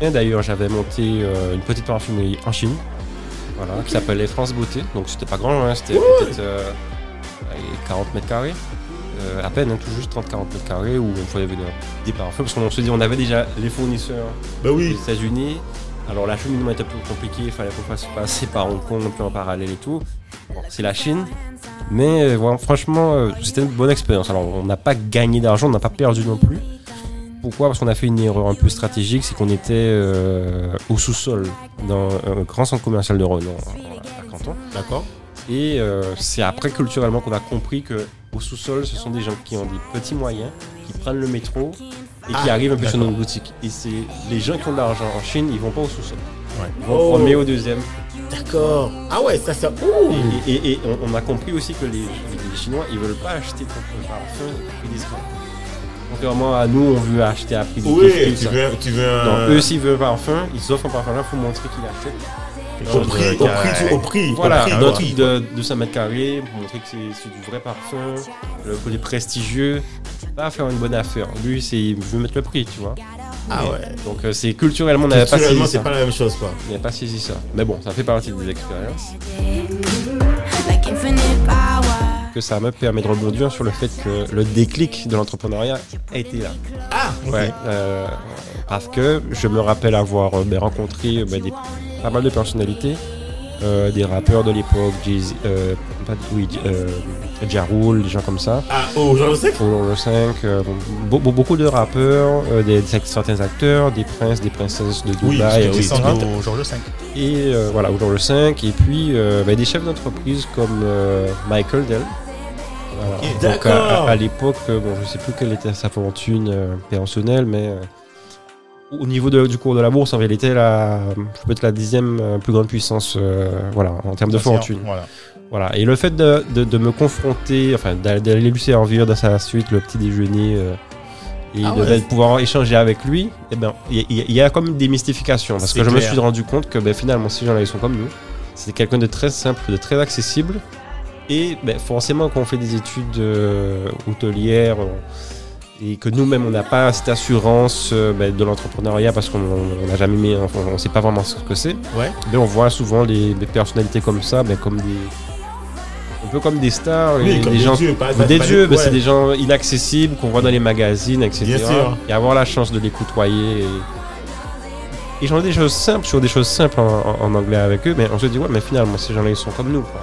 Et d'ailleurs, j'avais monté euh, une petite parfumerie en Chine, voilà, qui s'appelait France Beauté. Donc c'était pas grand, hein, c'était peut-être euh, allez, 40 mètres carrés. Euh, à peine, hein, tout juste 30-40 mètres carrés où il fallait venir des parfums. Parce qu'on se dit, on avait déjà les fournisseurs Bah des oui. États-Unis. Alors l'acheminement était plus compliqué, il fallait qu'on fasse passer par Hong Kong, puis en parallèle et tout. Bon, c'est la Chine. Mais euh, voilà, franchement, euh, c'était une bonne expérience. Alors on n'a pas gagné d'argent, on n'a pas perdu non plus. Pourquoi Parce qu'on a fait une erreur un peu stratégique, c'est qu'on était euh, au sous-sol dans un grand centre commercial de Rhône, en- en- à Canton. D'accord. Et euh, c'est après culturellement qu'on a compris que au sous-sol, ce sont des gens qui ont des petits moyens, qui prennent le métro et qui Ah, arrivent un peu sur d'accord. nos boutiques. Et c'est les gens qui ont de l'argent en Chine, ils vont pas au sous-sol. Ouais. Ils vont au premier, au deuxième. Oh, D'accord. Ah ouais, ça, ça. Ouh. Et, et- et on, on a compris aussi que les, les Chinois, ils veulent pas acheter contre parfum à prix discount. Contrairement à nous, on veut acheter à prix Oui, prix, tu ça. veux, tu veux Non, un. eux, s'ils veulent un parfum, ils offrent un parfum là, faut montrer qu'ils l'achètent. au prix, au prix, tu- au prix. Voilà, au prix, un quoi. truc de 200 mètres carrés pour montrer que c'est c'est du vrai parfum, le côté prestigieux. Pas faire une bonne affaire. Lui, c'est il veut mettre le prix, tu vois. Ah ouais. Donc euh, c'est culturellement, on n'avait pas Culturellement, saisi ça. c'est pas la même chose, quoi. On n'avait pas saisi ça. Mais bon, ça fait partie des expériences. Like infinite power. Que ça me permet de rebondir sur le fait que le déclic de l'entrepreneuriat a été là. Ah, ok. Ouais, euh, parce que je me rappelle avoir euh, ben, rencontré euh, ben, des, pas mal de personnalités, euh, des rappeurs de l'époque, Jay-Z, euh, pas- oui, euh, Ja Rule, des gens comme ça. Ah, oh, genre le sec Pour le 5, euh, bon, be- beaucoup de rappeurs, euh, des, certains acteurs, des princes, des princesses de Oui, parce Dubaï, que oui, c'est etc. sans au Georges 5. Et euh, voilà, au jour le 5, et puis euh, bah, des chefs d'entreprise comme euh, Michael Dell. Voilà. Ok, Donc à- d'accord. à, à l'époque, euh, bon, je sais plus quelle était sa fortune euh, personnelle, mais euh, au niveau de- du cours de la bourse, en réalité, la, peut-être la dixième euh, plus grande puissance, euh, voilà, en termes de fortune. hein. Voilà. Voilà. Et le fait de, de- de me confronter, enfin d'a- d'aller lui servir dans sa suite le petit déjeuner euh, et Ah de, ouais. de pouvoir échanger avec lui, eh ben, il y, a- il y a comme une démystification. Parce C'est que je me clair. suis rendu compte que ben, finalement, ces gens-là, ils sont comme nous. C'est quelqu'un de très simple, de très accessible. Et ben, forcément, quand on fait des études euh, hôtelières, on- et que nous-mêmes, on n'a pas cette assurance euh, ben, de l'entrepreneuriat parce qu'on on n'a jamais mis, enfin, on ne sait pas vraiment ce que c'est. Ouais. Ben, on voit souvent les, des personnalités comme ça, ben, comme des. Un peu comme des stars, Oui, les- comme les des gens. dieux, pas Ou des pas- dieux, ben, c'est ouais. des gens inaccessibles qu'on voit dans les magazines, etc. Bien sûr. Et avoir la chance de les côtoyer. Et, et j'en ai des choses simples, sur des choses simples en, en- en anglais avec eux, mais on se dit, ouais, mais finalement, ces gens-là, ils sont comme nous. quoi.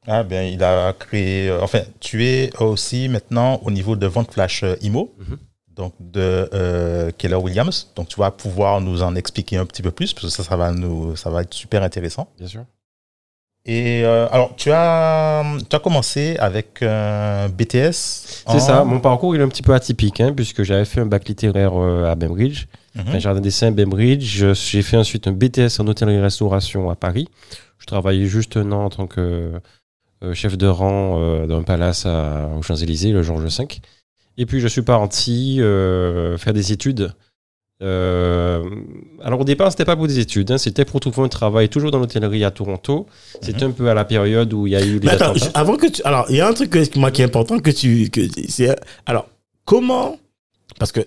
Ah ben il a créé. euh, enfin, tu es aussi maintenant au niveau de vente flash euh, IMO, Mhm. donc de euh, Keller Williams. Donc tu vas pouvoir nous en expliquer un petit peu plus parce que ça, ça va nous, ça va être super intéressant. Bien sûr. Et euh, alors tu as, tu as commencé avec euh, un BTS. C'est Ah. C'est ça, mon parcours il est un petit peu atypique, hein, puisque j'avais fait un bac littéraire euh, à Cambridge, Hein un Mhm. jardin dessin à Cambridge. Je- J'ai fait ensuite un BTS en hôtellerie-restauration à Paris. Je travaillais juste un an en tant que euh, chef de rang euh, dans un palace à- aux Champs-Élysées, le Georges V. Et puis je suis parti euh, faire des études Euh, alors au départ, c'était pas pour des études, hein, c'était pour trouver un travail toujours dans l'hôtellerie à Toronto. C'était un peu à la période où il y a eu les Hein Mais attends, attentats. je- avant que tu. Alors, il y a un truc que- moi, qui est important que tu. Que, c'est- alors, comment. Parce que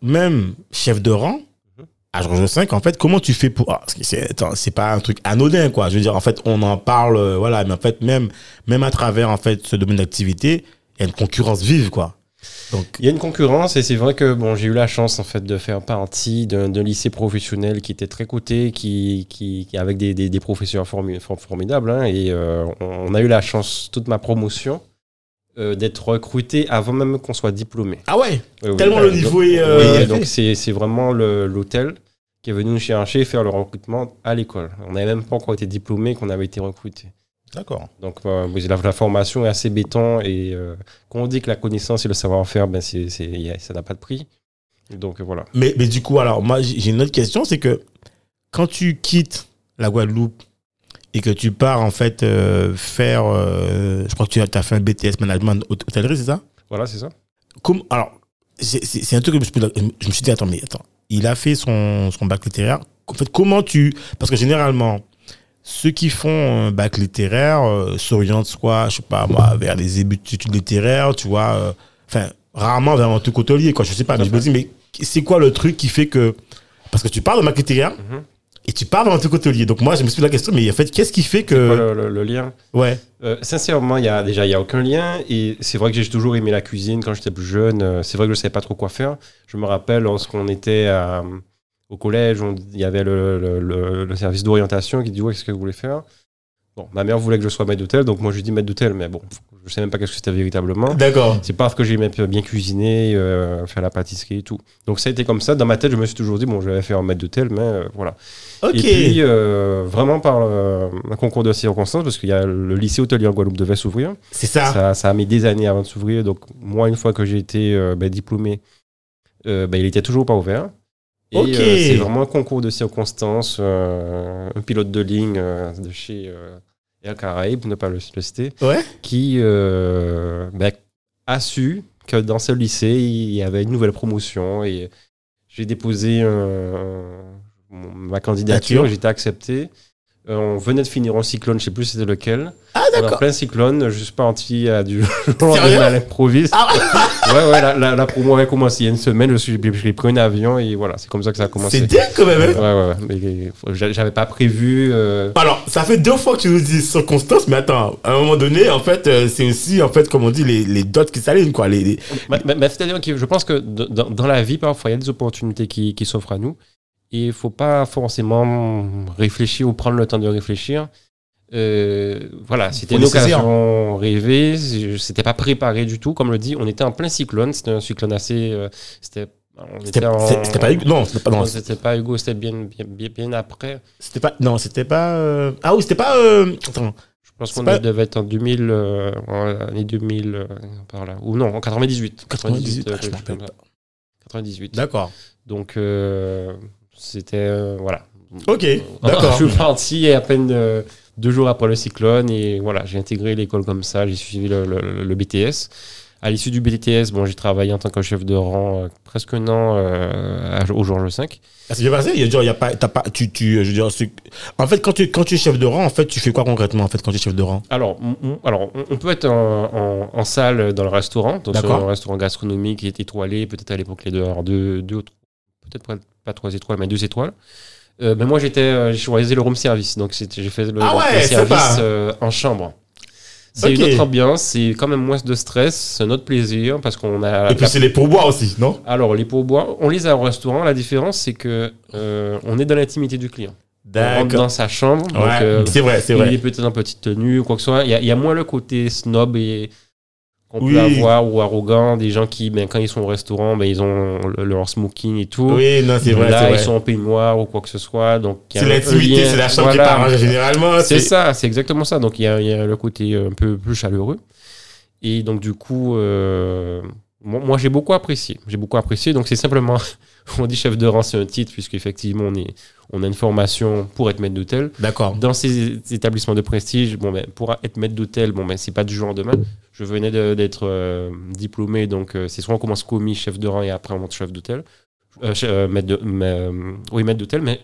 même chef de rang, Mhm. à Georges 5, en fait, comment tu fais pour. ah, parce que c'est attends, c'est pas un truc anodin, quoi. Je veux dire, en fait, on en parle, euh, voilà, mais en fait, même, même à travers en fait, ce domaine d'activité, il y a une concurrence vive, quoi. Donc, Il y a une concurrence et c'est vrai que bon, j'ai eu la chance en fait de faire partie d'un d'un lycée professionnel qui était très coté, qui, qui, qui- avec des, des, des professeurs formi- for- formidables hein, et euh, on, on a eu la chance toute ma promotion euh, d'être recruté avant même qu'on soit diplômé. ah ouais, Oui, oui. Tellement le niveau donc- est, euh, oui, donc c'est c'est vraiment le- l'hôtel qui est venu nous chercher faire le recrutement à l'école. On n'avait même pas encore été diplômé qu'on avait été recruté. D'accord. Donc euh, vous- la, la formation est assez béton et euh, quand on dit que la connaissance et le savoir-faire, ben c'est c'est- y a- ça n'a pas de prix. Donc euh, voilà. Mais, mais du coup, alors, moi, j'ai j'ai une autre question, c'est que quand tu quittes la Guadeloupe et que tu pars, en fait, euh, faire, euh, je crois que tu as, t'as fait un BTS Management hôt- Hôtellerie, c'est ça Voilà, c'est ça. Comme, Alors, c'est- c'est c'est un truc que je, me suis- je me suis dit, attends, mais attends, il a fait son, son bac littéraire. En fait, comment tu... Parce que généralement, ceux qui font un bac littéraire euh, s'orientent soit, je sais pas moi, vers les études littéraires, tu vois, euh, enfin, rarement vers un truc hôtelier, quoi, je sais pas, mais je me dis, mais c'est quoi le truc qui fait que... Parce que tu parles de bac littéraire, Mhm. et tu parles d'un truc hôtelier, donc moi, je me suis posé la question, mais en fait, qu'est-ce qui fait Voilà que... Le, le- le lien. Ouais, Euh, sincèrement, il y a, déjà, il n'y a aucun lien. Et c'est vrai que j'ai toujours aimé la cuisine quand j'étais plus jeune. Euh, C'est vrai que je ne savais pas trop quoi faire. Je me rappelle lorsqu'on était à- au collège, on- il y avait le, le- le- le service d'orientation qui dit Ouais, qu'est-ce que vous voulez faire Bon, ma mère voulait que je sois maître d'hôtel, donc moi je lui dis maître d'hôtel, mais bon, je ne sais même pas qu'est-ce que c'était véritablement. d'accord. C'est parce que j'aimais bien cuisiner, euh, faire la pâtisserie et tout. Donc ça a été comme ça. Dans ma tête, je me suis toujours dit Bon, je vais faire un maître d'hôtel, mais euh, voilà. Ok. Et puis, euh, vraiment par euh, un concours de circonstances, parce qu'il y a le lycée hôtelier en Guadeloupe devait s'ouvrir. c'est ça. Ça, ça a mis des années avant de s'ouvrir. Donc, moi, une fois que j'ai été euh, ben, diplômé, euh, ben, il était toujours pas ouvert. Et Ok. euh, c'est vraiment un concours de circonstances. euh, un pilote de ligne euh, de chez euh, Air Caraïbes, pour ne pas le, le citer, Ouais. qui euh, ben, a su que dans ce lycée, il y avait une nouvelle promotion. Et j'ai déposé euh, mon- ma candidature, Nature. j'étais accepté. Euh, on venait de finir en cyclone, je sais plus c'était lequel. Ah, On est en d'accord. plein cyclone, je suis parti à du jour au Sérieux lendemain à l'improviste. Ah ouais, ouais, la, la, la promo avait commencé il y a une semaine, je suis- j'ai pris un avion et voilà, c'est comme ça que ça a C'est commencé. dingue quand même. hein. Ouais, ouais, ouais, mais j'a- j'avais pas prévu. euh, Alors, ça fait deux fois que tu nous dis circonstances, mais attends, à un moment donné, en fait, euh, c'est aussi, en fait, comme on dit, les, les dots qui s'alignent, quoi. Les, les- Bah, bah, bah, C'est-à-dire que je pense que d- dans, dans la vie, parfois, il y a des opportunités qui, qui s'offrent à nous. Et il ne faut pas forcément réfléchir ou prendre le temps de réfléchir. Euh, voilà, c'était Faut une les saisir. occasion rêvée. c'est- C'était pas préparé du tout. Comme le dit, on était en plein cyclone. C'était un cyclone assez. euh, c'était. on C'était était en- c'est- c'était pas Hugo. Non, c'était pas. Non, Non, c'était pas Hugo, c'était bien, bien, bien- bien après. c'était pas. Non, c'était pas. euh, Ah oui, c'était pas. euh, Attends. Je pense C'est qu'on pas- devait être en 2000, euh, en année 2000, euh, par là. Ou non, en 98. 98, euh, ah, je m'en quelque chose rappelle comme ça. 98. D'accord. Donc euh, c'était euh, voilà. Ok, Euh, d'accord. Je suis parti et à peine euh, deux jours après le cyclone et voilà, j'ai intégré l'école comme ça, j'ai suivi le, le- le BTS. À l'issue du BTS, bon, j'ai travaillé en tant que chef de rang euh, presque un an euh, à- au Georges V. Ça s'est bien passé. Il y a, genre, il y a pas. T'as pas. Tu. tu euh, je veux dire, c'est- en fait, quand tu, quand tu es chef de rang, en fait, tu fais quoi concrètement, en fait, quand tu es chef de rang Alors, on- on, alors, on- on peut être en, en- en salle dans le restaurant, donc sur D'accord. un restaurant gastronomique qui est étoilé, peut-être à l'époque les deux, alors deux, deux ou trois- peut-être pas, pas trois étoiles, mais deux étoiles. Euh, mais moi, j'étais, euh, j'ai choisi le room service, donc c'était- j'ai fait le, Ah le ouais, service sympa. euh, en chambre. C'est Ok. une autre ambiance, c'est quand même moins de stress, c'est un autre plaisir parce qu'on a. Et puis, c'est les pourboires aussi, non alors les pourboires, on les a au restaurant. La différence, c'est que euh, on est dans l'intimité du client. On rentre D'accord. dans sa chambre. donc, Ouais, euh, c'est vrai, c'est il vrai. est peut-être en petite tenue ou quoi que ce soit. Il y a, il y a moins le côté snob et qu'on Oui. peut avoir ou arrogant des gens qui, ben, quand ils sont au restaurant, ben, ils ont le- leur smoking et tout. Oui, non, c'est vrai, Là, c'est ils vrai. sont en peignoir ou quoi que ce soit. Donc, il y a C'est un- un l'intimité, lien. c'est la chambre qui Voilà. parle, hein, généralement. C'est ça, c'est exactement ça. Donc il y, a- il y a le côté euh, un peu plus chaleureux. Et donc du coup, euh, moi, moi, j'ai beaucoup apprécié. J'ai beaucoup apprécié. Donc c'est simplement, on dit chef de rang, c'est un titre, puisqu'effectivement on, est, on a une formation pour être maître d'hôtel. D'accord. Dans ces établissements de prestige, bon, ben, pour être maître d'hôtel, bon, ben, c'est pas du jour au demain. Je venais de- d'être euh, diplômé, donc euh, c'est soit on commence commis, chef de rang, et après on monte chef d'hôtel. euh, chez- euh, maître de, mais, euh, oui, maître d'hôtel, mais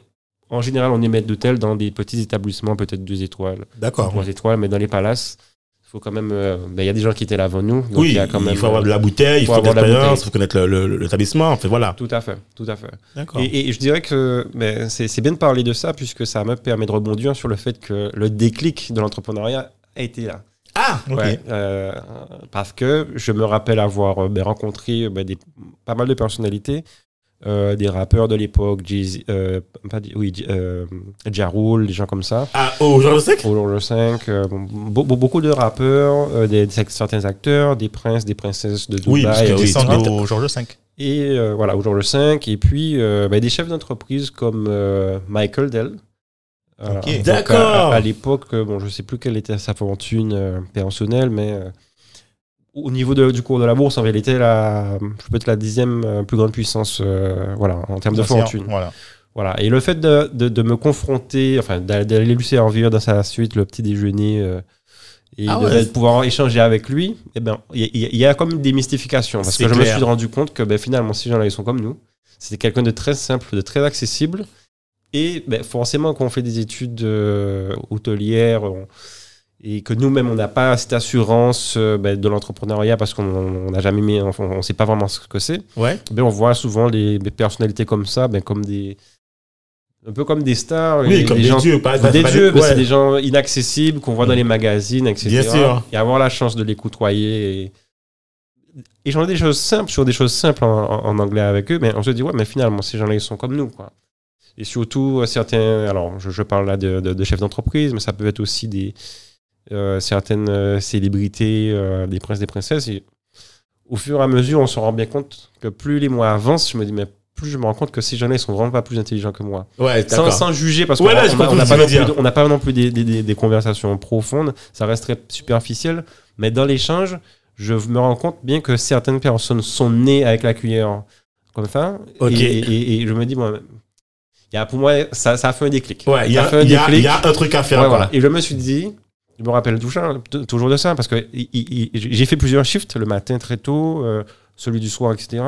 en général, on est maître d'hôtel dans des petits établissements, peut-être deux étoiles, D'accord. trois étoiles, mais dans les palaces, il faut quand même. euh, ben, Il y a des gens qui étaient là avant nous. donc Oui, il y a quand même. euh, il faut avoir de la bouteille, il faut faut, avoir de la l'expérience, bouteille. il faut connaître le- le- le- l'établissement. Enfin, voilà. Tout à fait, tout à fait. D'accord. Et, et- et je dirais que ben, c'est c'est bien de parler de ça, puisque ça me permet de rebondir sur le fait que le déclic de l'entrepreneuriat a été là. Ah, ok. Ouais, euh, parce que je me rappelle avoir euh, ben, rencontré euh, ben, des, pas mal de personnalités, euh, des rappeurs de l'époque, Jay-Z, euh, pas Jay- oui, J- euh, Ja Rule, des gens comme ça. Ah, oh, genre le sec Roland Le 5, euh, be- be- beaucoup de rappeurs, euh, des, des- certains acteurs, des princes, des princesses de Dubaï. Oui, parce que etc. oui, Descendre tu vois. au Georges V. Et euh, voilà, au jour le 5. Et puis, euh, bah, des chefs d'entreprise comme euh, Michael Dell. Euh, Ok. donc, D'accord. À, à- à l'époque, euh, bon, je sais plus quelle était sa fortune euh, personnelle, mais euh, au niveau de- du cours de la bourse, en vérité, la, peut-être la dixième euh, plus grande puissance euh, voilà, en termes de fortune. hein. Voilà. Voilà. Et le fait de, de- de me confronter, enfin, d'a- d'aller lui servir dans sa suite le petit déjeuner euh, et Ah de, ouais. de pouvoir échanger avec lui, eh ben, il y, a- il y a comme une démystification. Parce C'est que je me clair. suis rendu compte que ben, finalement, ces gens-là, ils sont comme nous. C'était quelqu'un de très simple, de très accessible. Et ben, forcément, quand on fait des études euh, hôtelières, on- et que nous-mêmes, on n'a pas cette assurance euh, ben, de l'entrepreneuriat parce qu'on on n'a jamais mis, enfin, on ne sait pas vraiment ce que c'est Ouais. ben, on voit souvent les, des personnalités comme ça, ben, comme des, un peu comme des stars, Oui, et comme des, des gens, dieux, pas comme des pas- dieux, ben, c'est Bah, ouais. Mm. des gens inaccessibles qu'on voit dans les magazines, etc. Bien sûr. Et avoir la chance de les côtoyer et échanger des choses simples sur des choses simples en, en- en anglais avec eux, mais on se dit ouais, mais finalement ces gens-là ils sont comme nous, quoi. Et surtout euh, certains, alors je, je parle là de, de- de chefs d'entreprise, mais ça peut être aussi des euh, certaines euh, célébrités, euh, des princes, des princesses. Et au fur et à mesure, on se rend bien compte que plus les mois avancent, je me dis mais plus je me rends compte que ces gens-là ils sont vraiment pas plus intelligents que moi Ouais, sans, d'accord. sans juger parce qu'on Ouais, là, je on a- comprends on n'a ce pas, que non tu veux plus de- dire. on n'a pas non plus des, des- des- des conversations profondes, ça resterait superficiel, mais dans l'échange, je me rends compte bien que certaines personnes sont nées avec la cuillère comme ça, Ok. et, et- et je me dis, bon, il y a, pour moi, ça, ça a fait un déclic. Ouais, il y Ça a, fait un il y, a, déclic. il y a un truc à faire. Ouais, quoi. voilà. Et je me suis dit, je me rappelle toujours, toujours de ça, parce que i- i- i- j'ai fait plusieurs shifts le matin très tôt, euh, celui du soir, etc.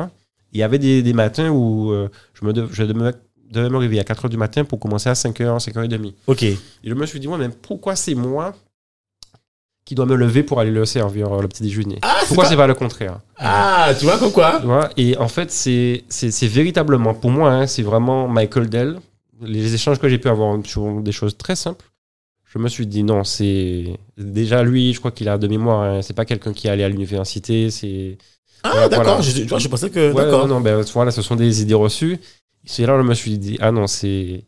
Il y avait des, des matins où euh, je, me dev- je me- devais me réveiller à 4h du matin pour commencer à 5h, 5h30. Ok. Et je me suis dit, moi, mais pourquoi c'est moi qui dois me lever pour aller le servir euh, le petit déjeuner Ah, c'est Pourquoi pas... c'est pas le contraire ah, tu vois comme quoi tu vois et en fait, c'est c'est- c'est véritablement, pour moi, hein, c'est vraiment Michael Dell. Les échanges que j'ai pu avoir sur des choses très simples, je me suis dit non, c'est. Déjà, lui, je crois qu'il a de mémoire, hein, c'est pas quelqu'un qui est allé à l'université, c'est. Ah, Voilà. d'accord. Je, tu vois, je pensais que. Ouais, d'accord. non, non, ben, voilà, ce sont des idées reçues. C'est là où je me suis dit, ah non, c'est.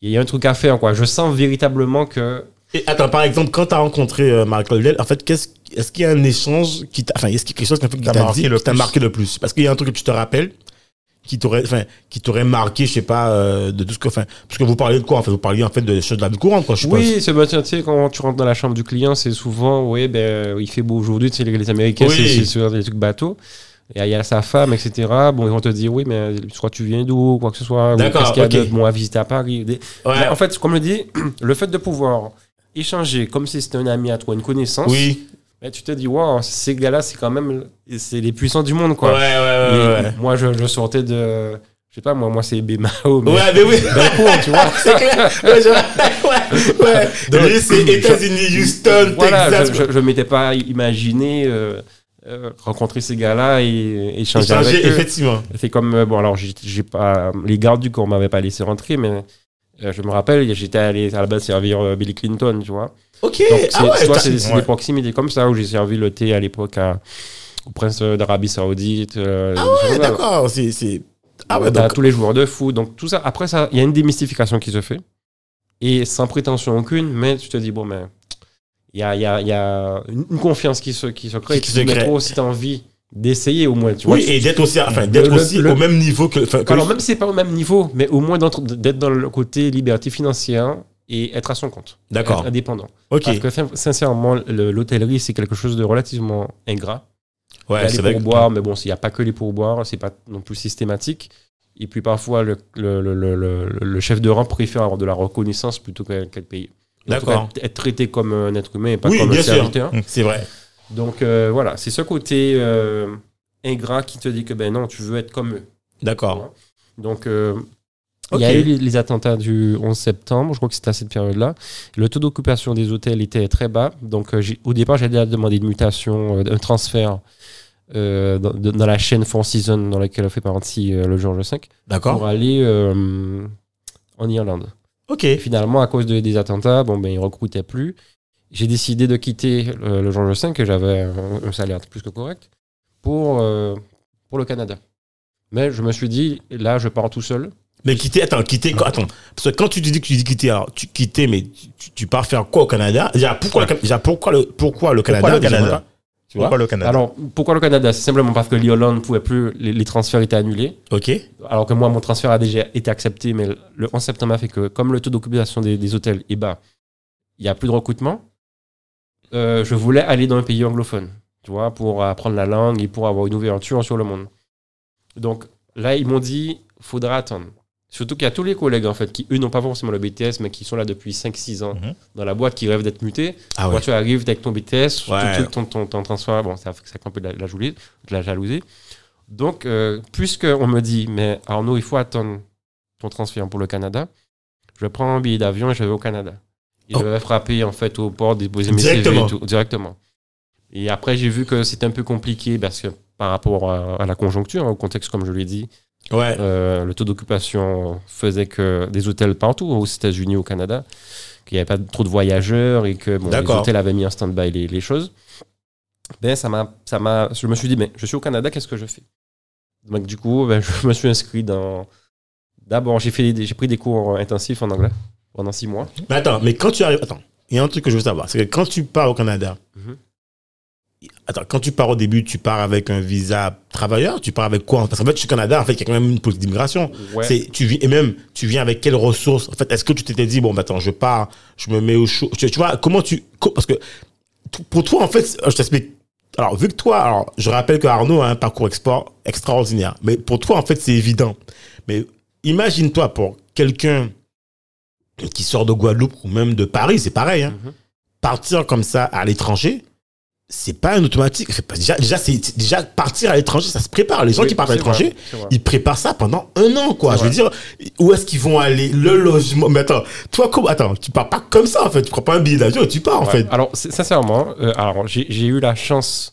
Il y a un truc à faire, quoi. Je sens véritablement que. Et attends, par exemple, quand t'as rencontré euh, Michael Dell, en fait, qu'est-ce, est-ce qu'il y a un échange qui t'a, enfin, est-ce qu'il y a quelque chose qu'un peu qui T'a t'a marqué dit, le qui t'a plus. marqué le plus Parce qu'il y a un truc que tu te rappelles, qui t'aurait, enfin, qui t'aurait marqué, je sais pas, euh, de tout ce que, enfin, parce que vous parlez de quoi En fait, vous parliez en fait de choses de la vie courante, quoi. Je suppose. Oui, ce matin, tu sais, quand tu rentres dans la chambre du client, c'est souvent, oui, ben, il fait beau aujourd'hui, tu sais, les, les Américains, Oui. c'est c'est sur des trucs bateaux. Et ah, il y a sa femme, etc. Bon, ils vont te dire, oui, mais soit tu viens d'où, quoi que ce soit, ou D'accord, qu'est-ce qu'il y a ok. de bon à visiter à Paris. Des- Ouais. Mais en fait, comme je dis, le fait de pouvoir échanger comme si c'était un ami à toi, une connaissance, Oui. ben, tu te dis, wow, ces gars-là, c'est quand même c'est les puissants du monde, Ouais, quoi. ouais, ouais, Mais ouais. ouais. Moi, je, je sortais de. Je sais pas, moi, moi c'est Bémao. Mais... Ouais, mais oui. d'un coup, tu vois. c'est clair. Ouais, je- ouais, ouais. Donc, Lui, c'est États-Unis, Houston, voilà, Texas. Je, je, je m'étais pas imaginé euh, euh, rencontrer ces gars-là et euh, échanger avec Échanger, eux. effectivement. C'est comme euh, bon alors j'ai j'ai pas les gardes du corps m'avaient pas laissé rentrer, mais euh, je me rappelle j'étais allé à la base servir euh, Billy Clinton, tu vois. Ok. Donc c'est ah ouais. tu vois, t'as- c'est c'est ouais. des proximités comme ça où j'ai servi le thé à l'époque à- au prince d'Arabie Saoudite. euh, des choses Ah Ouais, comme ça. d'accord. C'est, c'est. Ah ouais, Euh, T'as donc. tous les joueurs de foot, donc tout ça. Après ça, il y a une démystification qui se fait. Et sans prétention aucune, mais tu te dis, bon, ben, il y a, il y a- il y a une une confiance qui se, qui se crée. Qui tu se te dis, mais crée. trop, si t'as envie d'essayer au moins, tu vois. Oui, et d'être aussi, enfin, d'être Le- aussi le- au même niveau que. enfin, que- Alors, même si c'est pas au même niveau, mais au moins d'entre- d'être dans le côté liberté financière et être à son compte. D'accord. Être indépendant. Ok. Parce que sin- sincèrement, le- l'hôtellerie, c'est quelque chose de relativement ingrat. Ouais, il y c'est a les vrai. que- pourboires, mais bon, il n'y a pas que les pourboires, c'est pas non plus systématique. Et puis parfois, le, le, le- le- le- le chef de rang préfère avoir de la reconnaissance plutôt qu'à- qu'être payé. Donc, D'accord. Être, être traité comme un être humain et pas Oui, comme hein. un bien sûr. Hum, serviteur. C'est vrai. Donc euh, voilà, c'est ce côté euh, ingrat qui te dit que ben non, tu veux être comme eux. D'accord. Donc, euh, il y a Ok. eu les, les attentats du 11 septembre, je crois que c'était à cette période-là. Le taux d'occupation des hôtels était très bas. Donc, euh, j'ai- au départ, j'allais à demander une mutation, euh, un transfert euh, dans, de- dans la chaîne Four Seasons dans laquelle a fait partie euh, le George V pour D'accord. aller euh, en Irlande. Ok. Et finalement, à cause de- des attentats, bon, ben, ils recrutaient plus. J'ai décidé de quitter euh, le George V, que j'avais un, un salaire plus que correct, pour, euh, pour le Canada. Mais je me suis dit, là, je pars tout seul. Mais quitter, attends, quitter, quoi- attends. Parce que quand tu dis que tu dis quitter, alors tu quitter, mais tu, tu- tu pars faire quoi au Canada Déjà, pourquoi, le Can- déjà, pourquoi, le, pourquoi le Canada le déjà, Canada voilà. Tu vois Pourquoi le Canada Alors, pourquoi le Canada C'est simplement parce que l'Irlande ne pouvait plus, les, les transferts étaient annulés. Ok. Alors que moi, mon transfert a déjà été accepté, mais le 11 septembre a fait que, comme le taux d'occupation des, des hôtels est bas, il n'y a plus de recrutement. Euh, je voulais aller dans un pays anglophone, tu vois, pour apprendre la langue et pour avoir une ouverture sur le monde. Donc là, ils m'ont dit, faudra attendre. Surtout qu'il y a tous les collègues, en fait, qui, eux, n'ont pas forcément le BTS, mais qui sont là depuis 5-6 ans Mhm. dans la boîte, qui rêvent d'être mutés. Ah Quand ouais. tu arrives avec ton BTS, Ouais. tout de suite, ton, ton, ton transfert, bon, ça fait ça fait un peu de la, de la joulie- de la jalousie. Donc, euh, puisqu'on me dit, mais Arnaud, il faut attendre ton transfert pour le Canada, je prends un billet d'avion et je vais au Canada. Et Oh. je vais frapper, en fait, au port, déposer mes CV Directement. et tout, directement. Et après, j'ai vu que c'était un peu compliqué parce que par rapport à, à la conjoncture, hein, au contexte, comme je l'ai dit, Ouais. euh, le taux d'occupation faisait que des hôtels partout, aux États-Unis, au Canada, qu'il n'y avait pas trop de voyageurs et que bon, les D'accord. hôtels avaient mis en stand-by les, les choses. Ben, ça m'a, ça m'a, je me suis dit, mais je suis au Canada, qu'est-ce que je fais Donc, du coup, ben, je me suis inscrit dans. D'abord, j'ai, fait, des- j'ai pris des cours intensifs en anglais pendant six mois. Mais attends, mais quand tu arrives. Attends, il y a un truc que je veux savoir. C'est que quand tu pars au Canada. Mhm. Attends, quand tu pars au début, tu pars avec un visa travailleur Tu pars avec quoi Parce qu'en fait, je suis au Canada, en fait, il y a quand même une politique d'immigration. Ouais. C'est tu vis et même tu viens avec quelles ressources En fait, est-ce que tu t'étais dit bon, bah, attends, je pars, je me mets au chaud. Tu, tu vois comment tu co- parce que t- pour toi en fait, je t'explique. Alors vu que toi, alors je rappelle que Arnaud a un parcours export extraordinaire, mais pour toi en fait c'est évident. Mais imagine-toi pour quelqu'un qui sort de Guadeloupe ou même de Paris, c'est pareil. Hein, Mhm. Partir comme ça à l'étranger. C'est pas un automatique. C'est pas- Déjà, déjà, c'est- c'est- déjà, partir à l'étranger, ça se prépare. Les gens Oui, qui partent à c'est vrai, l'étranger, c'est vrai. ils préparent ça pendant un an, quoi. Ouais. Je veux dire, où est-ce qu'ils vont aller Le logement. Mais attends, toi, comment Attends, tu pars pas comme ça, en fait. Tu prends pas un billet d'avion et tu pars, en Ouais. fait. Alors, c'est- sincèrement, euh, alors, j'ai j'ai eu la chance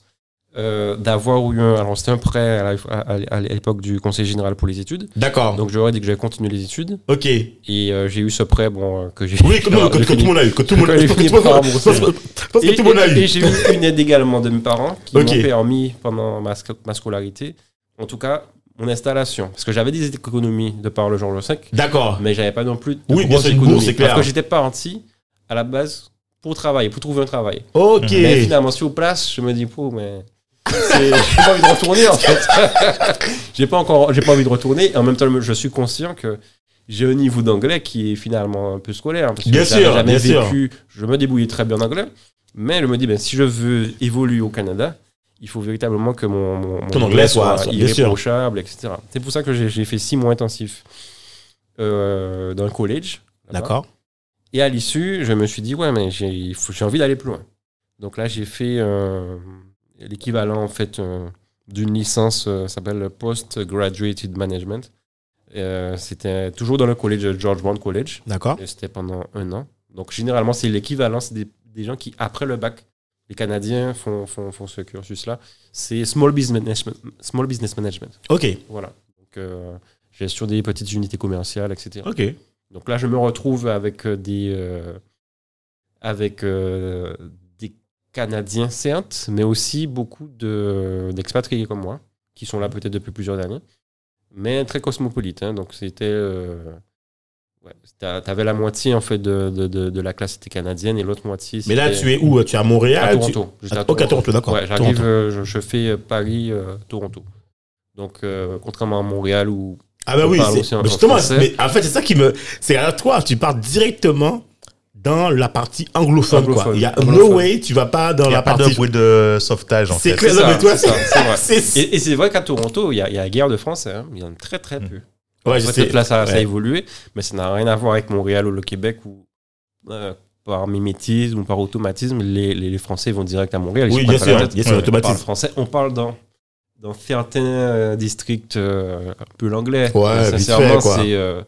euh, d'avoir eu un. Alors, c'était un prêt à la- à- à- à l'époque du Conseil général pour les études. D'accord. Donc j'aurais dit que j'allais continuer les études Ok. Oui, et euh, j'ai eu ce prêt bon, euh, que j'ai que, non, que, j'ai que fini. tout le monde a eu. Que tout le monde Quand a eu. il Je pense que finit tout le par monde- rembourser. je pense que- je pense que Et, tout le monde a et- et eu. j'ai eu une aide également de mes parents qui Ok. m'ont permis pendant ma, sc- ma scolarité, en tout cas mon installation, parce que j'avais des économies de par le genre 5, D'accord. mais j'avais pas non plus de Oui, bien grosses sûr, une bourse, économies, c'est clair. parce que j'étais parti à la base pour travailler, pour trouver un travail. Ok. Mais finalement sur place, je me dis pour mais c'est- j'ai pas envie de retourner en fait. j'ai pas encore, j'ai pas envie de retourner. Et en même temps, je suis conscient que j'ai un niveau d'anglais qui est finalement un peu scolaire. hein, parce que Bien j'avais sûr, jamais bien vécu, Je me débrouillais très bien en anglais, mais je me dis ben si je veux évoluer au Canada, il faut véritablement que mon, mon- mon Ton anglais soit- soit- bien sûr. irréprochable, etc. C'est pour ça que j'ai j'ai fait six mois intensifs euh, dans le collège. là-bas. D'accord. Et à l'issue, je me suis dit, ouais, mais j'ai il faut- j'ai envie d'aller plus loin. Donc là, j'ai fait euh, l'équivalent, en fait, euh, d'une licence, euh, ça s'appelle Post-Graduated Management. Euh, c'était toujours dans le collège, George Brown College. D'accord. Et C'était pendant un an. Donc généralement, c'est l'équivalent, c'est des, des gens qui, après le bac, les Canadiens font, font, font ce cursus-là. C'est Small Business Management. Small business management. Ok. Voilà. Donc, euh, gestion des petites unités commerciales, etc. Ok. Donc là, je me retrouve avec euh, des, euh, avec, euh, des Canadiens, certes, mais aussi beaucoup de- d'expatriés comme moi, qui sont là peut-être depuis plusieurs années, mais très cosmopolites. hein. donc c'était. euh, ouais, t'a- T'avais la moitié en fait de, de, de- de la classe était canadienne et l'autre moitié. Mais là, c'était tu es où Tu es à Montréal à tu- Toronto. J'étais à Ok, à Toronto, d'accord. Ouais, j'arrive, Toronto. euh, je, je fais euh, Paris-Toronto. Donc, euh, contrairement à Montréal où Ah bah On oui, parle c'est- aussi un mais peu justement, français. mais en fait c'est ça qui me, c'est à toi, tu pars directement dans la partie anglophone, quoi. Anglophone. Il y a no Anglophone. way, tu vas pas dans Il n'y la a pas partie. de bruit de sauvetage, en C'est fait. clair, C'est non, ça, mais toi, c'est ça, c'est vrai. c'est c'est- Et, et c'est vrai qu'à Toronto, il y, a- il y a guerre de Français. hein. Il y en a très très peu. Ouais, Mm. Ah, je Après, sais. Peut-être là, ça, ça a Ouais. évolué, mais ça n'a rien à voir avec Montréal ou le Québec où, euh, par mimétisme ou par automatisme, les, les- les Français vont direct à Montréal. ils Oui, se bien prennent pas la sûr, tête. bien sûr, On parle automatisme. français, on parle dans, dans certains euh, districts euh, un peu l'anglais. Ouais, Euh, vite sincèrement, fait, quoi. c'est euh,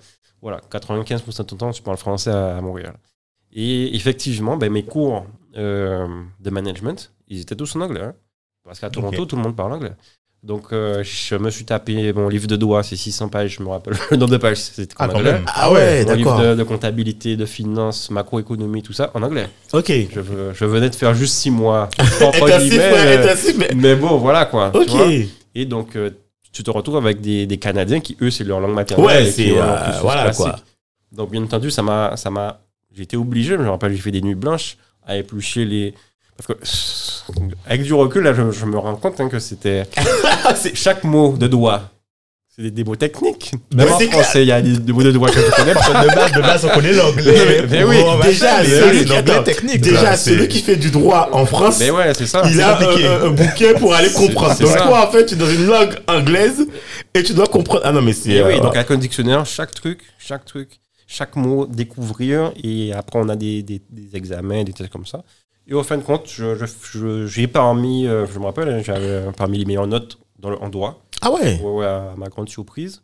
voilà, 95% de ton temps, tu parles français à, à Montréal. Et effectivement, ben, mes cours euh, de management, ils étaient tous en anglais. hein. parce qu'à Toronto, tout le monde parle anglais. Donc, euh, je me suis tapé mon livre de doigts, c'est 600 pages, je me rappelle le nombre de pages, c'était en Ah, quand anglais. même. Ah ouais, Mon livre d'accord. de, de comptabilité, de finance, macroéconomie, tout ça, en anglais. Ok. Je, veux- je venais de faire juste six mois. entre Intensif, guillemets, ouais, euh, intensif, mais. mais bon, voilà quoi. tu vois. Ok. Et donc, euh, tu te retrouves avec des, des Canadiens qui, eux, c'est leur langue maternelle. Ouais, et qui c'est, ont un euh, cursus voilà, quoi. Donc, bien entendu, ça m'a, ça m'a, j'ai été obligé, je me rappelle, j'ai fait des nuits blanches à éplucher les. Parce que, avec du recul, là, je, je me rends compte hein, que c'était C'est- chaque mot de doigt. C'est des, des mots techniques. Même Ouais, en c'est français, il y a des, des mots de doigt que je connais. parce que De base, de base, on connaît Mais- l'anglais. mais oui, Bon, bah, déjà, mais celui- oui, l'anglais attends, technique. Déjà, là, celui c'est- qui fait du droit en France, Mais ouais, c'est ça. il c'est a compliqué. un, un- un bouquet pour aller comprendre. c'est Donc, ça. toi, en fait, tu es dans une langue anglaise et tu dois comprendre. Ah non, mais c'est. Et oui, euh, donc avec un dictionnaire, chaque truc, chaque truc, chaque mot, découvrir, et après on a des, des, des examens, des tests comme ça. Et au fin de compte, je- je- je- j'ai parmi, euh, je me rappelle, hein, j'avais euh, parmi les meilleures notes dans le, en doigt, Ah ouais. Ouais, ouais, à ma grande surprise.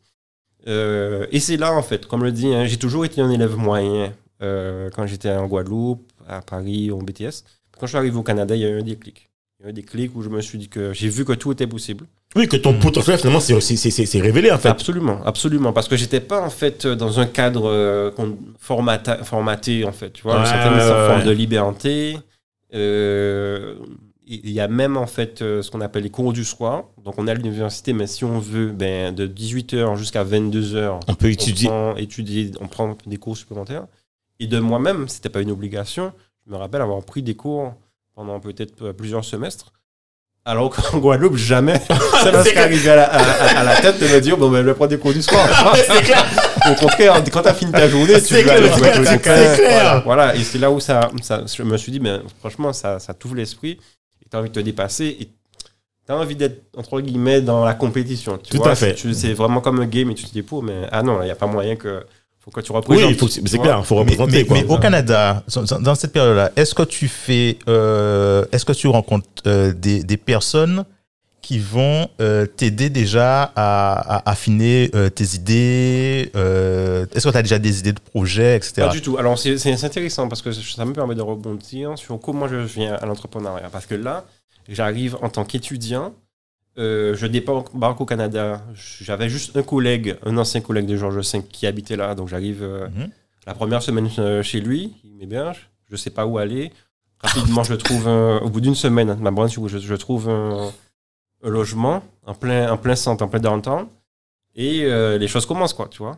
Euh, et c'est là, en fait, comme je le dit, hein, j'ai toujours été un élève moyen euh, quand j'étais en Guadeloupe, à Paris, en BTS. Quand je suis arrivé au Canada, il y a eu un déclic. Il y a eu un déclic où je me suis dit que j'ai vu que tout était possible. Oui, que Hmm. ton potentiel, finalement, c'est- c'est c'est- c'est- c'est révélé, en fait. Absolument, absolument. Parce que j'étais pas en fait euh, dans un cadre euh, qu'on- formata- formaté en fait. Tu vois, Ouais, une certaine ouais, ouais, forme ouais. de liberté. Euh, Il y a même en fait euh, ce qu'on appelle les cours du soir. Donc on a l'université, mais si on veut, ben, de 18h jusqu'à 22h, On peut on étudier. prend, étudier, on prend des cours supplémentaires. Et de moi-même, c'était pas une obligation. Je me rappelle avoir pris des cours pendant peut-être euh, plusieurs semestres. Alors qu'en Guadeloupe, jamais. Ça m'a C'est clair. arrivé à la, à- à- à la tête de me dire, bon, ben, je vais prendre des cours du soir. C'est clair, Au contraire, quand t'as fini ta journée, Ah, tu c'est vas clair, aller c'est jouer clair, avec les c'est copains. clair. Voilà, et c'est là où ça, ça- je me suis dit, mais franchement, ça, ça t'ouvre l'esprit. Et t'as envie de te dépasser. Et t'as envie d'être, entre guillemets, dans la compétition. Tu Tout vois, à fait. tu- C'est vraiment comme un game et tu te dis, pour, mais ah non, il n'y a pas moyen que. Faut que tu représentes. Oui, il faut que- tu c'est vois. clair, il faut Mais, représenter, mais- quoi. mais au Canada, dans- dans dans cette période-là, est-ce que tu fais, euh, est-ce que tu rencontres euh, des, des personnes qui vont euh, t'aider déjà à, à affiner euh, tes idées euh, Est-ce que tu as déjà des idées de projets, etc. Pas du tout. Alors, c'est c'est- c'est intéressant parce que ça me permet de rebondir sur comment je viens à l'entrepreneuriat. Parce que là, j'arrive en tant qu'étudiant, euh, je débarque au Canada. J'avais juste un collègue, un ancien collègue de Georges V qui habitait là. Donc, j'arrive euh, Mhm. la première semaine euh, chez lui. Il m'héberge. Je sais pas où aller. Rapidement, je trouve, un- au bout d'une semaine, ma branche, je, je trouve un, un logement en plein, en plein centre, en plein downtown. Et euh, les choses commencent, quoi, tu vois.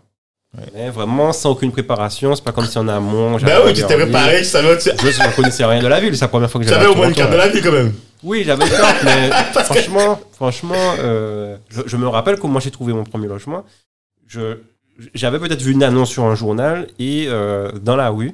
Mais vraiment, sans aucune préparation, c'est pas comme si en amont. j'avais Bah oui, tu t'es regardé. préparé, tu savais, tu Je ne connaissais rien de la ville, c'est la première fois que tu j'avais. savais au à moins une Toronto, carte de la vie, quand même. oui, j'avais peur, mais franchement, franchement euh, je, je me rappelle comment j'ai trouvé mon premier logement. Je, j'avais peut-être vu une annonce sur un journal et euh, dans la rue,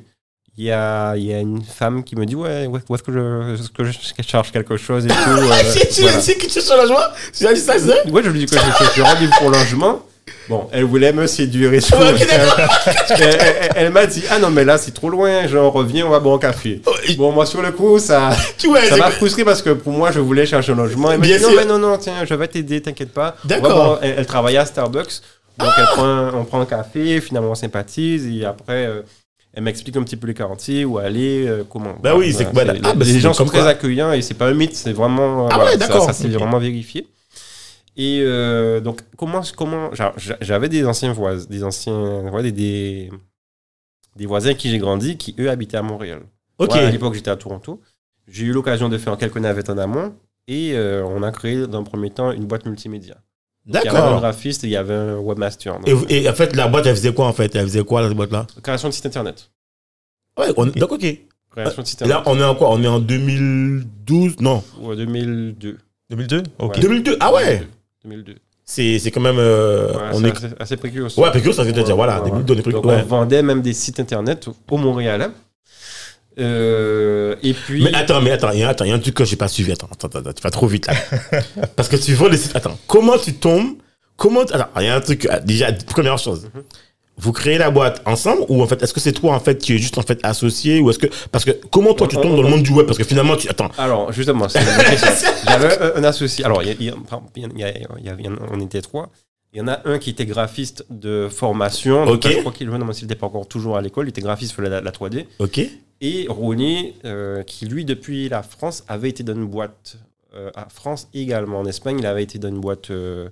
il y a, il y a une femme qui me dit Ouais, où est- où est-ce que je, est-ce que je charge quelque chose et tout. euh, Si tu voilà. si tu cherches la joie, tu as dit ça, c'est ça Ouais, je lui dis que je suis rendu pour logement. Bon, elle voulait me séduire et tout. Ouais, ok, elle elle- elle m'a dit Ah non, mais là, c'est trop loin, j'en reviens, on va boire un café. Bon, moi, sur le coup, ça. Tu vois, Ça c'est- m'a frustré parce que pour moi, je voulais chercher un logement. Elle m'a Bien dit non, sûr. mais non, non, tiens, je vais t'aider, t'inquiète pas. On va D'accord. Ah boire- Elle, elle travaillait à Starbucks. Donc, elle prend un- on prend un café, finalement, on sympathise. Et après, euh, elle m'explique un petit peu les quartiers, où aller, euh, comment. Bah oui, c'est que, voilà. les- Ah, bah, les c'est gens donc sont comme très quoi. accueillants et c'est pas un mythe, c'est vraiment. euh, Ah ouais, ça- d'accord. Ça, c'est Ok. vraiment vérifié. Et euh, donc, comment. comment j'a- j'a- J'avais des anciens voisins, des anciens. ouais, des, des, des voisins avec qui j'ai grandi qui, eux, habitaient à Montréal. Ok. Moi, à l'époque, j'étais à Toronto. J'ai eu l'occasion de faire quelques navettes en amont et euh, on a créé dans un premier temps une boîte multimédia. Il y avait un D'accord. graphiste et il y avait un webmaster. Donc, Et, vous- et en fait, la boîte, elle faisait quoi, en fait Elle faisait quoi, la boîte, là Création de site internet. Ouais, on- donc, ok. Ah, Et Création de site là, internet. on est en quoi On est en 2012 Non. Ouais, 2002. 2002 Ok. Ouais. 2002 Ah ouais 2002. C'est c'est quand même. euh, Ouais, on c'est est... assez, assez précoce. Ouais, parce que ça veut dire, voilà, Ouais, des ouais. bulles de trucs. Donc, ouais. On vendait même des sites internet au Montréal. Euh, et puis. Mais attends, mais attends, il y, a- attends, il y a un truc que j'ai pas suivi. Attends, attends, attends, tu vas trop vite là. Parce que Mhm. tu vois les sites. Attends, comment tu tombes Comment. Attends, il y a un truc. ah, Déjà, euh, première chose. vous créez la boîte ensemble ou en fait est-ce que c'est toi en fait qui est juste en fait associé ou est-ce que parce que comment toi tu tombes dans le monde du web parce que finalement tu attends Alors, justement, c'est une bonne question. J'avais un- un associé. Alors, il y a- il y a- par- il y a- il y a- il y en- on était trois. Il y en a un qui était graphiste de formation. Donc, Ok. Je crois qu'il même s'il n'était pas encore toujours à l'école, il était graphiste, faisait la, la 3D. ok Et Ronnie, euh, qui lui, depuis la France, avait été dans une boîte euh, à France et également en Espagne. Il avait été dans une boîte. euh,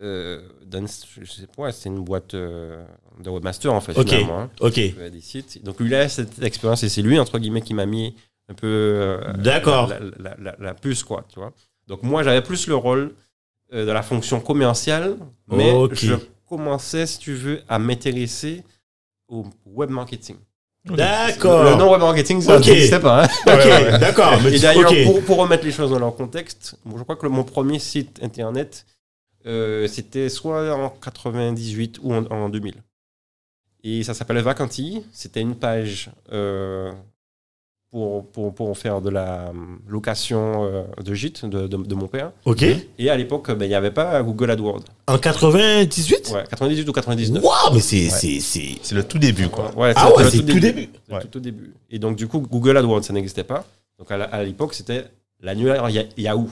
euh, dans- je sais pas, c'est une boîte euh, de webmaster en fait. Ok. finalement, hein. ok Euh, des sites. Donc lui, il a cette expérience et c'est lui, entre guillemets, qui m'a mis un peu euh, D'accord. la, la- la- la puce, quoi, tu vois. Donc moi, j'avais plus le rôle euh, de la fonction commerciale, mais Ok. je commençais, si tu veux, à m'intéresser au web marketing. Le d'accord nom web marketing, ça Ok. n'existait pas. hein. ok d'accord mais Et tu- d'ailleurs, ok. pour, pour remettre les choses dans leur contexte, bon, je crois que le- mon premier site internet, euh, c'était soit en 98 ou en, en 2000. Et ça s'appelait Vacanti. C'était une page euh, pour, pour, pour faire de la hum, location euh, de gîte de, de- de mon père. ok Et à l'époque, ben, il n'y avait pas Google AdWords. en 98 Ouais, 98 ou 99. waouh mais c'est c'est c'est C'est le tout début, quoi. Ouais, ah c'était ouais le c'est tout début C'est Ouais. tout au début. Et donc, du coup, Google AdWords, ça n'existait pas. Donc, à la- à l'époque, c'était l'annuaire Ya- Yahoo.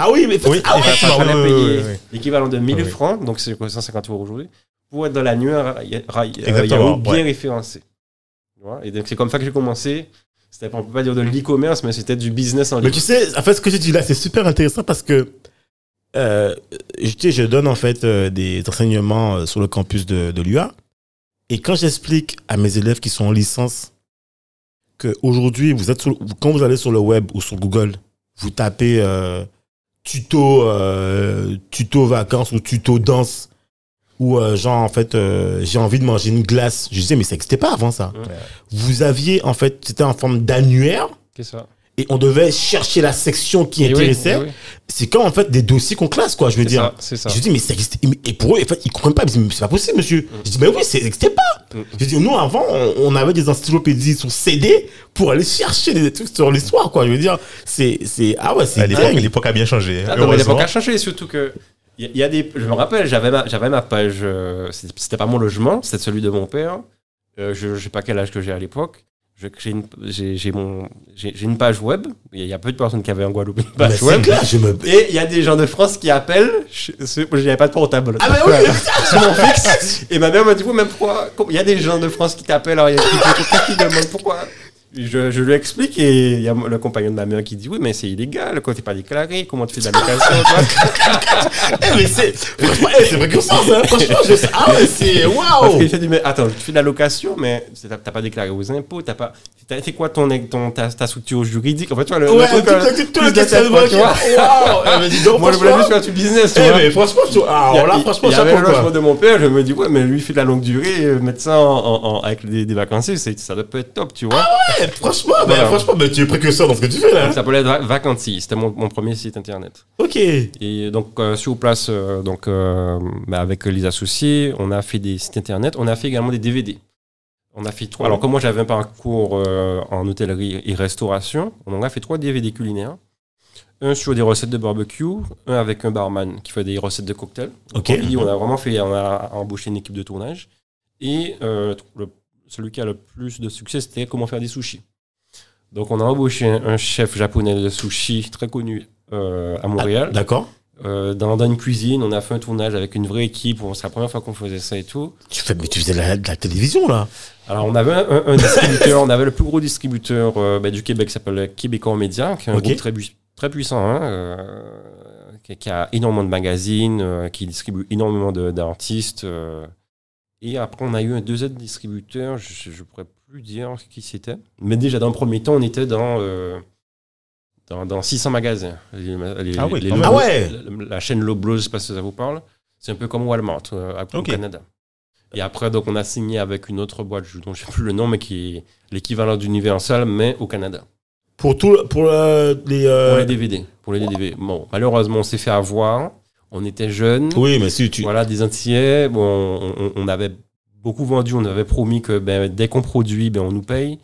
ah oui mais Oui, ah et ouais, ça, ça, bah fallait ouais, payer ouais, ouais. l'équivalent de 1000 Ah oui. francs, donc c'est quoi, 150 euros aujourd'hui, pour être dans la nuit ra- ra- euh, Exactement, Yahoo bien ouais. référencé. Tu vois et donc c'est comme ça que j'ai commencé. C'était, on peut pas dire de l'e-commerce, mais c'était du business en Mais ligne. tu sais, en fait, ce que tu dis là, c'est super intéressant parce que euh, je, tu sais, je donne en fait euh, des enseignements euh, sur le campus de, de l'UA. Et quand j'explique à mes élèves qui sont en licence qu'aujourd'hui, vous êtes sur, le- quand vous allez sur le web ou sur Google, vous tapez euh, tuto, euh, tuto vacances ou tuto danse ou euh, genre en fait euh, j'ai envie de manger une glace. Je disais mais ça n'existait pas avant ça. Ouais. Vous aviez en fait c'était en forme d'annuaire C'est ça. et on devait chercher la section qui Et Eh oui, intéressait. et oui. C'est quand en fait des dossiers qu'on classe, quoi. Je veux C'est dire. ça, c'est ça. Je dis mais ça existe. Et pour eux, en fait, ils comprennent pas. Ils disent, mais c'est pas possible, monsieur. Je dis mais oui, ça n'existait pas. Mm. Je dis nous avant, on, on avait des encyclopédies sur CD pour aller chercher des trucs sur l'histoire, quoi. Je veux dire, c'est c'est ah ouais, À c'est l'époque, dingue. l'époque a bien changé. Ah non, mais heureusement. l'époque a changé, surtout que. Il y a- il y a des, je me rappelle, j'avais ma, j'avais ma page. euh, c'était c'était pas mon logement, c'était celui de mon père. Euh, je, je sais pas quel âge que j'ai à l'époque. Je- J'ai une, j'ai, j'ai mon, j'ai, j'ai une page web. Il y, a- il y a peu de personnes qui avaient en Guadeloupe une Mais page c'est web. clair, je me. Et il y a des gens de France qui appellent. Je- ce- moi, J'avais pas de portable. Ah bah oui. Sur mon fixe. Et ma mère m'a dit, vous, même pourquoi Il y a des gens de France qui t'appellent. Alors, il y a quelqu'un qui demande pourquoi. Je, je lui explique et il y a le compagnon de ma mère qui dit, oui, mais c'est illégal. Quand t'es pas déclaré, comment tu fais de la location toi Eh, mais c'est franchement, eh, c'est vrai que ça, ça, franchement, je ah ouais, c'est Parce waouh. qu'il fait du- mais attends, tu fais de la location, mais c'est- t'as t'as pas déclaré aux impôts, t'as pas. t'as- C'est quoi ton, ton, ta, ta structure juridique En fait, tu vois, le. Ouais, le truc, tout euh, le- tout le plus de sept mois, questionnement. tu vois. Waouh. Eh, mais dis donc, Moi, je voulais franchement. juste faire du business, tu Eh, vois. mais franchement, tu- ah, Il y a- alors là, il- franchement, il y avait chapeau, le quoi. logement de mon père, je me dis, ouais, mais lui, il fait de la longue durée, euh, médecin en, en- en- avec des, des vacanciers, c'est- ça peut être top, tu vois. Eh, franchement, bah, Voilà. franchement, bah, tu es précurseur dans ce que tu fais là. Ça s'appelait Va- Vacancy, c'était mon, mon premier site internet. Ok. Et donc, euh, sur place, euh, donc, euh, bah, avec les associés, on a fait des sites internet, on a fait également des DVD. On a fait trois. Alors, comme moi, j'avais un parcours euh, en hôtellerie et restauration, on en a fait trois DVD culinaires. Un sur des recettes de barbecue, un avec un barman qui fait des recettes de cocktails. Ok. Comme dit, on a vraiment fait, on a embauché une équipe de tournage. Et euh, le- celui qui a le plus de succès, c'était comment faire des sushis. Donc, on a embauché un, un chef japonais de sushi très connu euh, à Montréal. D'accord. Euh, dans, dans une cuisine, on a fait un tournage avec une vraie équipe. où C'est la première fois qu'on faisait ça et tout. Tu fais, mais tu faisais de la, de la télévision là. Alors, on avait un, un distributeur, on avait le plus gros distributeur euh, bah, du Québec qui s'appelle Québécois Média, qui est un Ok. groupe très, bui- très puissant, hein, euh, qui, qui a énormément de magazines, euh, qui distribue énormément de- d'artistes. euh. Et après, on a eu un deuxième distributeur, je ne pourrais plus dire qui c'était. Mais déjà, dans le premier temps, on était dans. euh, dans, dans 600 magasins. Les- les- Ah oui, les quand même. Ah ouais. la, la chaîne Loblaws, je sais pas si ça vous parle, c'est un peu comme Walmart euh, à- au Ok. Canada. Et après, donc, on a signé avec une autre boîte je- dont je sais plus le nom, mais qui est l'équivalent d'Universal, mais au Canada. Pour tout, le- pour euh, les. euh, Pour les DVD. Pour les DVD. Bon, malheureusement, on s'est fait avoir. On était jeunes. Oui, mais si tu. Voilà, des Antillais. Bon, on, on- on avait beaucoup vendu. On avait promis que ben, dès qu'on produit, ben, on nous paye.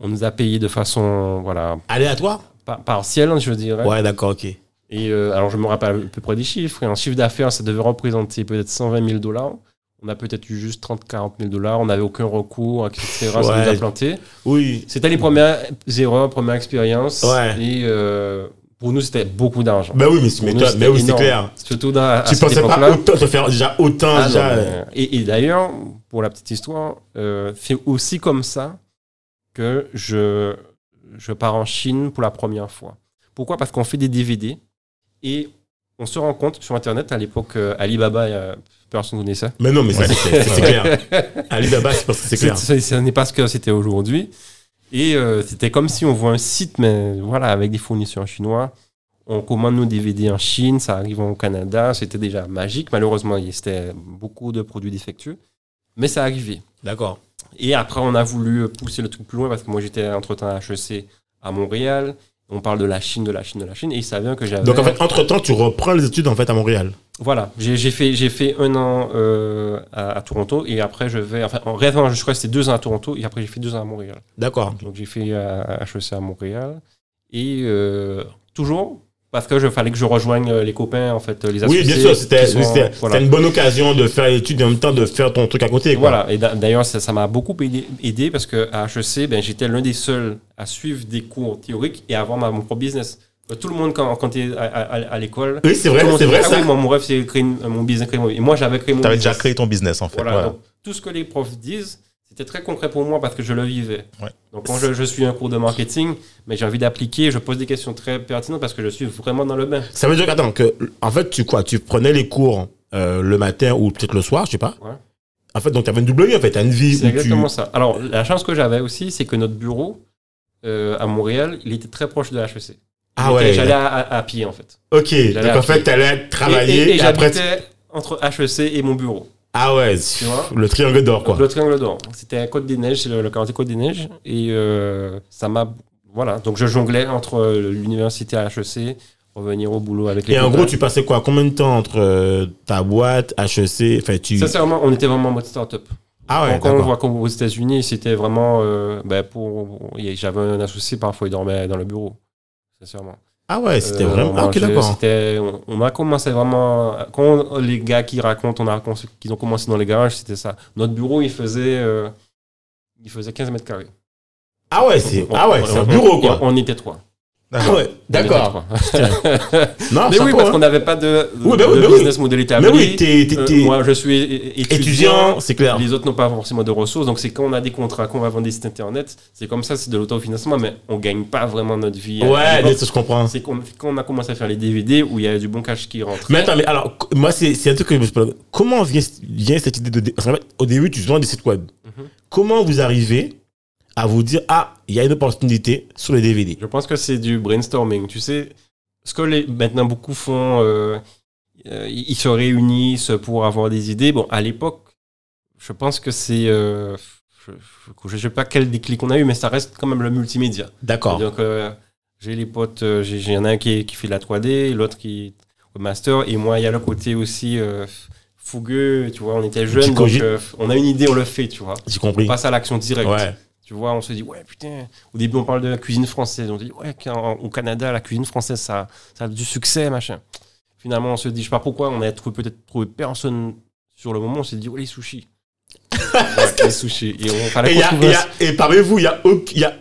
On nous a payé de façon voilà, Aléatoire. par- partielle, hein, je dirais. Ouais, d'accord, ok. hein. Et euh, alors, je me rappelle à peu près des chiffres. Et un chiffre d'affaires, ça devait représenter peut-être 120 000 dollars. On a peut-être eu juste 30-40 000 dollars, on n'avait aucun recours, etc. Ça Ouais. nous a planté. Oui. C'était les premières erreurs, premières expériences. Ouais. Et euh, pour nous, c'était beaucoup d'argent. Ben oui, mais c'est Pour mais nous, toi- c'était mais oui, c'est énorme. clair. Surtout dans, à Tu cette pensais pas époque-là. autant te faire déjà autant. Ah non, déjà, euh, mais- et et d'ailleurs, pour la petite histoire, euh, c'est aussi comme ça que je, je pars en Chine pour la première fois. Pourquoi Parce qu'on fait des DVD et on se rend compte sur Internet, à l'époque, euh, Alibaba, euh, personne ne connaissait ça. Mais non, mais ça, c'est c'est clair. Alibaba, c'est parce que c'est C'est- clair. c'est- Ce n'est pas ce que c'était aujourd'hui. Et euh, c'était comme si on voit un site, mais voilà, avec des fournisseurs chinois. On commande nos DVD en Chine, ça arrive au Canada. C'était déjà magique. Malheureusement, il y- c'était beaucoup de produits défectueux. Mais ça arrivait. D'accord. Et après, on a voulu pousser le truc plus loin parce que moi, j'étais entre-temps à HEC à Montréal. On parle de la Chine, de la Chine, de la Chine. Et il s'avère que j'avais... Donc en fait, entre temps, tu reprends les études en fait à Montréal. Voilà, j'ai j'ai fait, j'ai fait un an euh, à, à Toronto et après, je vais... Enfin, en rêvant, je crois que c'était deux ans à Toronto et après, j'ai fait deux ans à Montréal. D'accord. Donc j'ai fait euh, HEC à Montréal et euh, toujours parce que je fallait que je rejoigne euh, les copains en fait euh, les associés. Oui, bien sûr, c'était qui sont- c'était- voilà. c'était une bonne occasion de faire l'étude et en même temps de faire ton truc à côté. Et quoi. voilà. Et d'a- d'ailleurs ça ça m'a beaucoup aidé, aidé parce que à HEC ben j'étais l'un des seuls à suivre des cours théoriques et à avoir ma, mon propre business. Euh, Tout le monde quand quand t'es à, à- à- à l'école. Oui, c'est tout vrai, le monde c'est dit, vrai ah ça. oui, moi, mon rêve c'est créer une- euh, mon business créer mon- et moi j'avais créé mon T'avais business. déjà créé ton business, en fait. Voilà, Voilà. donc, tout ce que les profs disent, c'était très concret pour moi parce que je le vivais. Ouais. Donc quand je, je suis un cours de marketing, mais j'ai envie d'appliquer, je pose des questions très pertinentes parce que je suis vraiment dans le bain. Ça veut dire qu'attends, que en fait, tu quoi Tu prenais les cours euh, le matin ou peut-être le soir, je sais pas. Ouais. En fait, donc tu avais une double vie en fait, t'as une vie C'est où tu. exactement ça. Alors la chance que j'avais aussi, c'est que notre bureau euh, à Montréal, il était très proche de HEC. Ah Il était- ouais. J'allais à, à- à pied en fait. Ok. j'allais Donc en à fait, pied. t'allais Et- travailler et, et et après. j'habitais entre HEC et mon bureau. Ah ouais. vois Le triangle d'or quoi. Le triangle d'or. C'était à Côte des Neiges, c'est le, le quartier Côte des Neiges. Et euh, ça m'a. Voilà. Donc je jonglais entre euh, l'université à HEC, revenir au boulot avec les Et en copains. gros, tu passais quoi Combien de temps entre euh, ta boîte, HEC Enfin, tu. Sincèrement, on était vraiment en mode start-up. Mhm. Ah ouais, Quand- quand on d'accord. voit qu'aux États-Unis, c'était vraiment. euh, ben, pour, il y a- J'avais un associé, parfois, il dormait dans le bureau. Sincèrement. Ah ouais, c'était Euh, vraiment. on Ah, ok, mangeait, d'accord. c'était- On, on a commencé vraiment. Quand on- les gars qui racontent, on a, raconté- qu'ils ont commencé dans les garages, c'était ça. Notre bureau, il faisait. euh, il faisait 15 mètres carrés. Ah ouais, c'est. On- Ah ouais, on- c'est un on- bureau et quoi. On était trois. Ah ouais, On était d'accord. trois. Non, Mais oui, chapeau, parce hein. qu'on n'avait pas de, Oui, bah oui, de bah oui. business model établi. Mais oui, t'es- t'es- Euh, t'es- moi, je suis é- é- étudiant, c'est clair. Les autres n'ont pas forcément de ressources, donc c'est quand on a des contrats, qu'on va vendre des sites internet, c'est comme ça, c'est de l'autofinancement, mais on gagne pas vraiment notre vie. à Ouais, l'époque. bien sûr, je comprends. c'est qu'on- quand on a commencé à faire les DVD où il y avait du bon cash qui rentre. Mais attends, mais alors, co- moi, c'est c'est un truc que je me pose. Comment vient, vient cette idée de. dé- parce qu'en fait, au début, tu vends des sites web. Mhm. Comment vous arrivez à vous dire, ah, il y a une opportunité sur les DVD Je pense que c'est du brainstorming. Tu sais, ce que les, maintenant beaucoup font, euh, euh, ils se réunissent pour avoir des idées. Bon, à l'époque, je pense que c'est. euh, je ne sais pas quel déclic on a eu, mais ça reste quand même le multimédia. D'accord. Donc, euh, j'ai les potes, euh, j'ai j'ai- y en a un qui, qui fait de la 3D, l'autre qui au master, et moi, il y a le côté aussi euh, fougueux, tu vois, on était jeunes, donc Psychologique. euh, on a une idée, on le fait, tu vois. J'ai On compris. passe à l'action directe. Ouais. Tu vois, on se dit, ouais, putain, au début, on parle de la cuisine française, on dit, ouais, qu'en- au Canada, la cuisine française, ça, ça a du succès, machin. Finalement, on se dit, je sais pas pourquoi, on a trouvé- peut-être trouvé personne sur le moment, on s'est dit, ouais, les sushis. Ouais, les sushis. Et on fallait Et, qu'on y a- trouve et un- y a- et parmi vous, il y a, auc- il y a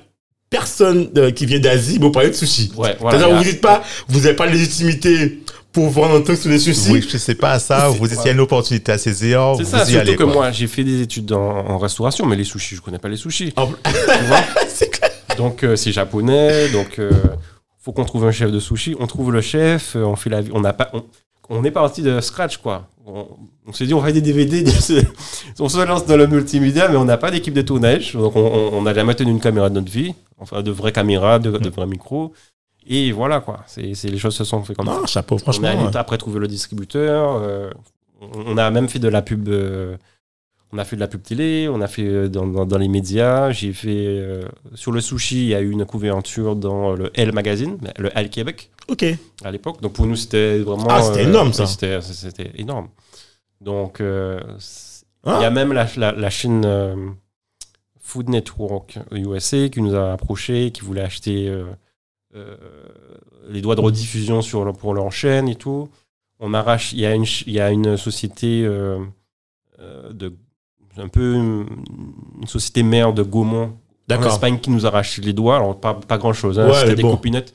personne euh, qui vient d'Asie pour parler de sushi. Ouais, voilà. C'est-à-dire, il y a- vous dites pas, vous n'avez pas de légitimité pour vendre un truc sur les sushis. Oui, je sais pas à ça. Vous étiez une opportunité à saisir. Vous C'est ça, y surtout allez. que quoi. moi, j'ai fait des études en, en restauration, mais les sushis, je connais pas les sushis. En- Tu vois C'est clair. donc, euh, c'est japonais, donc euh, faut qu'on trouve un chef de sushi. On trouve le chef, euh, on fait la vie. On, n'a pas, on, on est parti de scratch, quoi. On, on s'est dit, on fait des DVD, des- on se lance dans le multimédia, mais on n'a pas d'équipe de tournage. Donc, on- on on n'a jamais tenu une caméra de notre vie, enfin, de vraies caméras, de, de vrais micros. Et voilà, quoi. C'est c'est- les choses se sont faites comme ça. Non, chapeau, On a franchement. allé ouais. après trouver le distributeur. euh, on on a même fait de la pub. euh, on a fait de la pub télé, on a fait euh, dans, dans- dans les médias. J'ai fait euh, sur le sushi, il y a eu une couverture dans le L Magazine, le L Québec euh, Ok. à l'époque. Donc pour nous, c'était vraiment. euh, Ah, c'était énorme, ça. C'était c'était énorme. Donc euh, c'est- il Ah. y a même la, la, la chaîne euh, Food Network USA qui nous a approchés, qui voulait acheter euh, euh, les droits de rediffusion sur leur- pour leur chaîne et tout. On arrache. Il y a une ch- il y a une société euh, euh, de un peu une, une société mère de Gaumont en D'accord. Espagne qui nous arrache les doigts. Alors, pas, pas grand chose, hein, Ouais, c'était mais des bon. copinettes.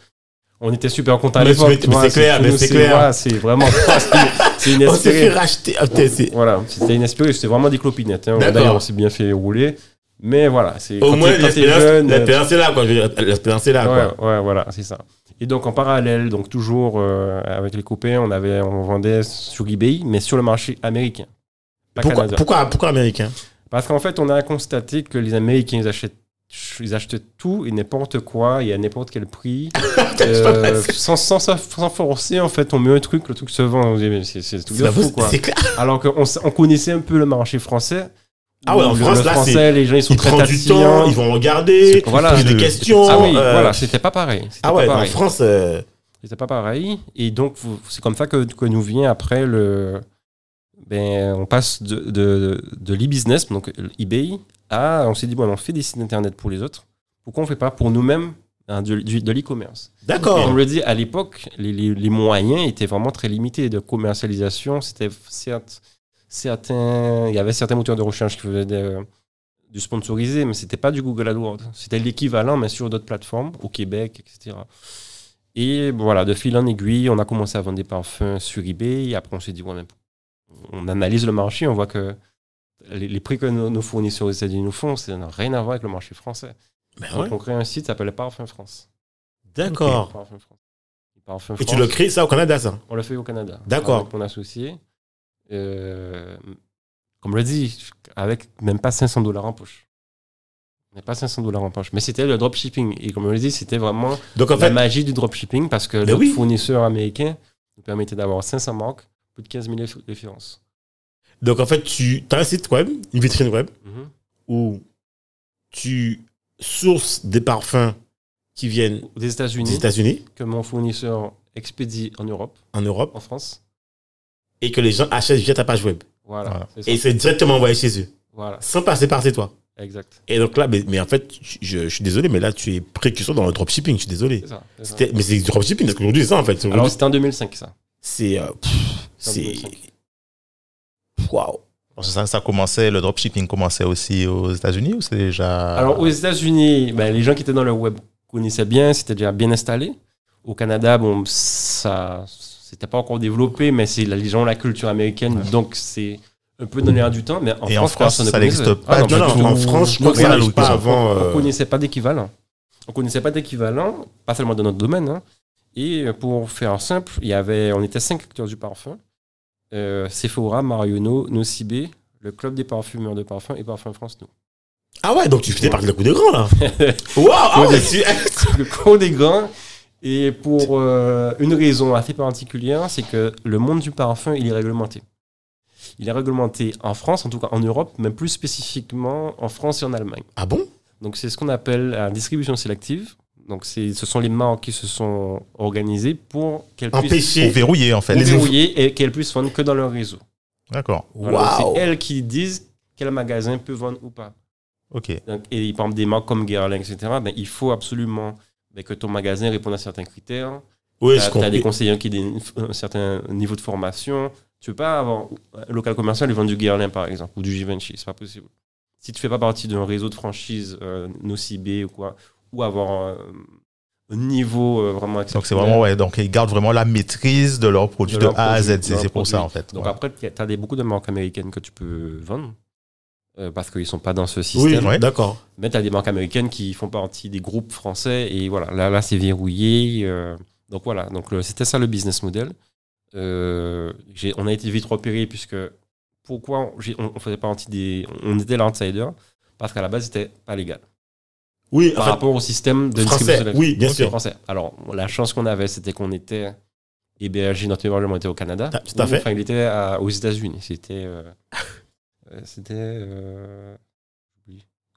On était super contents à Mais- mais- l'époque. tu mais vois, c'est clair, chez mais nous, c'est clair. voilà, C'est vraiment. c'est On s'est fait inespéré. racheter. Ah, putain, c'est- Voilà, c'était inespéré, c'était vraiment des clopinettes. hein. D'accord. D'ailleurs, on s'est bien fait rouler. Mais voilà, c'est Au quand moins, t'es- quand t'es l'espérance jeune, euh, l'espérance est là, quoi. Je veux dire, L'espérance est là, ouais, quoi. ouais, voilà, c'est ça. Et donc en parallèle, donc toujours euh, avec les copains, on avait, on vendait sur eBay, mais sur le marché américain, pas Pourquoi, canadien. pourquoi, pourquoi américain Parce qu'en fait, on a constaté que les Américains ils achètent, ils achètent tout et n'importe quoi et à n'importe quel prix, Euh, sans, sans, sans forcer. En fait, on met un truc, le truc se vend. on se dit, mais C'est c'est tout C'est pas bien fou, possible, quoi. c'est clair. Alors qu'on s- on connaissait un peu le marché français. Ah ouais, en Le- France, le là, français, les gens ils sont Ils très prennent du tatillants. temps, ils vont regarder, Voilà. ils posent des Ah oui, questions. Ah oui, euh, voilà, c'était pas pareil. c'était Ah pas ouais, en pareil. France, euh, C'était pas pareil. Et donc, vous- c'est comme ça que, que nous vient après le. Ben, on passe de, de, de l'e-business, donc eBay, à. On s'est dit, bon, on fait des sites internet pour les autres. Pourquoi on fait pas pour nous-mêmes hein, de, du- de l'e-commerce Et on d'accord. le dit, à l'époque, les, les- les moyens étaient vraiment très limités de commercialisation. C'était certes. Certains, il y avait certains moteurs de recherche qui faisaient des- du sponsorisé, mais c'était pas du Google AdWords. C'était l'équivalent, mais sur d'autres plateformes, au Québec, etc. Et voilà, de fil en aiguille, on a commencé à vendre des parfums sur eBay. Et après, on s'est dit, ouais, mais on analyse le marché, on voit que les, les prix que nos, nos fournisseurs aux États-Unis nous font, ça n'a rien à voir avec le marché français. Ben Donc, ouais, on crée un site qui s'appelle Parfum France. D'accord. Parfum France. Parfum Et tu France, le crées ça au Canada, ça on l'a fait au Canada. D'accord. Avec mon associé. Euh, comme je le dit, avec même pas 500 dollars en poche. Même pas 500 dollars en poche. Mais c'était le dropshipping. Et comme je le dit, c'était vraiment Donc en la fait, magie du dropshipping parce que Ben le oui. fournisseur américain nous permettait d'avoir 500 marques, plus de 15 000 réf- références. donc en fait, tu as un site web, une vitrine web, où tu sources des parfums qui viennent Des des États-Unis, États-Unis, que mon fournisseur expédie en Europe, en Europe, en France. et que les gens achètent via ta page web. Voilà. Voilà. c'est ça. Et c'est directement envoyé chez eux, Voilà, sans passer par chez toi. exact. Et donc là, mais, mais en fait, je, je suis désolé, mais là, tu es précurseur dans le dropshipping, je suis désolé. C'est ça. c'est ça. C'était- Mais c'est du dropshipping, parce qu'aujourd'hui, c'est ça en fait. Aujourd'hui, Alors, c'était en 2005, ça. c'est. euh, pff, c'est. Waouh! Ça, ça commençait, le dropshipping commençait aussi aux États-Unis ou c'est déjà. Euh, Alors, aux États-Unis, ben, les gens qui étaient dans le web connaissaient bien, c'était déjà bien installé. Au Canada, bon, ça, c'était pas encore développé, mais c'est la- les gens ont la culture américaine, donc c'est un peu dans l'air du temps. Mais en France, Et en France, personne ne ça connaissait. n'existe Ah, pas non, du pas non, du non, en tout. France, je crois Donc, que voilà, ça n'arrive pas on- avant. On euh, connaissait pas d'équivalent. On connaissait pas d'équivalent, pas seulement dans notre domaine. hein. Et euh, pour faire simple, il y avait, on était cinq acteurs du parfum. Euh, Sephora, Mariono, Nocibé, le club des parfumeurs de parfums et Parfums France, nous. Ah ouais, donc tu faisais partie d'un coup de grand là. Waouh! Ah ouais, tu- le cours des grands. Et pour euh, une raison assez particulière, c'est que le monde du parfum, il est réglementé. Il est réglementé en France, en tout cas en Europe, mais plus spécifiquement en France et en Allemagne. Ah bon? Donc c'est ce qu'on appelle la distribution sélective. Donc c'est- ce sont les marques qui se sont organisées pour qu'elles puissent Pour Empêcher. verrouiller, en fait. les Les nouveaux- verrouiller et qu'elles puissent vendre que dans leur réseau. D'accord. Voilà. Waouh! C'est elles qui disent quel magasin peut vendre ou pas. Ok. Donc, et par exemple, des marques comme Guerlain, etc., ben, il faut absolument ben, que ton magasin réponde à certains critères. Oui, je tu as, des comprends. conseillers qui ont un certain niveau de formation. Tu peux pas avoir un local commercial et vendre du Guerlain, par exemple, ou du Givenchy. C'est pas possible. Si tu fais pas partie d'un réseau de franchise euh, Nocibé ou quoi, ou avoir euh, un niveau euh, vraiment Donc c'est exceptionnel. vraiment, ouais, donc ils gardent vraiment la maîtrise de leurs produits de, leur A à produit, Z. de C'est leur c'est pour produit. ça, en fait. Donc Ouais. après, tu as des, beaucoup de marques américaines que tu peux vendre euh, parce qu'ils sont pas dans ce système. Oui, système, ouais. d'accord. Mais tu as des marques américaines qui font partie des groupes français et voilà, là, là c'est verrouillé. euh, donc voilà, donc le- c'était ça le business model. Euh, j'ai- on a été vite repéré puisque pourquoi on, j'ai- on- on faisait partie des. On était l'outsider parce qu'à la base c'était pas légal. Oui, Par enfin, rapport au système de français, distribution de la- oui, bien Ok, sûr. Français. Alors la chance qu'on avait c'était qu'on était hébergé, notre hébergement était au Canada. Ah, tout à Ou, fait. Enfin il était à- aux États-Unis. C'était. euh, euh, c'était. euh,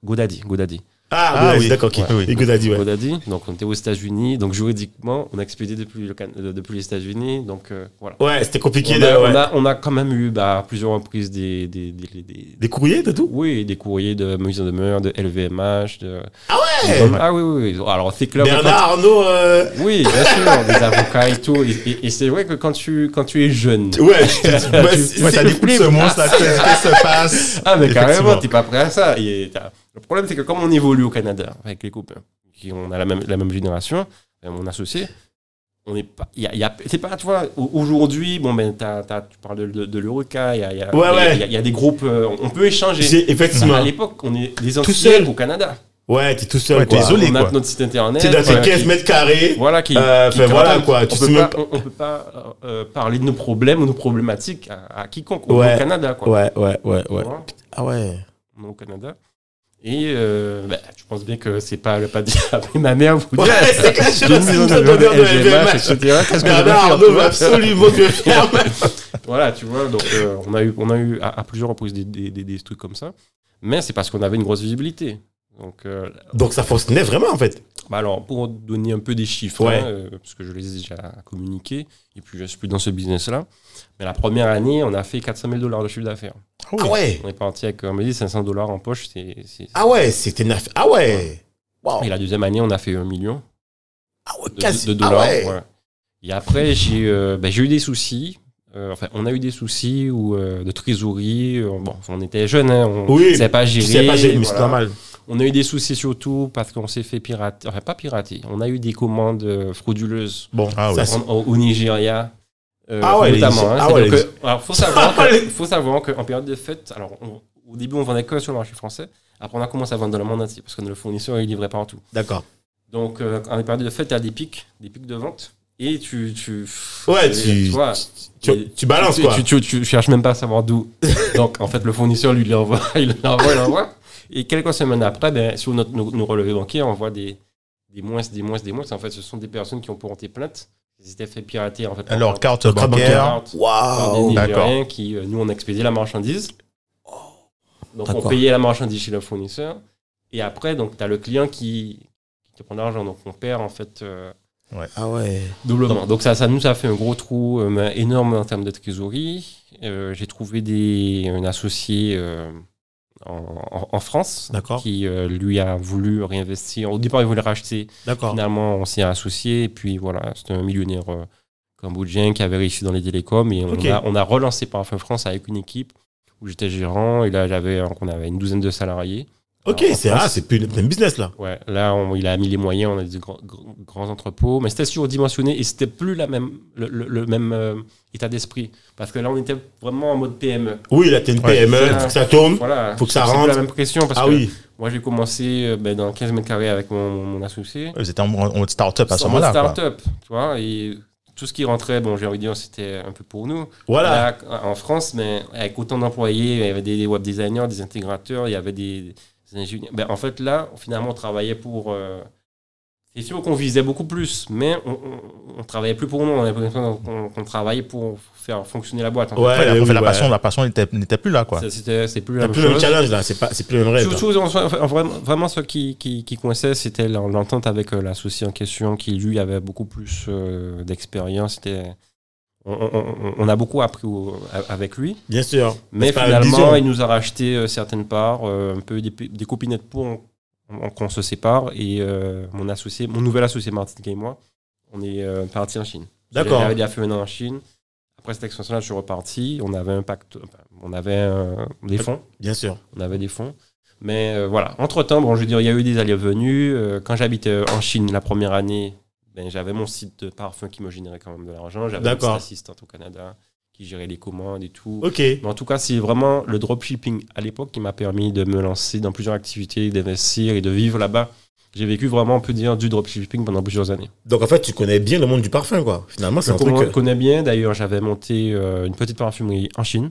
Godaddy, Godaddy. Ah, Ah oui, oui. d'accord, ok. Ouais. Hugo Daddy, ouais. Godaddy. Donc on était aux États-Unis. Donc juridiquement, on a expédié depuis, le Can- euh, depuis les États-Unis. Donc euh, voilà. Ouais, c'était compliqué. On de- a, ouais. on a- on a quand même eu bah, à plusieurs reprises des, des, des- des- Des courriers, de tout oui, des courriers de mise en demeure, de LVMH. De... Ouais. Ah oui, oui, oui. Alors, c'est clair. que quand- Bernard Arnault. euh, Oui, bien sûr, des avocats et tout. Et, et- et c'est vrai que quand tu, quand tu es jeune. Ouais, je te dis, bah, c'est- Ouais, ça c'est- découle ce monstre, là, qu'est-ce qui se passe Ah, mais carrément, Effectivement. t'es pas prêt à ça. Et t'as- le problème, c'est que comme on évolue au Canada avec les copains, qui on a la même, la même génération, euh, mon associé, on n'est pas. il Y a, il y a- c'est pas, tu vois, au- aujourd'hui, bon, ben, t'as- t'as- tu parles de, de, de l'Eureka, il y a, il y a- Ouais, il y a- ouais. il y a- il y a des groupes, euh, on peut échanger. Bah, j'ai- Effectivement. À l'époque, on est des seul. anciens au Canada. Ouais, t'es tout seul, Ouais, t'es quoi. isolé. on a quoi. notre site internet. T'es dans tes voilà, 15 qui- mètres carrés. Voilà qui. Euh, qui fait, te voilà, rappelle. quoi, tu On sais peut même pas, on, on peut pas euh, euh, parler de nos problèmes ou nos problématiques à, à quiconque au- Ouais. au Canada, quoi. Ouais, ouais, ouais, Tu ouais. vois, Ah ouais. on est au Canada. Et euh, bah, je pense bien que c'est pas le pas dire après ma mère vous dire. Ouais, c'est clair, je J'ai une suis maison un de demeure donneur de LVMH, LVMH. etc. Qu'est-ce que je vais Bernard faire, tu Arnault va vois absolument te le faire. Voilà, tu vois, donc euh, on a eu, on a eu à, à plusieurs reprises des, des, des- des trucs comme ça. Mais c'est parce qu'on avait une grosse visibilité. Donc, euh, Donc ça fonctionnait vraiment, en fait. bah alors, pour donner un peu des chiffres, Ouais. hein, euh, parce que je les ai déjà communiqués, et puis je suis plus dans ce business-là. Mais la première année, on a fait 400 000 dollars de chiffre d'affaires. Ah ouais. On est parti avec, on me dit, 500 dollars en poche. c'est c'est- Ah ouais, c'était neuf. Ah ouais. Wow. Et la deuxième année, on a fait 1 million. Ah ouais, de, Oh. quasi. de Ah dollars. ouais. ouais. Et après, j'ai euh, ben, j'ai eu des soucis. Euh, enfin, on a eu des soucis ou euh, de trésorerie. Euh, bon, on était jeunes, hein, on Oui, savait pas gérer. Je sais pas, j'ai mais c'est voilà. normal. On a eu des soucis surtout parce qu'on s'est fait pirater. Enfin, pas pirater. On a eu des commandes euh, frauduleuses Bon, Ah ouais. ça, en- au, au Nigeria. euh, Bah, Ah ouais, les- notamment. hein. ah C'est-à-dire ouais, que- les- Ah alors, faut savoir que- faut savoir qu'en période de fête, alors on- au début on vendait que sur le marché français. Après on a commencé à vendre dans le monde entier parce que le fournisseur il livrait partout. D'accord. Donc, euh, en période de fête, tu as des pics, des pics de vente. Et tu. tu Ouais, et- tu- vois, Tu, tu balances, tu, quoi. tu, tu- tu cherches même pas à savoir d'où. Donc, en fait, le fournisseur, lui, il l'envoie, il l'envoie, il l'envoie. Et quelques semaines après, ben, sur notre, nos, nos relevés bancaires, on voit des, des moins, des moins, des moins. En fait, ce sont des personnes qui ont porté plainte. Ils étaient fait pirater, en fait. par- Alors, carte Carte bancaire. par des Waouh. Nigériens qui, euh, nous, on expédiait la marchandise. Donc, on Oh. D'accord. payait la marchandise chez le fournisseur. Et après, donc, tu as le client qui, qui te prend l'argent. Donc, on perd, en fait, euh, Ah ouais. doublement. Donc, ça, ça nous a fait un gros trou euh, mais énorme en termes de trésorerie. Euh, J'ai trouvé des, un associé euh, en, en- en France D'accord. qui, euh, lui, a voulu réinvestir. Au départ, il voulait racheter. D'accord. Finalement, on s'est associé. Et puis, voilà, c'était un millionnaire euh, cambodgien qui avait réussi dans les télécoms. Et on, Ok. a, on a relancé Parfum France avec une équipe où j'étais gérant. Et là, j'avais, euh, on avait une douzaine de salariés. Ok, Alors, en c'est France, ah, c'est plus le même business, là. Ouais, là, on- il a mis les moyens, on a des grands, grands- grands entrepôts, mais c'était surdimensionné et c'était plus la même, le, le- le même euh, état d'esprit. Parce que là, on était vraiment en mode PME. Oui, là, t'es une Ouais, PME, c'est faut ça. que E, ça tourne. Voilà. Faut que ça C'est plus rentre. la même pression parce Ah que oui. moi, j'ai commencé euh, ben, dans 15 mètres carrés avec mon, mon associé. Vous étiez en en mode start-up à ce En mode moment-là. quoi. start-up, tu vois, et tout ce qui rentrait, bon, j'ai envie de dire, c'était un peu pour nous. Voilà. Là, en France, mais avec autant d'employés, il y avait des, des web designers, des intégrateurs, il y avait des, des ingénieurs. Ben, en fait, là, finalement, on travaillait pour. euh, c'est sûr qu'on visait beaucoup plus, mais on, on, on travaillait plus pour nous. On avait l'impression qu'on qu'on travaillait pour faire fonctionner la boîte. en fait. Ouais, Ouais, la- oui, en fait, la ouais. passion, la passion n'était n'était plus là, quoi. Ça, c'était- C'est plus la T'as même plus le même chose. challenge, là. C'est pas, c'est plus le même rêve. là. Surtout, en- en- vraiment, vraiment, ce qui, qui, qui coinçait, c'était l'en- l'entente avec euh, l'associé en question, qui lui avait beaucoup plus euh, d'expérience. C'était- On, on- on- on a beaucoup appris au- a- avec lui. Bien sûr. Mais C'est pas finalement, disons. il nous a racheté euh, certaines parts, euh, un peu des, p- des copinettes pour on- on- qu'on se sépare. Et euh, mon associé, mon nouvel associé Martin et moi, on est euh, parti en Chine. D'accord. J'avais déjà fait un an en Chine. Après cette extension-là, je suis reparti. On avait un pacte, enfin, on avait euh, des fonds. Bien sûr. On avait des fonds. Mais euh, voilà, entre-temps, bon, je veux dire, il y a eu des allées venues. Euh, quand j'habitais euh, en Chine la première année, ben, j'avais mon site de parfum qui me générait quand même de l'argent. J'avais une petite D'accord. assistante au Canada qui gérait les commandes et tout. Ok. Mais en tout cas, c'est vraiment le dropshipping à l'époque qui m'a permis de me lancer dans plusieurs activités, d'investir et de vivre là-bas. J'ai vécu vraiment, on peut dire, du dropshipping pendant plusieurs années. Donc, en fait, tu connais bien le monde du parfum, quoi. Finalement, c'est Je un truc. connais, euh, connais bien, d'ailleurs, j'avais monté euh, une petite parfumerie en Chine,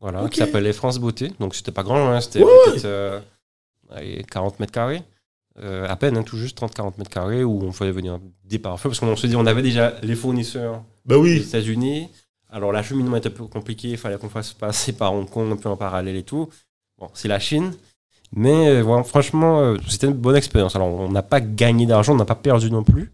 voilà, Ok. qui s'appelait France Beauté. Donc, c'était pas grand, hein, c'était Ouais, peut-être euh, allez, 40 mètres carrés. Euh, à peine, hein, tout juste 30-40 mètres carrés où on faisait venir des parfums parce qu'on se dit on avait déjà les fournisseurs Bah aux oui. États-Unis. Alors l'acheminement est un peu compliqué, il fallait qu'on fasse passer par Hong Kong un peu en parallèle et tout. Bon, c'est la Chine. Mais euh, voilà, franchement, euh, c'était une bonne expérience. Alors, on n'a pas gagné d'argent, on n'a pas perdu non plus.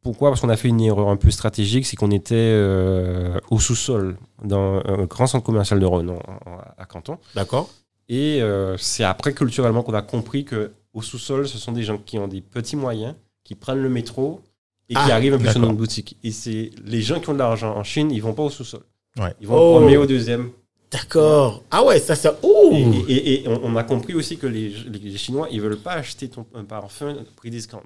Pourquoi Parce qu'on a fait une erreur un peu stratégique, c'est qu'on était euh, au sous-sol, dans un grand centre commercial de Rhône, en- en- à Canton. D'accord Et euh, c'est après, culturellement, qu'on a compris que au sous-sol, ce sont des gens qui ont des petits moyens, qui prennent le métro et qui Ah, arrivent un peu sur d'accord. notre boutique. Et c'est les gens qui ont de l'argent en Chine, ils vont pas au sous-sol. Ouais. Ils vont Oh. au premier, au deuxième. D'accord. Ah ouais, ça, ça. Ouh Et, et- et- et on, on a compris aussi que les, les Chinois, ils veulent pas acheter ton, un parfum à prix discount.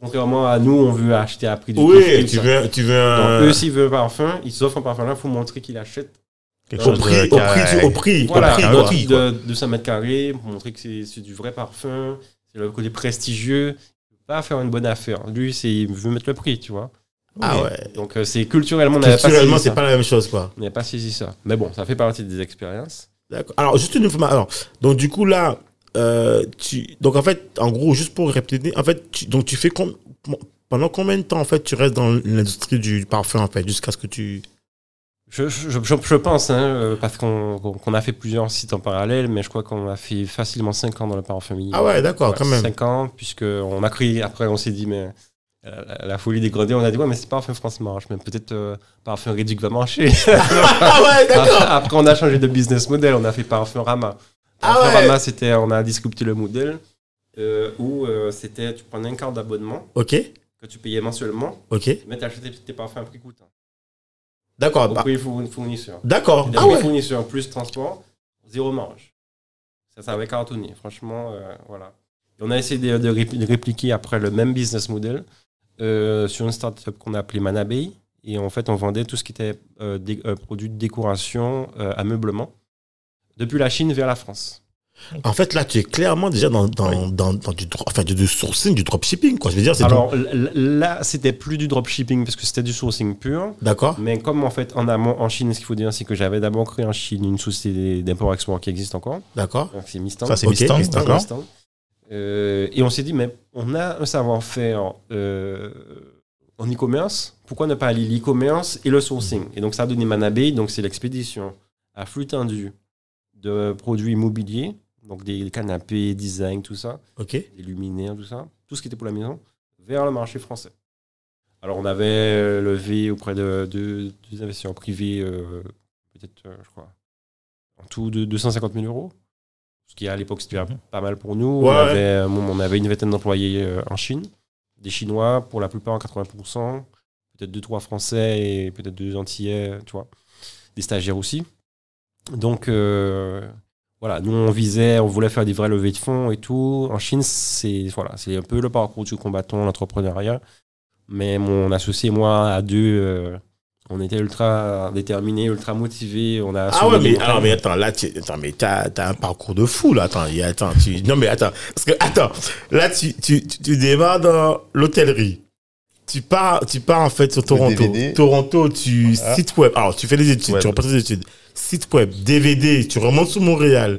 Contrairement à nous, on veut acheter à prix du Oui, tu veux, tu veux un- Eux, s'ils veulent un parfum, ils offrent un parfum là, il faut montrer qu'ils l'achètent. Quelque au chose prix, de- au prix, du- au prix, Voilà, au prix, un quoi. prix gratuit, quoi. de 200 mètres carrés, pour montrer que c'est c'est du vrai parfum, c'est le côté prestigieux. Il veut Pas faire une bonne affaire. Lui, c'est il veut mettre le prix, tu vois. Ah ouais. Donc, euh, c'est culturellement, on n'avait pas Culturellement, saisi c'est ça. pas la même chose, quoi. On n'avait pas saisi ça. Mais bon, ça fait partie des expériences. D'accord. Alors, juste une information. Alors, Donc, du coup, là, euh, tu... donc, en fait, en gros, juste pour répéter, en fait, tu... donc, tu fais com- pendant combien de temps, en fait, tu restes dans l'industrie du parfum, en fait, jusqu'à ce que tu. Je, je, je- je pense, hein, euh, parce qu'on qu'on- qu'on a fait plusieurs sites en parallèle, mais je crois qu'on a fait facilement 5 ans dans la parfumerie. Ah ouais, d'accord, Ouais, quand même. Cinq ans, puisqu'on a cru, après on s'est dit, mais euh, la, la folie des greniers, on a dit, ouais, mais c'est parfum France marche, mais peut-être euh, parfum Réduc va marcher. Ah ouais, d'accord. après, on a changé de business model, on a fait parfum Rama. Ah Parfum ouais. Rama, c'était, on a discuté le modèle euh, où euh, c'était, tu prenais un quart d'abonnement ok, que tu payais mensuellement, ok. mais tu achetais tes parfums à prix coûtant. D'accord. Au bah, prix fourni- fournisseur. D'accord. Il Ah ouais. fournisseur plus transport, zéro marge. Ça, ça avait cartonné, franchement, euh, voilà. Et on a essayé de, de répli- de répliquer après le même business model euh, sur une startup qu'on a appelée Manabey. Et en fait, on vendait tout ce qui était euh, dé- euh, produits de décoration, euh, ameublement, depuis la Chine vers la France. En fait, là, tu es clairement déjà dans, dans, dans, dans du, dro- enfin, du, du sourcing, du dropshipping, quoi. Je veux dire, c'est. Alors l- l- là, c'était plus du dropshipping parce que c'était du sourcing pur. du- D'accord. Mais comme en fait, en amont, en Chine, ce qu'il faut dire, c'est que j'avais d'abord créé en Chine une société d'import-export qui existe encore. D'accord. Donc, C'est Mistang. Ça, c'est Ok, Mistang, Mistang, pour d'accord l'instant. Euh, et on s'est dit, mais on a un savoir-faire euh, en e-commerce, pourquoi ne pas aller l'e-commerce et le sourcing Et donc ça a donné Manabé, donc c'est l'expédition à flux tendu de produits immobiliers, donc des canapés, design, tout ça, Ok. des luminaires, tout ça, tout ce qui était pour la maison, vers le marché français. Alors on avait euh, levé auprès de, de- des investisseurs privés, euh, peut-être, euh, je crois, en tout de 250 000 euros. Ce qui à l'époque c'était déjà Mhm. pas mal pour nous. Ouais, on, avait, euh, bon, on avait une vingtaine d'employés euh, en Chine, des Chinois pour la plupart, 80%, peut-être deux, trois Français et peut-être deux Antillais, euh, tu vois, des stagiaires aussi. Donc euh, voilà, nous on visait, on voulait faire des vraies levées de fonds et tout. En Chine, c'est voilà, c'est un peu le parcours du combattant, l'entrepreneuriat. Mais mon associé et moi, à deux, euh, on était ultra déterminés, ultra motivés. On a Ah ouais, mais, alors, mais attends, là, tu, attends, mais t'as, t'as un parcours de fou, là, attends, il y a- attends, tu, non, mais attends, parce que, attends, là, tu, tu, tu, tu démarres dans l'hôtellerie. Tu pars, tu pars, en fait, sur Toronto. DVD. Toronto, tu, site web. Alors, tu fais des études, Web. tu repasses des études. Site web, DVD, tu remontes sur Montréal.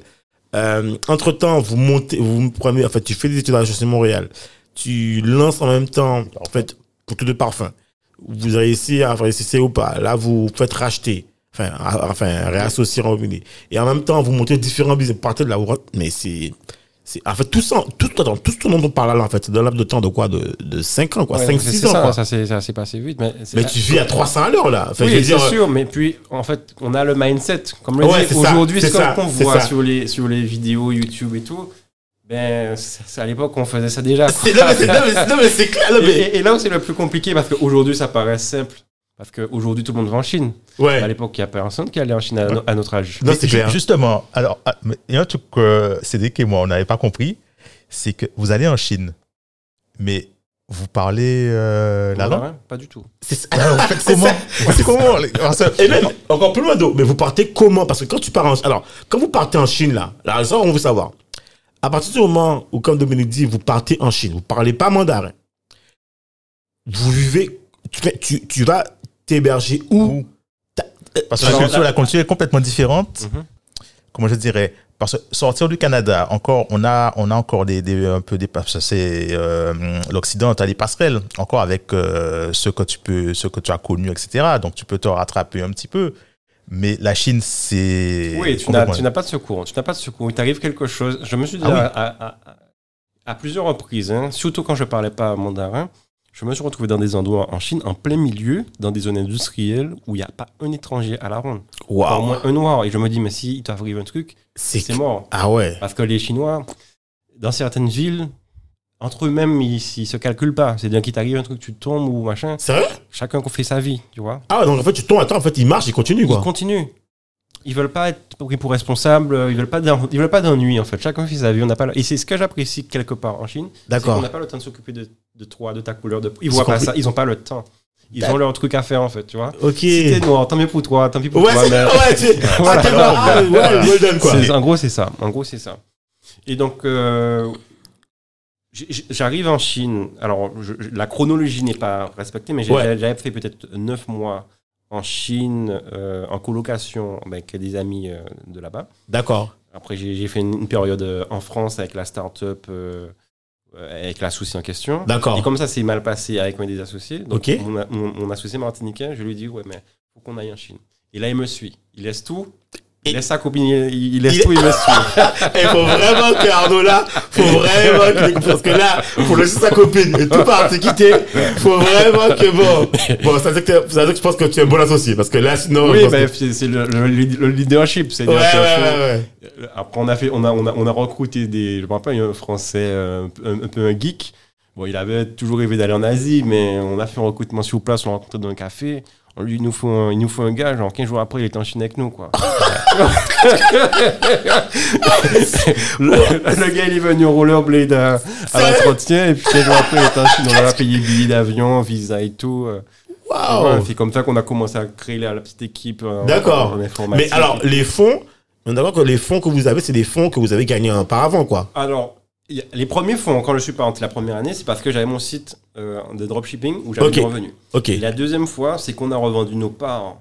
Euh, entre temps, vous montez, vous prenez, en fait, tu fais des études à la HEC Montréal. Tu lances en même temps, en fait, pour tout de parfum. Vous réussissez à réussissez ou pas. Là, vous faites racheter. Enfin, à- enfin, réassocier en revenu. Et en même temps, vous montez différents business. Vous Partez de la route. Mais c'est, c'est, en fait, tout ça, tout, attends, tout ce dont on parle là, en fait, c'est d'un laps de temps de quoi? De, de 5 ans, quoi. Ouais, 5, c'est- 6 c'est ans, ça, quoi. Ça, s'est- ça s'est passé vite. Mais, c'est- Mais tu vis à 300 à l'heure, là. Enfin, Oui, je veux c'est dire, euh, sûr, mais puis en fait, on a le mindset. Comme le Ouais, dit, c'est ça, aujourd'hui, c'est ce qu'on ça, qu'on c'est voit ça. sur les, sur les vidéos YouTube et tout, ben, c'est- c'est à l'époque, on faisait ça déjà. c'est, non, mais c'est, non, mais c'est- non, mais c'est clair, non, Et, mais, et- et là où c'est le plus compliqué, parce qu'aujourd'hui, ça paraît simple. Parce qu'aujourd'hui, tout le monde va en Chine. À ouais. l'époque, il n'y a personne qui allait en Chine à, no- à notre âge. Non, Mais c'est ju- clair. Justement, alors, ah, mais il y a un truc que Cédric et moi, on n'avait pas compris, c'est que vous allez en Chine, mais vous parlez euh, la langue. Mandarin, Pas du tout. C'est- Alors, vous faites comment Vous faites comment les- parce que- Et même, encore plus loin d'eau, mais vous partez comment Parce que quand tu pars en Alors, quand vous partez en Chine, là, là, ça, on veut savoir. À partir du moment où, comme Dominique dit, vous partez en Chine, vous parlez pas mandarin, vous vivez. Tu, fais- tu, tu vas t'héberger où Où Parce que Alors, la culture, la- la culture est complètement différente. Mhm. Comment je dirais Parce que sortir du Canada, encore, on a, on a encore des, des- un peu des parce que c'est euh, l'Occident, t'as des passerelles encore avec euh, ce que tu peux, ce que tu as connu, etc. Donc tu peux te rattraper un petit peu. Mais la Chine, c'est. Oui, tu n'as complètement- tu n'as pas de secours. Tu n'as pas de secours. Il t'arrive quelque chose. Je me suis Ah déjà, à, à- à- à plusieurs reprises, hein, surtout quand je parlais pas mandarin, je me suis retrouvé dans des endroits en Chine, en plein milieu, dans des zones industrielles où il n'y a pas un étranger à la ronde. Pas Au Waouh. moins un noir. Et je me dis, mais si il t'arrive un truc, C'est c'est mort. Ah ouais. Parce que les Chinois, dans certaines villes, entre eux-mêmes, ils, ils se calculent pas. C'est-à-dire qu'il t'arrive un truc, tu tombes ou machin. Sérieux Chacun fait sa vie, tu vois. Ah ouais, donc en fait, tu tombes, attends, en fait, il marche, il continue, Ils quoi. continuent. Ils veulent pas être pris pour responsables, euh, ils veulent pas d'en- ils veulent pas d'ennui en fait. Chacun fait sa vie, on n'a pas le- et c'est ce que j'apprécie quelque part en Chine, on D'accord. n'a pas le temps de s'occuper de, de toi, de ta couleur, de ils C'est voient pas compli- ça, ils ont pas le temps. Ils D'ac- ont leur truc à faire en fait, tu vois. Ok. Si t'es Ouais, noir, tant mieux pour toi, tant pis pour toi. c'est- mais- ouais, tu- Voilà. Ah, t'es marrant, ah, ouais, Golden, quoi. C'est- En gros, c'est ça. En gros, c'est ça. Et donc, euh, j- j- j'arrive en Chine. Alors, je- je- la chronologie n'est pas respectée, mais j'ai- Ouais. j'avais j'avais fait peut-être neuf mois en Chine, euh, en colocation avec des amis euh, de là-bas. D'accord. Après, j'ai j'ai fait une, une période euh, en France avec la start-up, euh, euh, avec la souci en question. D'accord. Et comme ça, c'est mal passé avec mes des associés. Donc, Ok. mon, a- mon- mon associé martiniquais, je lui dis Ouais, mais faut qu'on aille en Chine. Et là, il me suit. Il laisse tout. Il Et- laisse sa copine, il, il laisse Il- tout, il me suit. Il faut vraiment que Arnaud là, faut vraiment que, parce que là, faut laisser sa copine et tout partir quitter, faut vraiment que bon. Bon, ça veut dire que, t'es- ça veut dire que je pense que tu es un bon associé, parce que là, sinon. je oui, pense bah, que- c'est c'est le, le- le leadership. Ouais, c'est-à-dire ouais, que, ouais, ouais. euh, Après, on a, fait, on, a, on, a, on a recruté des. Je me rappelle, un Français euh, un, un peu un geek. Bon, il avait toujours rêvé d'aller en Asie, mais on a fait un recrutement sur place, on l'a rencontré dans un café. On lui, il nous faut un, il nous faut un gars, genre 15 jours après, il était en Chine avec nous, quoi. le, le gars, il est venu au rollerblade à, à l'entretien, et puis 15 jours après, il était en Chine, on a payé billet d'avion, visa et tout. Ouais, Waouh. c'est comme ça qu'on a commencé à créer la, la petite équipe. euh, en- D'accord. en informatique Mais alors, les fonds, on est d'accord que les fonds que vous avez, c'est des fonds que vous avez gagnés auparavant, quoi. Alors, y a- les premiers fonds, quand je suis parti la première année, c'est parce que j'avais mon site euh, de dropshipping où j'avais Ok. des revenus. Ok. Et la deuxième fois, c'est qu'on a revendu nos parts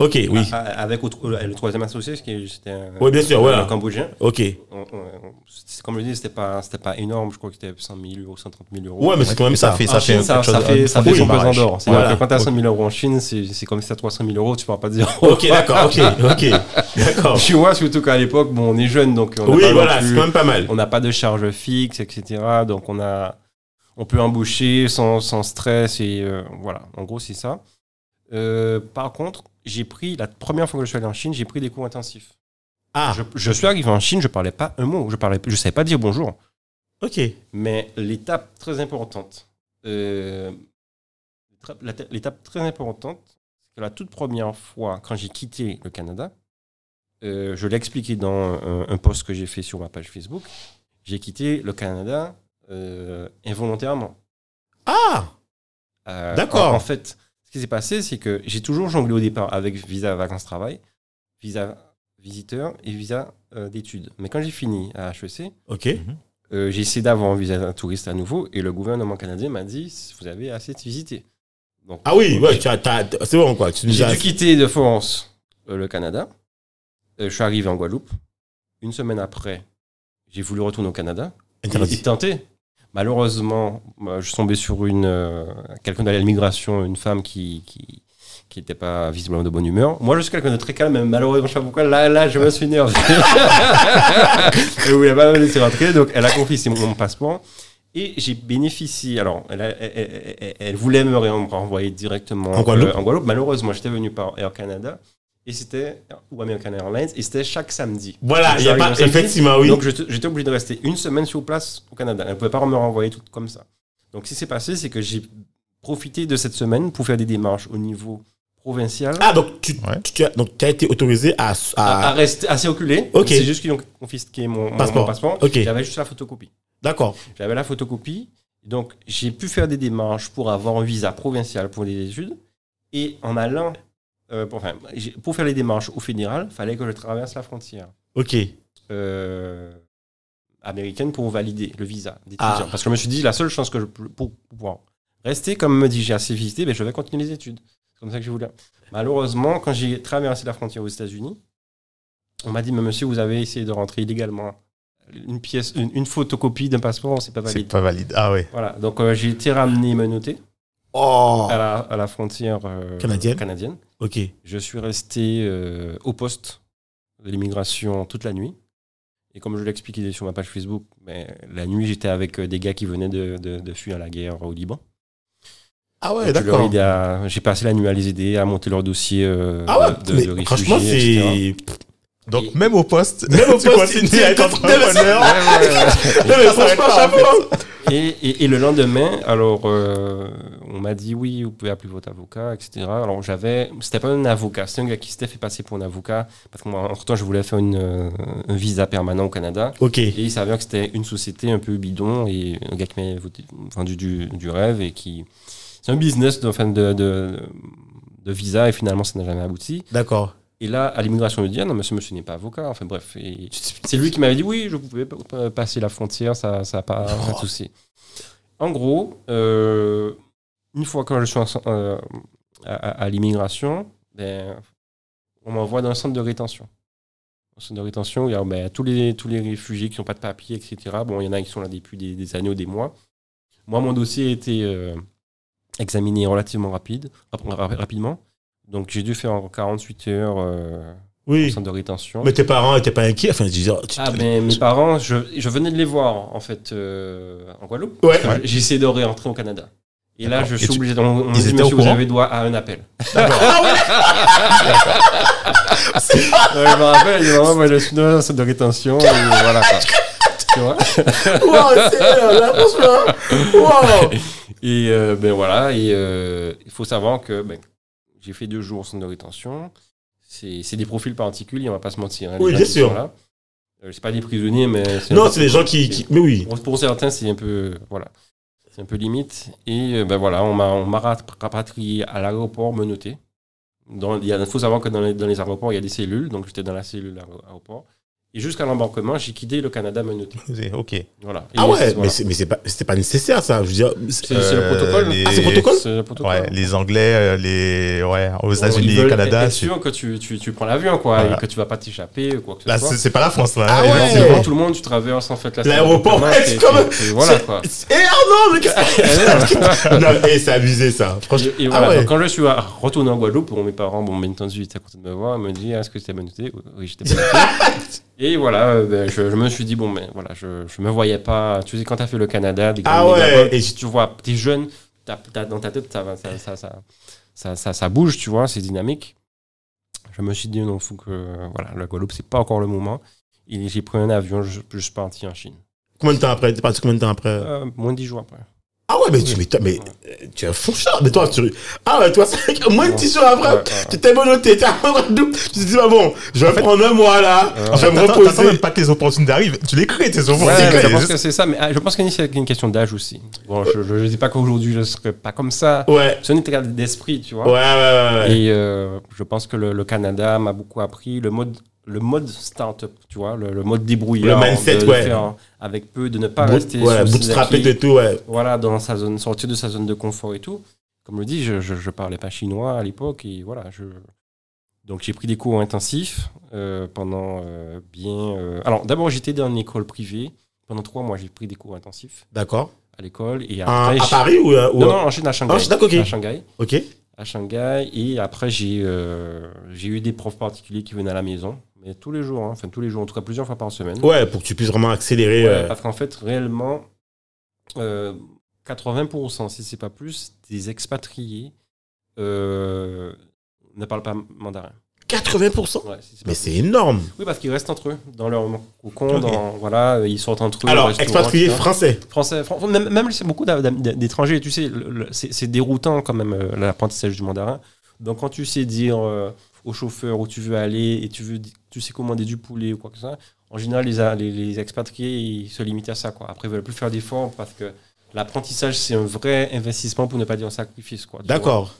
Ok, oui. Ah. à- à- avec autre- euh, le troisième associé, ce qui est- c'était un, Oui, bien sûr, un voilà. Cambodgien. Ok. On- on- on- c'est- comme je dis, c'était pas, c'était pas énorme. Je crois que c'était 100 000 euros, 130 000 euros. Ouais, mais c'est quand même ça ça. fait, En ça fait, Chine, ça, quelque ça chose- fait, ça fait oui, son pesant barrage. d'or. C'est-à-dire Voilà. que quand t'as 100 000 euros en Chine, c'est c'est comme si t'as 300 000 euros, tu parles pas de dire. Ok, d'accord, ok, ok. D'accord. Tu vois, surtout qu'à l'époque, bon, on est jeune, donc on a Oui, pas non voilà, c'est plus- quand même pas mal. on n'a pas de charge fixe, etc. Donc on a, on peut embaucher sans, sans stress et euh, voilà. En gros, c'est ça. Euh, par contre, j'ai pris la première fois que je suis allé en Chine, j'ai pris des cours intensifs. Ah, Je, je suis arrivé en Chine, je parlais pas un mot, je parlais, je savais pas dire bonjour. ok. Mais l'étape très importante, euh, tra- la te- l'étape très importante, c'est que la toute première fois, quand j'ai quitté le Canada, euh, je l'ai expliqué dans un, un post que j'ai fait sur ma page Facebook, j'ai quitté le Canada euh, involontairement. Ah, Euh, D'accord. En, en fait, ce qui s'est passé, c'est que j'ai toujours jonglé au départ avec visa vacances-travail, visa visiteur et visa euh, d'études. Mais quand j'ai fini à E HEC, ok. euh, j'ai essayé d'avoir un visa touriste à nouveau et le gouvernement canadien m'a dit vous avez assez de visiter. Donc, Ah oui, ouais, tu as- t'as- t'as- c'est bon, quoi. Tu nous j'ai as- dû quitter de Florence euh, le Canada. Euh, je suis arrivé en Guadeloupe. Une semaine après, j'ai voulu retourner au Canada. Interdit. J'ai tenté. Malheureusement, moi, je suis tombé sur une euh, quelqu'un d'aller à l'immigration, une femme qui qui qui n'était pas visiblement de bonne humeur. Moi, je suis quelqu'un de très calme, mais malheureusement, je sais pas pourquoi. Là, là, je me suis énervé. Et oui, elle m'a pas laissé rentrer, donc elle a confisqué mon, mon passeport. Et j'ai bénéficié. Alors, elle, a- elle, elle- elle- elle voulait me re- me renvoyer directement En Guadeloupe euh, en Guadeloupe. Malheureusement, j'étais venu par Air Canada et c'était ou American Airlines et c'était chaque samedi. Voilà, Donc, il y a j'arrive pas, le samedi, effectivement, oui. donc j'étais j'étais obligé de rester une semaine sur place au Canada. Elle ne pouvait pas me renvoyer tout comme ça. Donc ce qui s'est passé, c'est que j'ai profité de cette semaine pour faire des démarches au niveau provincial. Ah, donc tu, Ouais. tu, tu as, donc tu as été autorisé à. À, à à- rester, à circuler. Ok. C'est juste qu'ils ont confisqué mon mon- Passeport. mon passeport. Ok. J'avais juste la photocopie. D'accord. J'avais la photocopie. Donc, j'ai pu faire des démarches pour avoir un visa provincial pour les études. Et en allant, euh, pour, enfin, j'ai- pour faire les démarches au fédéral, fallait que je traverse la frontière Ok. euh, américaine pour valider le visa d'étudiant. Ah. Parce que je me suis dit, la seule chance que je peux pour pouvoir rester, comme me dit, j'ai assez visité, ben, je vais continuer les études. C'est comme ça que je voulais. Malheureusement, quand j'ai traversé la frontière aux États-Unis, on m'a dit, mais monsieur, vous avez essayé de rentrer illégalement. Une pièce, une, une photocopie d'un passeport, c'est pas C'est valide. pas valide. Ah ouais. Voilà, donc euh, j'ai été ramené menotté. Oh à la, à la frontière euh, Canadienne. canadienne. Ok. Je suis resté euh, au poste de l'immigration toute la nuit. Et comme je l'expliquais sur ma page Facebook, ben, la nuit, j'étais avec euh, des gars qui venaient de, de, de fuir la guerre euh, au Liban. Ah Donc, ouais, je leur ai d'accord. aidé à- J'ai passé la nuit à les aider, à monter leur dossier euh, Ah de, de- ouais, mais de réfugiés, franchement, etc. c'est. Donc, Et- même au poste, Même au tu poste, continues tu- à être tu- entrepreneur. Ouais, ouais, ouais. Non, mais franchement, chapeau Et, et- et le lendemain, alors, euh, on m'a dit oui, vous pouvez appeler votre avocat, etc. Alors, j'avais, c'était pas un avocat, c'était un gars qui s'était fait passer pour un avocat, parce que moi, en temps, je voulais faire une, euh, un visa permanent au Canada. Ok. Et il s'avère que c'était une société un peu bidon, et un gars qui m'a voté- vendu du, du rêve, et qui. C'est un business de, enfin, de, de, de visa, et finalement, ça n'a jamais abouti. D'accord. Et là, à l'immigration, il dit ah non, mais ce monsieur n'est pas avocat. Enfin bref, et c'est lui qui m'avait dit oui, je pouvais p- p- passer la frontière, ça n'a pas, pas de souci. En gros, euh, une fois quand je suis en- euh, à, à- à l'immigration, ben, on m'envoie dans un centre de rétention. Un centre de rétention où il y a ben, tous, les, tous les réfugiés qui n'ont pas de papier, etc. Bon, il y en a qui sont là depuis des, des années ou des mois. Moi, mon dossier a été euh, examiné relativement rapide, rap- rap- rapidement. Donc j'ai dû faire en 48 heures euh, au Oui. centre de rétention. Mais tes parents étaient pas inquiets. Enfin, je veux dire, tu- ah, mais mes parents, je, je venais de les voir en fait euh, en Guadeloupe. Ouais. J'ai- J'ai essayé de réentrer au Canada. Et là, D'accord. je Et suis tu- obligé de. on- on ils dit, étaient au monsieur, vous courant avez droit à un appel. Ah D'accord. Ouais, je me rappelle, il y a vraiment, moi, je suis dans un centre de rétention. Et voilà quoi. Tu vois Waouh, c'est là, franchement. Waouh. Et euh, ben voilà, et euh, il faut savoir que ben, j'ai fait deux jours sans de rétention. C'est c'est des profils particuliers, on va pas se mentir. hein, les Oui, gens bien qui sûr. sont là. Euh, c'est pas des prisonniers, mais c'est un Non, peu- c'est les gens qui, qui- Mais oui. pour, pour certains, c'est un peu voilà, c'est un peu limite. Et euh, ben voilà, on m'a on m'a rat- rapatrié à l'aéroport menotté. Dans, il y a- faut savoir que dans les, dans les aéroports, il y a des cellules, donc j'étais dans la cellule aéro- aéroport. Et jusqu'à l'embarquement, j'ai quitté le Canada menotté. Ok. Voilà. Et Ah ouais, voilà. mais c'est- mais c'est pas, c'était pas nécessaire ça. Je veux dire, c'est- C'est- c'est le Euh, protocole. hein. les- Ah, c'est le protocole C'est le protocole. Ouais, les Anglais, euh, les ouais, aux Bon, ils États-Unis, veulent au être Canada, c'est sûr que tu, tu, tu prends l'avion, quoi, Voilà. et que tu vas pas t'échapper ou quoi que ce là, soit. c'est c'est pas la France là. Ah hein, ouais. Alors, tu effectivement. vois tout le monde, tu traverses en fait la L'aéroport, salle de c'est commun, comme- t'es- t'es- Voilà, quoi. c'est- Eh Arnaud, mais qu'est-ce que- Non, eh, c'est abusé ça. Franchement. Et, et ah voilà, ouais. donc, quand je suis à- retourné en Guadeloupe, bon, mes parents, bon, bien entendu, ils étaient contents de me voir, ils me disent, est-ce que c'était bonne idée Oui, j'étais bonne Et voilà, euh, ben, je, je me suis dit, bon, ben voilà, je, je me voyais pas. Tu sais, quand t'as fait le Canada, des Ah grandes ouais, mégapoles, et tu- tu vois, t'es jeune, t'as- t'as- dans ta tête, ça, va- ça, ça, ça, ça, ça- ça bouge, tu vois, c'est dynamique. Je me suis dit, non, faut que, voilà, la Guadeloupe, c'est pas encore le moment. Et j'ai pris un avion, je, je suis parti en Chine. Combien de temps après T'es parti combien de temps après Euh, moins de 10 jours après. Ah ouais, mais tu, mais, toi- mais euh, tu es un fonchard. Mais toi, tu. Ah ouais, toi, c'est moins de Ouais. 10 jours après. Ouais, ouais. Tu t'es menotté, t'es à Guadeloupe. Tu te dis, bah bon, je vais prendre un mois là. Ouais. Je vais me T'attends t'attends reposer. même pas que les opportunités arrivent. Tu les crées, tes Ouais, mais opportunités. je pense que c'est ça, mais ah, je pense qu'il y a une question d'âge aussi. Bon, je, je, je dis pas qu'aujourd'hui je serais pas comme ça. Ouais. C'est un état d'esprit, tu Ouais, ouais, vois. ouais. ouais. Et euh, je pense que le, le Canada m'a beaucoup appris le mode, le mode start-up, tu vois, le, le mode débrouillard. Le mindset, de- de ouais. faire avec peu, de ne pas Boot- rester ouais, sur ses bootstrapper acquis, et tout, ouais. Voilà, dans sa zone, sortir de sa zone de confort et tout. Comme je dis, je, je, je parlais pas chinois à l'époque et voilà, je. Donc j'ai pris des cours intensifs euh, pendant euh, bien. euh, Alors d'abord j'étais dans une école privée pendant trois mois j'ai pris des cours intensifs D'accord. à l'école et À, après Ah, à j'ai- Paris ou, euh, ou- non, non, en Chine à Shanghai Ah, je- d'accord, ok. à Shanghai Ok. à Shanghai et après j'ai euh, j'ai eu des profs particuliers qui venaient à la maison mais tous les jours hein. enfin tous les jours en tout cas plusieurs fois par semaine Ouais, pour que tu puisses vraiment accélérer. Ouais, euh, parce qu'en fait réellement euh, 80% si c'est pas plus des expatriés euh, ne parlent pas mandarin 80% Ouais, si c'est pas Mais plus. c'est énorme. oui parce qu'ils restent entre eux dans leur cocon Ok. dans- voilà ils sortent entre eux au Alors, restaurant, expatrié etc. français. Français, Fran- même, même c'est beaucoup d'a- d'a- d'étrangers, tu sais, le- le- c'est c'est déroutant quand même euh, l'apprentissage du mandarin. Donc quand tu sais dire euh, au chauffeur où tu veux aller et tu veux, di- tu sais commander du poulet ou quoi que ce soit, en général les, a- les, les expatriés ils se limitent à ça quoi. Après ils veulent plus faire d'efforts parce que l'apprentissage c'est un vrai investissement pour ne pas dire un sacrifice quoi. tu vois. D'accord.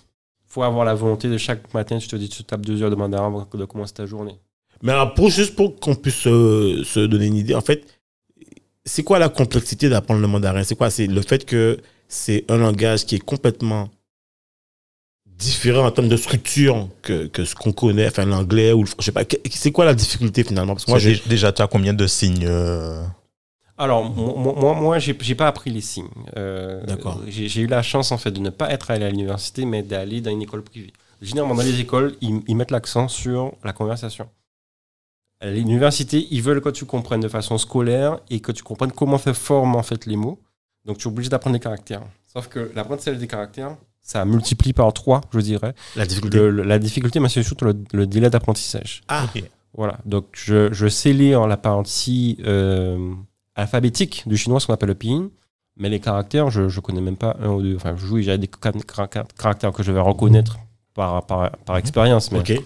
Faut avoir la volonté de chaque matin, tu te dis tu tapes deux heures de mandarin avant de commencer ta journée. Mais alors, pour, juste pour qu'on puisse euh, se donner une idée, en fait, c'est quoi la complexité d'apprendre le mandarin C'est quoi C'est le fait que c'est un langage qui est complètement différent en termes de structure que, que ce qu'on connaît, enfin l'anglais ou le fr- je sais pas. que- C'est quoi la difficulté finalement Parce que moi, Moi, je, j'ai- déjà, tu as combien de signes euh, Alors, mo- mo- moi, moi j'ai j'ai pas appris les signes. Euh, D'accord. J'ai j'ai eu la chance, en fait, de ne pas être allé à l'université, mais d'aller dans une école privée. Généralement, dans les écoles, ils, ils mettent l'accent sur la conversation. À l'université, ils veulent que tu comprennes de façon scolaire et que tu comprennes comment se forment, en fait, les mots. Donc, tu es obligé d'apprendre les caractères. Sauf que l'apprentissage des caractères, ça multiplie par trois, je dirais, La difficulté. le- le- la difficulté, mais c'est surtout le- le délai d'apprentissage. Ah, Voilà, donc je, je sais lire la partie euh, alphabétique du chinois, ce qu'on appelle le pinyin, mais les caractères, je ne connais même pas un ou deux. Enfin, je joue, j'ai des ca- ca- ca- caractères que je vais reconnaître par, par, par expérience, mais Mhm. Ok.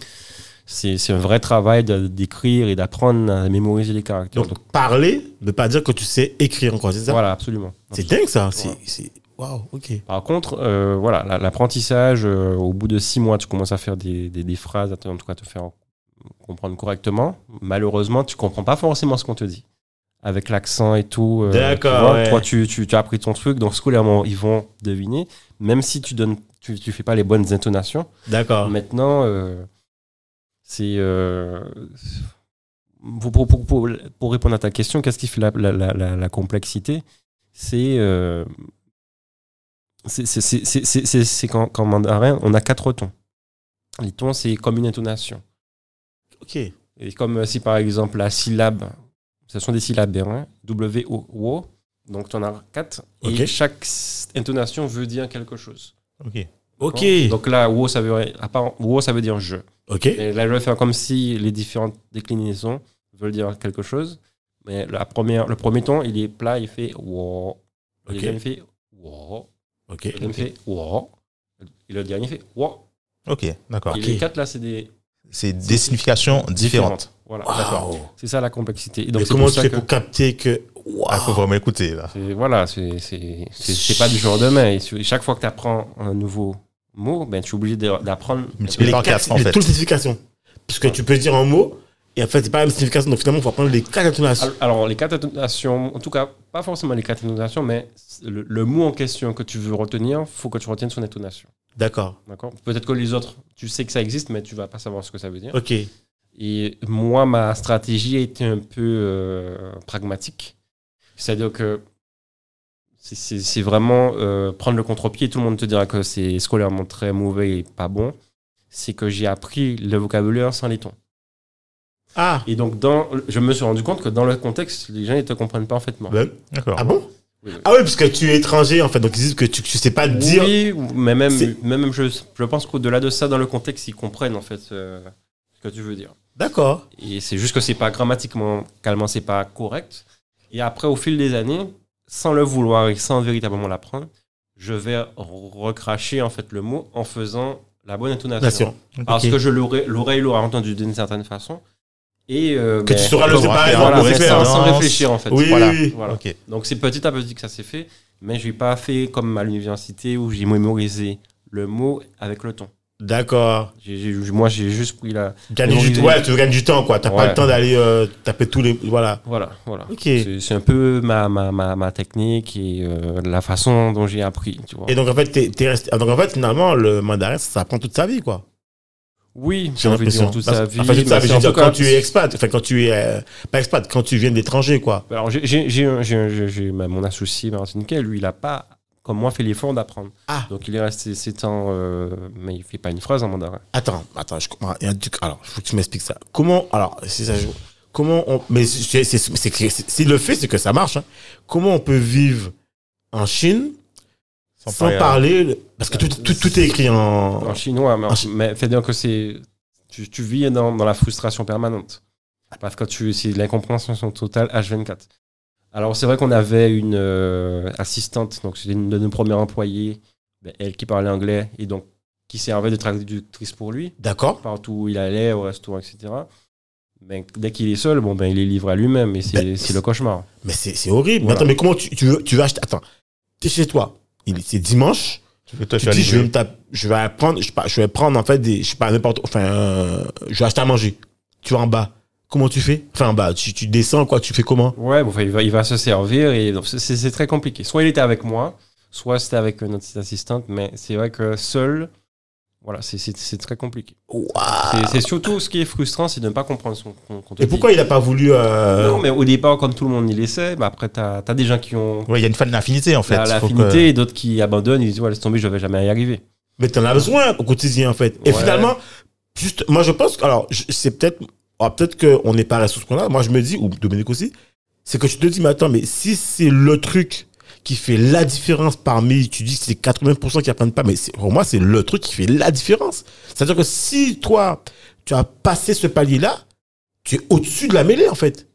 c'est c'est un vrai travail de- d'écrire et d'apprendre à mémoriser les caractères. Donc, parler ne veut pas dire que tu sais écrire encore, c'est ça voilà, absolument. C'est dingue ça. C'est- Ouais. c'est- Waouh, ok. Par contre, euh, voilà, la- l'apprentissage, euh, au bout de six mois, tu commences à faire des, des- des phrases, à te- en tout cas te faire comprendre correctement. Malheureusement, tu comprends pas forcément ce qu'on te dit. Avec l'accent et tout. euh, D'accord, tu vois, ouais. Toi, tu, tu- tu as appris ton truc, donc scolairement, ils vont deviner. Même si tu donnes, tu, tu fais pas les bonnes intonations. D'accord. Maintenant, euh, c'est. euh, pour, pour- pour- pour- pour répondre à ta question, qu'est-ce qui fait la, la- la- la- la complexité C'est. euh, c'est- c'est- c'est- c'est- c'est c'est- c'est qu'en qu'en mandarin, on a quatre tons. Les tons, c'est comme une intonation. Ok. Et comme euh, si, par exemple, la syllabe, ce sont des syllabaires, hein, W, O, wo, donc tu en as quatre, Ok. et chaque s- intonation veut dire quelque chose. ok. Ok. Donc là, wo, ça veut, à part, wo, ça veut dire je. Ok. Et là, je vais faire comme si les différentes déclinaisons veulent dire quelque chose. Mais la première, le premier ton, il est plat, il fait wow. Le Ok. deuxième il fait wow. Ok. Le deuxième fait wow. Et le dernier fait wow. Ok, d'accord. Et les quatre là, c'est des C'est des significations différentes. différentes. Voilà, d'accord. Waouh. C'est ça la complexité. Et Mais donc, c'est comment pour tu ça fais que. pour capter que. Ah, faut Waouh. vraiment écouter, là. c'est- Voilà, c'est- c'est c'est- c'est pas du jour au demain. Et sur- chaque fois que tu apprends un nouveau mot, ben, tu es obligé de- d'apprendre. Multiplié par quatre- 4, en les- fait. Toutes les significations. Parce que tu peux dire un mot et en fait, c'est pas la même signification. Donc finalement, il faut apprendre les quatre intonations. Al- Alors, les quatre intonations, en tout cas, pas forcément les quatre intonations, mais le, le mot en question que tu veux retenir, faut que tu retiennes son intonation. D'accord. D'accord Peut-être que les autres, tu sais que ça existe, mais tu vas pas savoir ce que ça veut dire. Ok. Et moi, ma stratégie a été un peu euh, pragmatique. C'est-à-dire que c'est- c'est c'est vraiment euh, prendre le contre-pied. Tout le monde te dira que c'est scolairement très mauvais et pas bon. C'est que j'ai appris le vocabulaire sans les tons. Ah. Et donc, dans, je me suis rendu compte que dans le contexte, les gens ne te comprennent pas parfaitement. Ben, D'accord. Ah bon Oui, oui. Ah ouais, parce que tu es étranger en fait. Donc ils disent que tu, tu sais pas dire. Oui, ou- mais même, C'est- même même je, je pense qu'au-delà de ça, dans le contexte, ils comprennent en fait euh, ce que tu veux dire. D'accord. Et c'est juste que c'est pas grammatiquement, calmement, c'est pas correct. Et après, au fil des années, sans le vouloir et sans véritablement l'apprendre, je vais re- recracher en fait le mot en faisant la bonne intonation. Nation. Parce Ok. que je l'aurais- l'oreille l'aura entendu d'une certaine façon. Et euh, Que tu ben, sauras le on va séparer. faire dans un voilà, le mais référence. sans, référent. sans réfléchir en fait. Oui, Voilà. oui, oui. Voilà. Ok. Donc c'est petit à petit que ça s'est fait, mais je n'ai pas fait comme à l'université où j'ai mémorisé le mot avec le ton. D'accord. J'ai- j'ai- moi j'ai juste pris la... Gagner Bon, du oui. Ouais, tu gagnes du temps quoi. T'as pas Ouais. le temps d'aller euh, taper tous les. Voilà. Voilà, voilà. Ok. C'est- C'est un peu ma, ma, ma, ma technique et euh, la façon dont j'ai appris, tu vois. Et donc en fait, t'es, t'es resté... ah, donc en fait, finalement, le mandarin, ça prend toute sa vie, quoi. oui, j'ai envie de dire toute sa Parce- vie. Enfin, toute sa mais c'est vie. Je veux en dire, tout cas- quand tu es expat, enfin quand tu es euh, pas expat, quand tu viens de l'étranger, quoi. Alors j'ai- j'ai j'ai un- j'ai un- j'ai- j'ai ma- mon associé Martin Kay, lui il a pas, comme moi, fait l'effort d'apprendre. Ah. Donc il est resté 7 ans, euh, mais il fait pas une phrase en mandarin. Attends, attends, je comprends. il y a un truc- Alors, il faut que tu m'expliques ça. Comment, alors, c'est ça, je- comment on, mais c'est, c'est, c'est, c'est- c'est- si le fait, c'est que ça marche, hein. Comment on peut vivre en Chine sans, parler- parler, le- parce que tout, tout, tout est écrit en, En chinois, mais, en chi- mais fait dire que c'est. Tu, tu vis dans, dans la frustration permanente. Parce que tu, c'est de l'incompréhension totale H24. Alors, c'est vrai qu'on avait une euh, assistante, donc c'était une de nos premières employées, ben, elle qui parlait anglais et donc qui servait de traductrice pour lui, d'accord? partout où il allait, au restaurant, etc. Ben, dès qu'il est seul, bon, ben, il est livré à lui-même et c'est Ben, c'est le cauchemar. Mais c'est, c'est horrible. Voilà. Mais attends, mais comment tu, tu veux, tu veux acheter, attends, t'es chez toi, il, c'est dimanche, euh, Tu veux te tu faire dis, je vais me livrer. taper, je vais apprendre, je, sais pas, je vais prendre, en fait, des, je sais pas, n'importe, enfin, euh, je vais acheter à manger. Tu vas en bas. Comment tu fais? Enfin, en bas, tu, tu descends, quoi, tu fais comment? Ouais, bon, enfin, il, va, il va se servir et donc, c'est- c'est c'est très compliqué. Soit il était avec moi, soit c'était avec euh, notre assistante, mais c'est vrai que seul, Voilà, c'est- c'est c'est très compliqué. Ouah. C'est- C'est surtout ce qui est frustrant, c'est de ne pas comprendre son qu'on- qu'on te Et pourquoi dit. il n'a pas voulu. euh, Non, mais au départ, comme tout le monde, il essaie. Mais après, t'as as des gens qui ont Ouais, il y a une fan d'infinité en fait. la- Faut que- l'affinité et d'autres qui abandonnent. Ils disent, ouais, laisse tomber, je vais jamais y arriver. Mais t'en as besoin au quotidien, en fait. Et Ouais. finalement, juste, moi, je pense que, alors, je- c'est peut-être, ah, peut-être qu'on n'est pas à la source qu'on a. Moi, je me dis, ou Dominique aussi, c'est que tu te dis, mais attends, mais si c'est le truc qui fait la différence parmi, tu dis que c'est 80% qui apprennent pas, mais c'est- pour moi, c'est le truc qui fait la différence. C'est-à-dire que si toi, tu as passé ce palier-là, tu es au-dessus de la mêlée, en fait.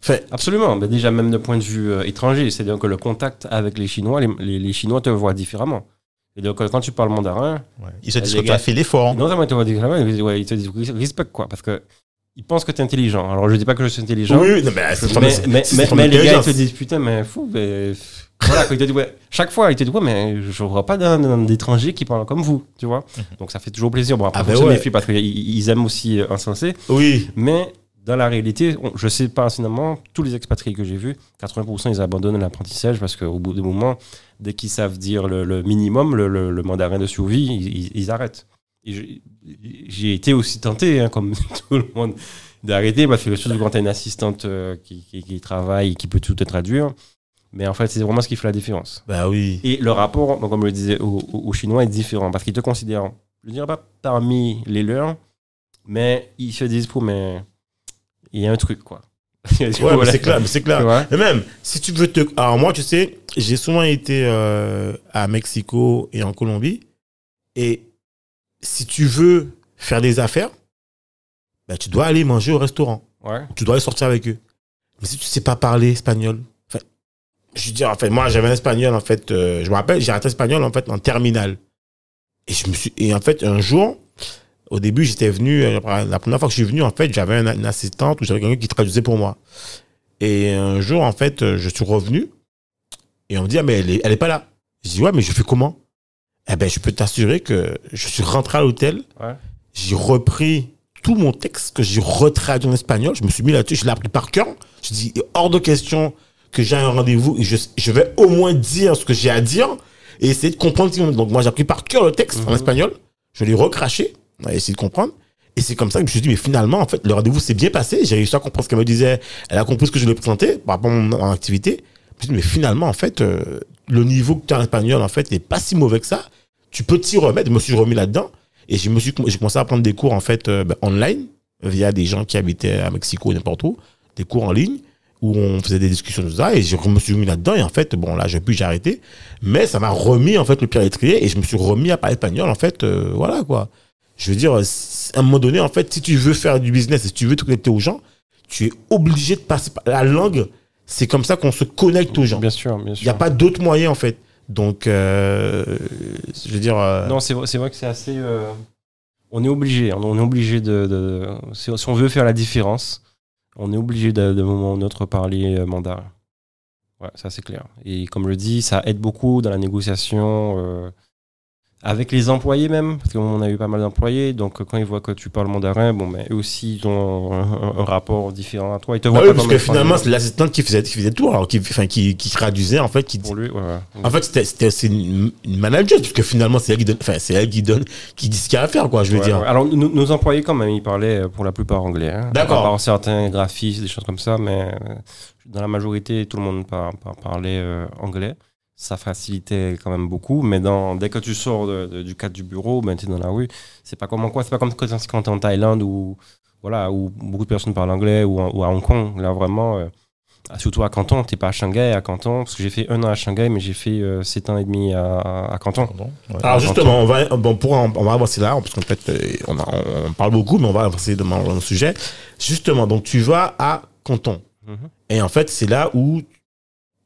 Enfin, Absolument. Mais déjà, même de point de vue euh, étranger, c'est-à-dire que le contact avec les Chinois, les, les- les Chinois te voient différemment. Et donc, euh, quand tu parles mandarin, Ouais. Ils se disent Les que tu as gars- fait l'effort. hein. non seulement ils te voient différemment, ils, ouais, ils te disent respect, quoi. Parce que ils pensent que t'es intelligent. Alors, je dis pas que je suis intelligent. oui, non, mais c'est Mais, mais, mais, c'est mais ton les gars, ils intelligence. te disent putain, mais fou, mais. Voilà, quoi, ils te disent, ouais. Chaque fois, ils te disent, ouais, mais je vois pas d'un- d'un- d'étrangers qui parlent comme vous, tu vois. Donc ça fait toujours plaisir. Bon, après, Mhm. Ah faut ben se ouais. méfier parce qu'ils ils aiment aussi euh, insensé. Oui. Mais dans la réalité, on- je sais pas, finalement, tous les expatriés que j'ai vus, 80% ils abandonnent l'apprentissage parce qu'au bout d'un moment, dès qu'ils savent dire le, le minimum, le, le- le mandarin de survie, ils, ils- ils arrêtent. Et j'ai- J'ai été aussi tenté, hein, comme tout le monde, d'arrêter, parce que surtout quand tu as une assistante euh, qui, qui- qui travaille, qui peut tout te traduire. Mais en fait, c'est vraiment ce qui fait la différence. Bah oui. Et le rapport, donc, comme je le disais, aux, aux- aux Chinois est différent parce qu'ils te considèrent, je ne dirais pas parmi les leurs, mais ils se disent, pour, mais il y a un truc, quoi. ouais, Ouais, mais c'est clair, mais c'est clair. Tu vois Et même, si tu veux te. Alors, moi, tu sais, j'ai souvent été euh, à Mexico et en Colombie. Et si tu veux faire des affaires, bah, tu dois aller manger au restaurant. Ouais. Tu dois aller sortir avec eux. Mais si tu sais pas parler espagnol. enfin, Je veux dire, en fait, moi, j'avais un espagnol, en fait. euh, je me rappelle, j'ai arrêté espagnol, en fait, en terminale. Et, je me suis, et en fait, un jour, au début, j'étais venu, euh, la première fois que je suis venu, en fait, j'avais un- une assistante ou j'avais quelqu'un qui traduisait pour moi. Et un jour, en fait, euh, je suis revenu et on me dit, ah, mais elle est, elle est pas là. Je dis, ouais, mais je fais comment Eh ben, je peux t'assurer que je suis rentré à l'hôtel, Ouais. j'ai repris tout mon texte que j'ai retraduit en espagnol, je me suis mis là-dessus, je l'ai appris par cœur. Je dis, hors de question que j'ai un rendez-vous, et je, je vais au moins dire ce que j'ai à dire et essayer de comprendre. ce qu'ils m'ont dit. Donc, moi, j'ai appris par cœur le texte en Mhm. espagnol, je l'ai recraché, on a essayé de comprendre. Et c'est comme ça que je me suis dit, mais finalement, en fait, le rendez-vous s'est bien passé. J'ai réussi à comprendre ce qu'elle me disait. Elle a compris ce que je lui ai présenté par rapport à mon, mon activité. Je me suis dit, mais finalement, en fait, euh, le niveau que tu as en espagnol, en fait, n'est pas si mauvais que ça. Tu peux t'y remettre. Je me suis remis là-dedans. Et je me suis, j'ai commencé à prendre des cours, en fait, euh, ben, online, via des gens qui habitaient à Mexico, n'importe où, des cours en ligne, où on faisait des discussions, tout ça. Et je me suis mis là-dedans. Et en fait, bon, là, j'ai pu, j'ai arrêté. Mais ça m'a remis, en fait, le pied à l'étrier. Et je me suis remis à parler espagnol, en fait, euh, voilà, quoi. Je veux dire, c- à un moment donné, en fait, si tu veux faire du business, si tu veux te connecter aux gens, tu es obligé de passer par la langue. C'est comme ça qu'on se connecte aux gens. Bien sûr, bien Il n'y sûr. a pas d'autre moyen, en fait. Donc, euh, je veux dire. euh, Non, c'est vrai, c'est vrai que c'est assez. euh, On est obligé. hein, On est obligé de, de- Si si on veut faire la différence, on est obligé de, de moment ou autre parler euh, mandarin. Ouais, ça c'est clair. Et comme je le dis, ça aide beaucoup dans la négociation euh, avec les employés même, parce qu'on a eu pas mal d'employés. Donc euh, quand ils voient que tu parles mandarin, bon, mais eux aussi ils ont un, un- un rapport différent à toi. Ils te bah voient oui, pas parce comme que un finalement, c'est étranger. l'assistante qui faisait, qui faisait tout, alors, qui, enfin, qui, qui traduisait, en fait, qui pour lui, ouais, ouais. En fait, c'était- c'était c'est une, une manager, parce que finalement, c'est elle qui donne, enfin, c'est elle qui donne, qui dit ce qu'il y a à faire, quoi, je veux Ouais, dire. ouais. Alors, nous- nos employés, quand même, ils parlaient euh, pour la plupart anglais. hein. D'accord. À part certains graphistes, des choses comme ça, mais euh, dans la majorité, tout le monde par- par- parlait euh, anglais. Ça facilitait quand même beaucoup, mais dans, dès que tu sors de- de- du cadre du bureau, ben, tu es dans la rue. C'est pas comme en quoi, c'est pas comme quand quand t'es en Thaïlande ou voilà, où beaucoup de personnes parlent anglais ou, en- ou à Hong Kong. Là, vraiment, euh, ah, surtout à Canton, t'es pas à Shanghai, à Canton, parce que j'ai fait un an à Shanghai, mais j'ai fait euh, sept ans et demi à, à Canton. Pardon. Ouais. Alors justement, on va, bon, pour, on va avancer là, parce qu'en fait, euh, on, a- on parle beaucoup, mais on va avancer dans le sujet. Justement, donc tu vas à Canton. Mhm. Et en fait, c'est là où...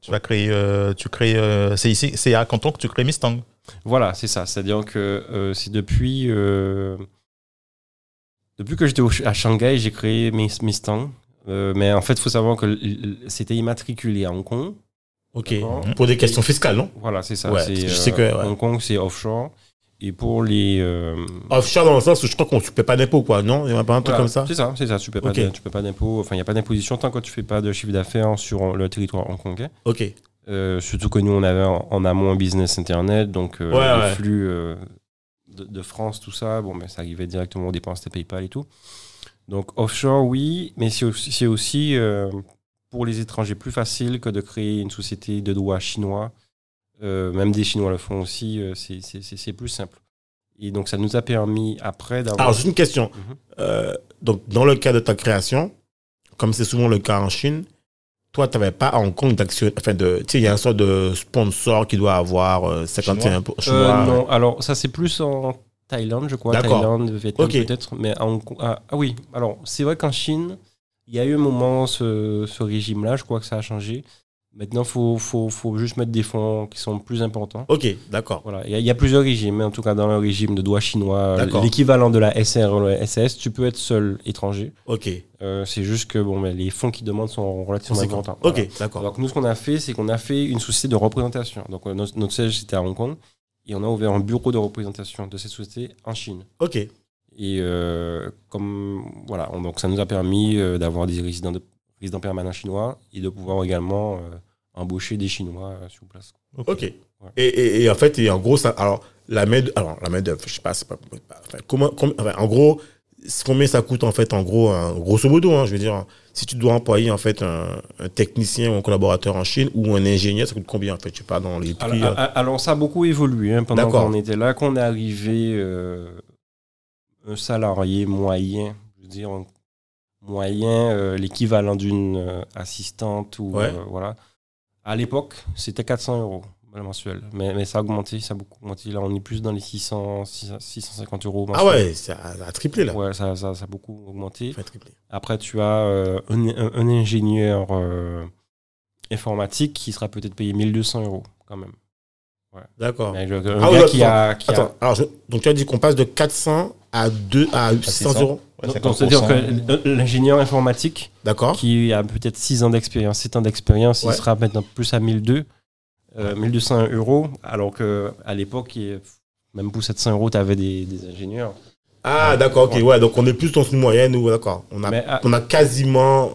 Tu vas créer, euh, tu crées, euh, c'est ici, c'est à Canton que tu crées Mistang. Voilà, c'est ça. C'est-à-dire que euh, c'est depuis, euh, depuis que j'étais au Ch- à Shanghai, j'ai créé mes, mes stands. Euh, mais en fait, il faut savoir que l- l- c'était immatriculé à Hong Kong. Ok. D'accord. Pour des questions fiscales, non Voilà, c'est ça. Ouais, c'est, euh, parce que je sais que, ouais. Hong Kong, c'est offshore. Et pour les. euh, Offshore dans le sens où je crois qu'on ne paie pas d'impôts, quoi, non Il y a pas un truc voilà, comme ça C'est ça, c'est ça. Tu ne Ok. peux pas d'impôt. Enfin, il n'y a pas d'imposition tant que tu fais pas de chiffre d'affaires sur le territoire hongkongais. Ok. Euh, surtout que nous, on avait en, en amont un business internet, donc euh, Ouais, le ouais. flux euh, de, de France, tout ça, bon, mais ça arrivait directement aux dépenses de PayPal et tout. Donc offshore, oui, mais c'est aussi, c'est aussi, euh, pour les étrangers plus facile que de créer une société de droit chinois. Euh, même des Chinois le font aussi, euh, c'est- c'est c'est- c'est plus simple. Et donc ça nous a permis après d'avoir... Alors, Ah, juste une question. Mhm. Euh, donc, dans le cas de ta création, comme c'est souvent le cas en Chine, toi, tu n'avais pas à Hong Kong d'action. Enfin, de, tu sais, il y a un sort de sponsor qui doit avoir euh, 51 pour- Euh, chinois. non, alors ça c'est plus en Thaïlande, je crois. D'accord. Thaïlande, Vietnam Ok. peut-être. Mais à Hong Kong- ah, ah oui, alors c'est vrai qu'en Chine, il y a eu un moment ce, ce régime-là, je crois que ça a changé. Maintenant, il faut, faut, faut juste mettre des fonds qui sont plus importants. Ok, d'accord. Voilà, il y, a- il y a plusieurs régimes, mais en tout cas dans le régime de droit chinois, D'accord. l'équivalent de la SR ou la SS, tu peux être seul étranger. Ok, Euh, c'est juste que bon, mais les fonds qu'ils demandent sont relativement conséquent. importants. hein. Voilà. Ok, d'accord. Donc nous, ce qu'on a fait, c'est qu'on a fait une société de représentation. Donc euh, notre, notre siège, c'était à Hong Kong. Et on a ouvert un bureau de représentation de cette société en Chine. Ok, Et euh, comme, voilà, on- donc ça nous a permis euh, d'avoir des résidents, de, résidents permanents chinois et de pouvoir également euh, embaucher des Chinois euh, sur place. ok. Et, et- et en fait, et en gros, ça, alors, la main d'œuvre, alors, la main d'œuvre, je sais pas, c'est pas, enfin, comment, com- enfin, en gros, c'est combien ça coûte, en fait, en gros, hein, grosso modo, hein, je veux dire, si tu dois employer, en fait, un, un technicien ou un collaborateur en Chine ou un ingénieur, ça coûte combien, en fait, je sais pas, dans les Alors, prix. hein. a- a- alors, ça a beaucoup évolué hein, pendant D'accord. qu'on était là, qu'on est arrivé euh, un salarié moyen, je veux dire un moyen, euh, l'équivalent d'une euh, assistante ou Ouais. euh, voilà. À l'époque, c'était 400 euros voilà, mensuel, mais, mais ça a augmenté, ça a beaucoup augmenté. Là, on est plus dans les 600, 600, 650 euros. ah mensuels. ouais, ça a, ça a triplé, là. Ouais, ça, ça- ça a beaucoup augmenté. Enfin, triplé. Après, tu as euh, un, un- un ingénieur euh, informatique qui sera peut-être payé 1200 euros quand même. D'accord. Mais le- le Ah oui, gars attends, qui a- qui a- Attends, alors, je- donc, tu as dit qu'on passe de 400 à 2, à 600 600. euros. Ouais, Donc, C'est-à-dire 50%. que euh, l'ingénieur informatique D'accord. qui a peut-être 6 ans d'expérience, 7 ans d'expérience, Hein Ouais. il sera maintenant plus à 1200, euh, 1200 euros, alors qu'à l'époque, il- même pour 700 euros, tu avais des, des ingénieurs. Ah, d'accord, ok, ouais, donc on est plus dans une moyenne ou, d'accord, on a Mais, ah, On a quasiment,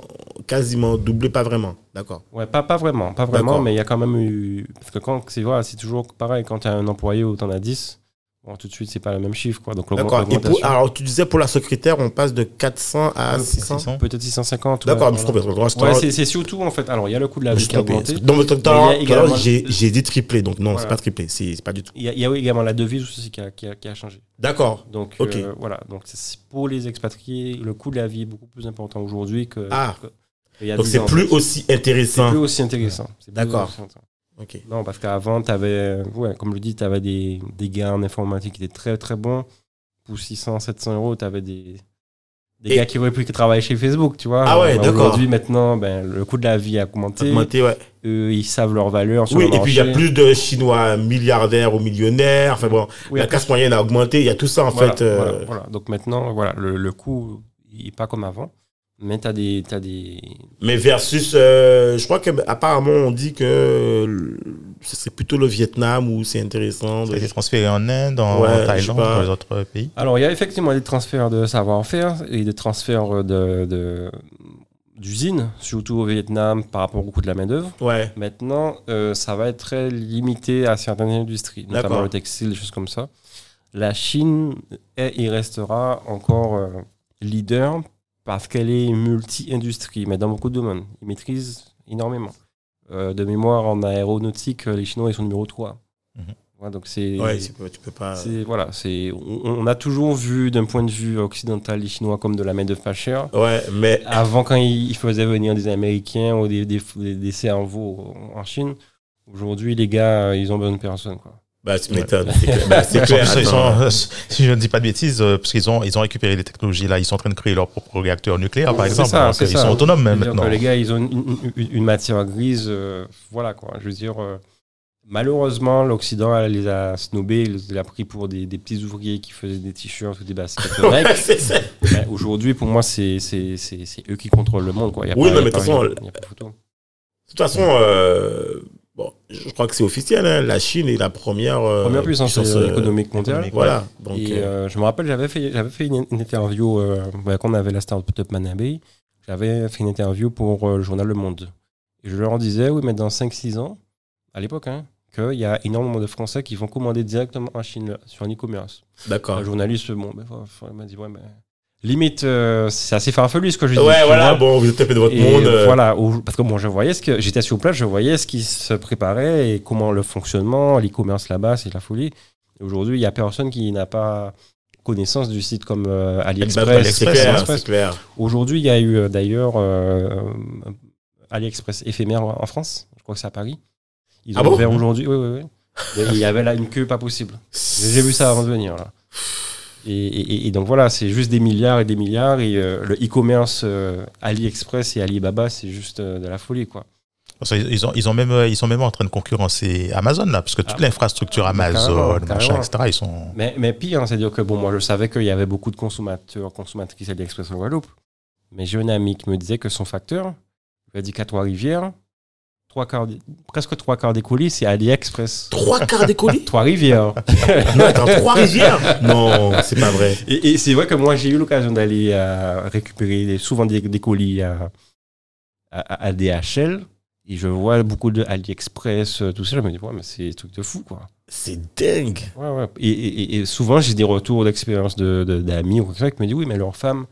quasiment doublé, pas vraiment. D'accord. ouais, pas, pas vraiment, pas vraiment, D'accord. mais il y a quand même eu. Parce que quand c'est voilà, c'est toujours pareil, quand tu as un employé ou tu en as 10, bon, tout de suite, c'est pas le même chiffre. Quoi. Donc, l'augment- D'accord. Et pour- l'augmentation, alors, tu disais pour la secrétaire, on passe de 400 à 600. 600. peut-être 650. D'accord, ouais, je me suis voilà. trompé. Dans ce Ouais, temps-là, c'est c'est surtout, en fait. Alors, il y a le coût de la je me vie suis qui a trompé. augmenté. Dans votre temps, Mais il y a également- j'ai j'ai dit triplé, donc non, c'est Voilà. pas triplé, c'est c'est pas du tout. Il y a- il y a également la devise aussi qui a- qui a- qui a changé. D'accord. Donc Ok. euh, voilà, donc c'est- pour les expatriés, le coût de la vie est beaucoup plus important aujourd'hui que, Ah. que- qu'il y a Donc 10 c'est ans. plus aussi C'est plus intéressant. aussi intéressant. C'est plus D'accord. aussi intéressant. Ok. Non, parce qu'avant, t'avais, euh, ouais, comme je le dis, tu avais des, des gars en informatique qui étaient très très bons. Pour 600, 700 euros, tu avais des, des Et- gars qui auraient pu travailler chez Facebook, tu vois. Ah ouais, Mais d'accord. Aujourd'hui, maintenant, ben, le coût de la vie a augmenté. Augmenté, ouais. Eux, ils savent leur valeur. Sur Oui, le et puis il y a marché. plus de Chinois milliardaires ou millionnaires. Enfin bon, Oui, la après, classe moyenne a augmenté. Il y a tout ça en Voilà, fait. euh, voilà, voilà. Donc maintenant, voilà, le, le coût il n'est pas comme avant. Mais tu as des, t'as des. Mais versus, euh, je crois que bah, apparemment on dit que euh, ce serait plutôt le Vietnam où c'est intéressant. Ça a de- été transféré en Inde, en Ouais, je sais Thaïlande, pas. dans les autres pays. Alors, il y a effectivement des transferts de savoir-faire et des transferts de, de- d'usines, surtout au Vietnam par rapport au coût de la main-d'œuvre. Ouais. Maintenant, euh, ça va être très limité à certaines industries, notamment D'accord. le textile, des choses comme ça. La Chine est et restera encore euh, leader parce qu'elle est multi-industrie, mais dans beaucoup de domaines. Ils maîtrisent énormément. Euh, de mémoire, en aéronautique, euh, les Chinois, ils sont numéro 3. Mhm. donc c'est, Ouais, tu peux, tu peux pas. euh, c'est- voilà, c'est, on, on a toujours vu d'un point de vue occidental les Chinois comme de la main de fâcheur. Ouais, mais Avant, quand ils ils faisaient venir des Américains ou des, des, des- des cerveaux en Chine, aujourd'hui, les gars, euh, ils ont besoin de personne. Quoi. bah, tu m'étonnes. C'est clair. Bah, c'est En clair, plus, ils attends. sont- si je ne dis pas de bêtises, euh, parce qu'ils ont, ils ont récupéré les technologies là, ils sont en train de créer leur propre réacteur nucléaire, par C'est exemple. ça, donc, c'est ils ça. sont autonomes même C'est-à-dire maintenant. que les gars, ils ont une, une- une- une matière grise. euh, voilà, quoi. Je veux dire, euh, malheureusement, l'Occident elle les a snobés, il les a pris pour des, des petits ouvriers qui faisaient des t-shirts ou des baskets. Nike. Ouais, c'est ça. Mais aujourd'hui, pour moi, c'est c'est- c'est- c'est eux qui contrôlent le monde. Quoi. Y a pas- Oui, non, y a mais de pas- toute façon, y a- y a pas photo. De toute façon, euh, bon, je crois que c'est officiel. hein, La Chine est la première, euh, Première puissance euh, économique mondiale. Voilà. Donc, et euh, euh, je me rappelle, j'avais fait, j'avais fait une, une interview euh, bah, quand on avait la startup Manabé. J'avais fait une interview pour euh, le journal Le Monde. Et je leur disais, oui, mais dans 5-6 ans, à l'époque, hein, qu'il y a énormément de Français qui vont commander directement en Chine sur un e-commerce. D'accord. Un journaliste, bon, ben, voilà, il m'a dit, ouais, mais. Limite, euh, c'est assez farfelu ce que je dis. Ouais, tu voilà, vois. bon, vous êtes tapé de votre Et monde. euh, Voilà, au- parce que moi je voyais ce que j'étais sur place, je voyais ce qui se préparait et comment le fonctionnement, l'e-commerce là-bas, c'est la folie. Et Aujourd'hui, il y a personne qui n'a pas connaissance du site comme euh, AliExpress. bah, c'est clair, AliExpress. c'est clair. Aujourd'hui, il y a eu euh, d'ailleurs euh, euh, AliExpress éphémère en France. Je crois que c'est à Paris. Ils ont Ah bon ouvert aujourd'hui. Oui, oui, oui. Et Il y avait là une queue pas possible. J'ai vu ça avant de venir. Là. Et, et- et donc voilà, c'est juste des milliards et des milliards. Et euh, le e-commerce euh, AliExpress et Alibaba, c'est juste euh, de la folie. quoi. Parce qu'ils- ils, ont, ils, ont même, euh, ils sont même en train de concurrencer Amazon, là, parce que toute Ah. l'infrastructure Carrément, Amazon, machin, carrément. etc., ils sont. Mais, mais pire, hein, c'est-à-dire que bon, moi je savais qu'il y avait beaucoup de consommateurs, consommatrices AliExpress en Guadeloupe. Mais j'ai un ami qui me disait que son facteur, il lui a dit qu'à Trois-Rivières, trois quarts des- presque trois quarts des colis, c'est AliExpress. Trois quarts des colis Trois-Rivières. Non, attends, trois rivières Non, c'est pas vrai. et et c'est vrai que moi j'ai eu l'occasion d'aller euh, récupérer des- souvent des, des colis à, à, à DHL. Et je vois beaucoup de AliExpress, euh, tout ça. Je me dis, ouais, mais c'est des trucs de fou, quoi. C'est dingue. Ouais, ouais. Et, et- et- et souvent, j'ai des retours d'expérience d'amis de, d'amis ou quoi que ce soit qui me disent Oui, mais leur femme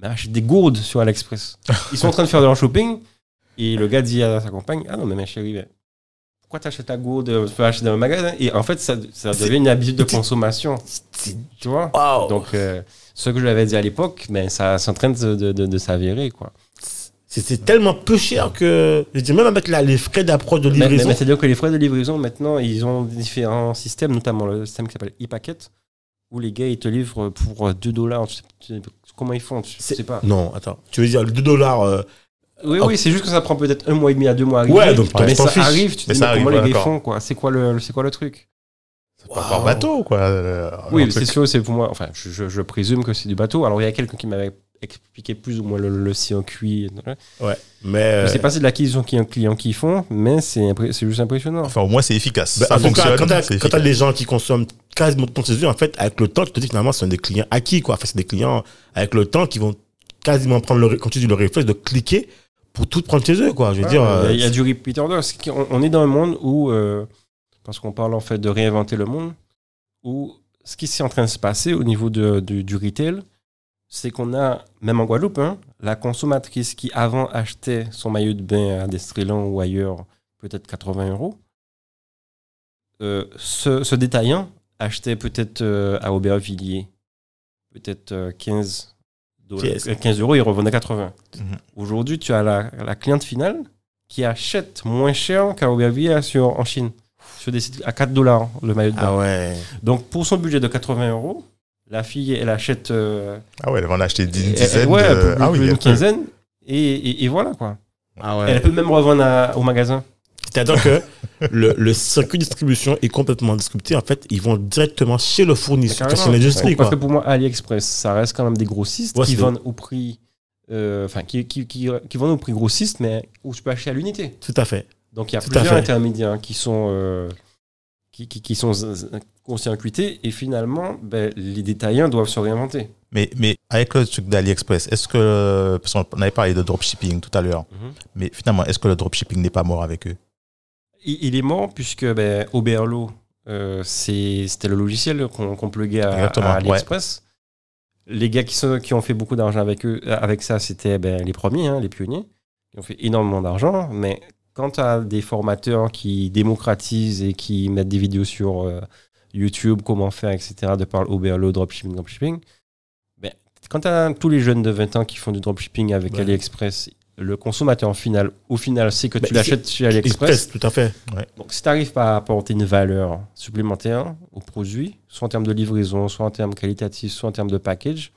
achète des gourdes sur AliExpress. Ils sont en train de faire de leur shopping et le gars dit à sa compagne Ah non, mais ma chérie, mais pourquoi t'achètes ta gourde euh, Tu peux acheter dans le magasin. Et en fait, ça, ça C'est- devient une habitude de consommation. C'est- Tu vois Wow. Donc, euh, ce que je l'avais dit à l'époque, ben, ça c'est en train de, de, de- de s'avérer. quoi. C'est- c'est tellement peu cher que je dis même avec là, les frais d'approche de Mais, mais- livraison. mais c'est-à-dire que les frais de livraison, maintenant, ils ont différents systèmes, notamment le système qui s'appelle e-packet, où les gars, ils te livrent pour 2 dollars. Comment ils font Je C'est- Ah. sais pas. Non, attends. Tu veux dire le 2 dollars euh, Oui, Oh. oui, c'est juste que ça prend peut-être un mois et demi à deux mois à arriver. Ouais, donc, mais je t'en ça fiche. arrive, tu te Mais dis, ça mais arrive, comment les ouais, gars ils d'accord. font, quoi C'est quoi le, c'est quoi le truc Par bateau, quoi. euh, un Ah Oui, truc. c'est sûr, c'est pour moi. Enfin, je, je- je présume que c'est du bateau. Alors, il y a quelqu'un qui m'avait expliqué plus ou moins le, le circuit. Mais Je euh, sais pas si de l'acquisition qui est un client qui font, mais c'est impré- c'est juste impressionnant. Enfin, au moins, c'est efficace. bah, ça en tout cas, fonctionne. quand c'est t'as- quand t'as efficace. des gens qui consomment quasiment ton chez eux, en fait, avec le temps, tu te dis que finalement, ce sont des clients acquis, quoi. Enfin, c'est des clients avec le temps qui vont quasiment prendre le, ré- quand tu dis le réflexe de cliquer pour tout prendre chez eux, quoi. Je veux dire, Ah, euh, il y a- il y, a du repeat order. C'est qu'on- On, est dans un monde où, euh, parce qu'on parle en fait de réinventer le monde, où ce qui est en train de se passer au niveau de- du, du retail, c'est qu'on a, même en Guadeloupe, hein, la consommatrice qui avant achetait son maillot de bain à Destrelan ou ailleurs, peut-être 80 euros, euh, ce, ce détaillant achetait peut-être euh, à Aubervilliers, peut-être euh, 15, dollars- Yes. 15 euros, il revendait 80. Mhm. Aujourd'hui, tu as la, la cliente finale qui achète moins cher qu'à Aubervilliers sur- en Chine, sur des sites à 4 dollars hein, le maillot de bain. ah ouais. Donc pour son budget de 80 euros, la fille, elle achète euh, Ah ouais, elle va en acheter elle- une dizaine. ouais, euh, de- plus- ah plus oui, une elle- quinzaine. Et, et- et voilà quoi. Ah Elle peut même revendre à- au magasin. C'est-à-dire que le, le circuit de distribution est complètement discuté. En fait, ils vont directement chez le fournisseur, Carrément. chez l'industrie, hein. Parce quoi. que pour moi, AliExpress, ça reste quand même des grossistes Ouais, qui c'est- vendent au prix, euh, enfin qui, qui- qui- qui vendent au prix grossiste, mais où tu peux acheter à l'unité. Tout à fait. Donc il y a Tout à plusieurs fait. intermédiaires qui sont euh, qui, qui- qui sont euh, z- z- court-circuités et finalement, ben, les détaillants doivent se réinventer. Mais, mais avec le truc d'AliExpress, est-ce que. Parce qu'on avait parlé de dropshipping tout à l'heure. Mhm. Mais finalement, est-ce que le dropshipping n'est pas mort avec eux Il, il est mort puisque ben, Oberlo, euh, c'est- c'était le logiciel qu'on qu'on pluguait à, Exactement, à AliExpress. Les gars qui, sont- qui ont fait beaucoup d'argent avec, eux, euh, avec ça, c'était ben, les premiers, hein, les pionniers. Ils ont fait énormément d'argent, mais quand tu as des formateurs qui démocratisent et qui mettent des vidéos sur euh, YouTube, comment faire, etc., de par Oberlo, dropshipping, dropshipping, ben, quand tu as tous les jeunes de 20 ans qui font du dropshipping avec Ouais. AliExpress, le consommateur final, au final, c'est que Ben, tu il- l'achètes chez Ils AliExpress. testent, tout à fait. Donc, si tu n'arrives pas à apporter une valeur supplémentaire au produit, soit en termes de livraison, soit en termes qualitatifs, soit en termes de package,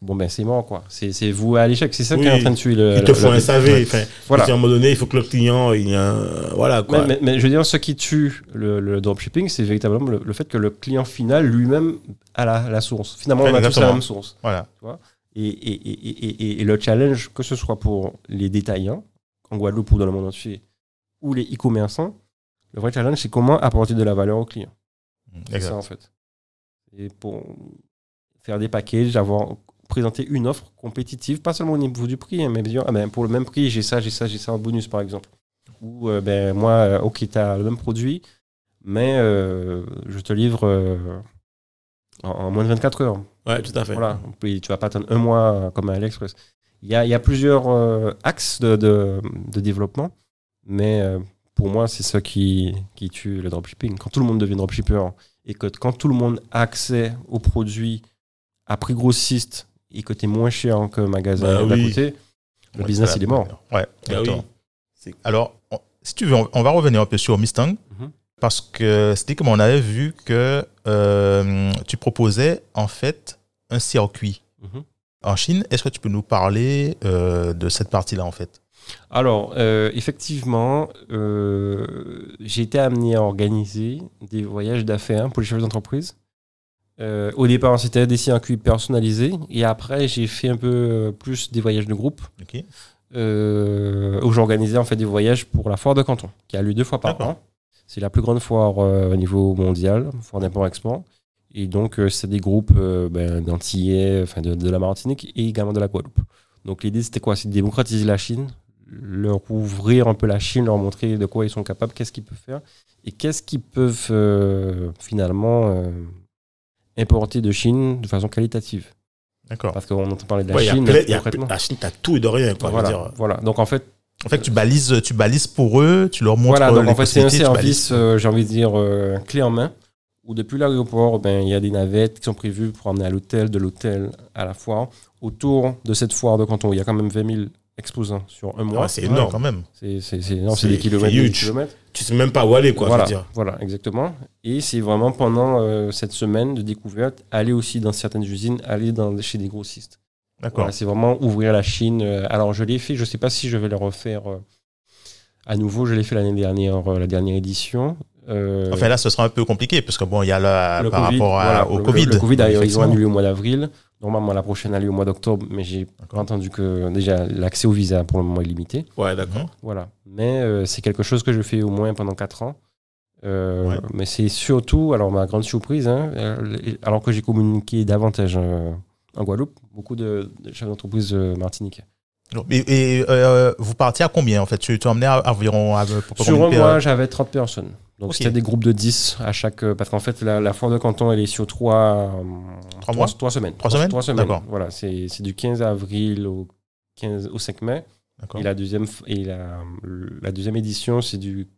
bon, ben c'est mort, quoi. C'est c'est voué à l'échec. C'est ça Oui, qui est en train de tuer le. Euh, Ils te le- font le- un SAV. Enfin, Voilà. À un moment donné, il faut que le client, il y a un- voilà Mais, quoi. mais- mais je veux dire, ce qui tue le, le dropshipping, c'est véritablement le, le fait que le client final lui-même a la, la source. Finalement, on a tous Exactement. la même source. Voilà. Et, et- et- et- et- et le challenge, que ce soit pour les détaillants, en Guadeloupe ou dans le monde entier, ou les e-commerçants, le vrai challenge, c'est comment apporter de la valeur au client. C'est ça, Exact. en fait. Et pour faire des packages, avoir présenté une offre compétitive, pas seulement au niveau du prix, hein, mais dire, ah ben, pour le même prix, j'ai ça, j'ai ça, j'ai ça en bonus, par exemple. Ou, euh, ben, moi, euh, ok, tu as le même produit, mais euh, je te livre euh, en, en moins de 24 heures. Ouais, tout à fait. Voilà. Puis tu vas pas attendre un mois euh, comme à AliExpress. Il y a, il y a plusieurs euh, axes de, de, de développement, mais euh, pour moi, c'est ça qui, qui tue le dropshipping. Quand tout le monde devient dropshipper et que quand tout le monde a accès aux produits à prix grossiste et que t'es moins cher que magasin Bah d'à oui. côté, le Ouais, business, c'est il est la mort. première. Ouais, Bah oui. exactement. Alors, on- si tu veux, on, on va revenir un peu sur Mustang. Mhm. Parce que c'était comme on avait vu que euh, tu proposais en fait un circuit Mhm. en Chine. Est-ce que tu peux nous parler euh, de cette partie-là en fait Alors, euh, effectivement, euh, j'ai été amené à organiser des voyages d'affaires pour les chefs d'entreprise. Euh, au départ, c'était des circuits personnalisés. Et après, j'ai fait un peu euh, plus des voyages de groupe, Ok. euh, où j'organisais en fait des voyages pour la foire de Canton, qui a lieu deux fois par D'accord. an. C'est la plus grande foire euh, au niveau mondial, foire d'import export. Et donc, euh, c'est des groupes euh, ben, d'Antillais, enfin de, de la Martinique et également de la Guadeloupe. Donc, l'idée, c'était quoi C'est de démocratiser la Chine, leur ouvrir un peu la Chine, leur montrer de quoi ils sont capables, qu'est-ce qu'ils peuvent faire et qu'est-ce qu'ils peuvent euh, finalement euh, importer de Chine de façon qualitative. D'accord. Parce qu'on entend parler de la Ouais, il y a Chine. plein- il y a- concrètement. la Chine, t'as tout et de rien. Quoi, je veux voilà, dire. euh. voilà. Donc, en fait, En fait, tu balises, tu balises pour eux, tu leur montres Voilà, donc les en fait, c'est un possibilités, euh, tu service, balises. euh, j'ai envie de dire, euh, clé en main, où depuis l'aéroport, ben, il y a des navettes qui sont prévues pour emmener à l'hôtel, de l'hôtel à la foire. Autour de cette foire de canton, il y a quand même 20 000 exposants sur un Ouais, mois. c'est Ouais, énorme. quand même. c'est c'est- c'est énorme, C'est- c'est des kilomètres. c'est des huge. kilomètres. Tu sais même pas où aller, quoi. voilà, Je veux dire. voilà, exactement. Et c'est vraiment pendant euh, cette semaine de découverte, aller aussi dans certaines usines, aller dans, chez des grossistes. D'accord. Voilà, c'est vraiment ouvrir la Chine. Euh, Alors, je l'ai fait, je ne sais pas si je vais le refaire euh, à nouveau. Je l'ai fait l'année dernière, euh, la dernière édition. Euh, Enfin là, ce sera un peu compliqué parce que bon, il y a là le par Covid, rapport à- voilà, au le- Covid. Le Covid, d'ailleurs, ils ont Effectivement. annulé au mois d'avril. Normalement, la prochaine a lieu au mois d'octobre, mais j'ai D'accord. entendu que déjà l'accès au visa pour le moment est limité. Ouais, d'accord. Voilà. Mais euh, c'est quelque chose que je fais au moins pendant 4 ans. Euh, Ouais. Mais c'est surtout, alors ma grande surprise, hein, euh, et- alors que j'ai communiqué davantage euh, en Guadeloupe, beaucoup de, de chefs d'entreprise euh, martiniquais. Mhm. Et, et, euh, vous partiez à combien en fait Tu tu emmenais à, à environ à, pour Sur combien un de mois, périodes j'avais 30 personnes. Donc Ok. c'était des groupes de 10 à chaque. euh, Parce qu'en fait, la, la foire de Canton, elle est sur 3, Trois mois semaines. Trois semaines Trois semaines. D'accord. Voilà, c'est c'est du 15 avril au, 15, au 5 mai. D'accord. Et la deuxième, f- et la, la deuxième édition, c'est du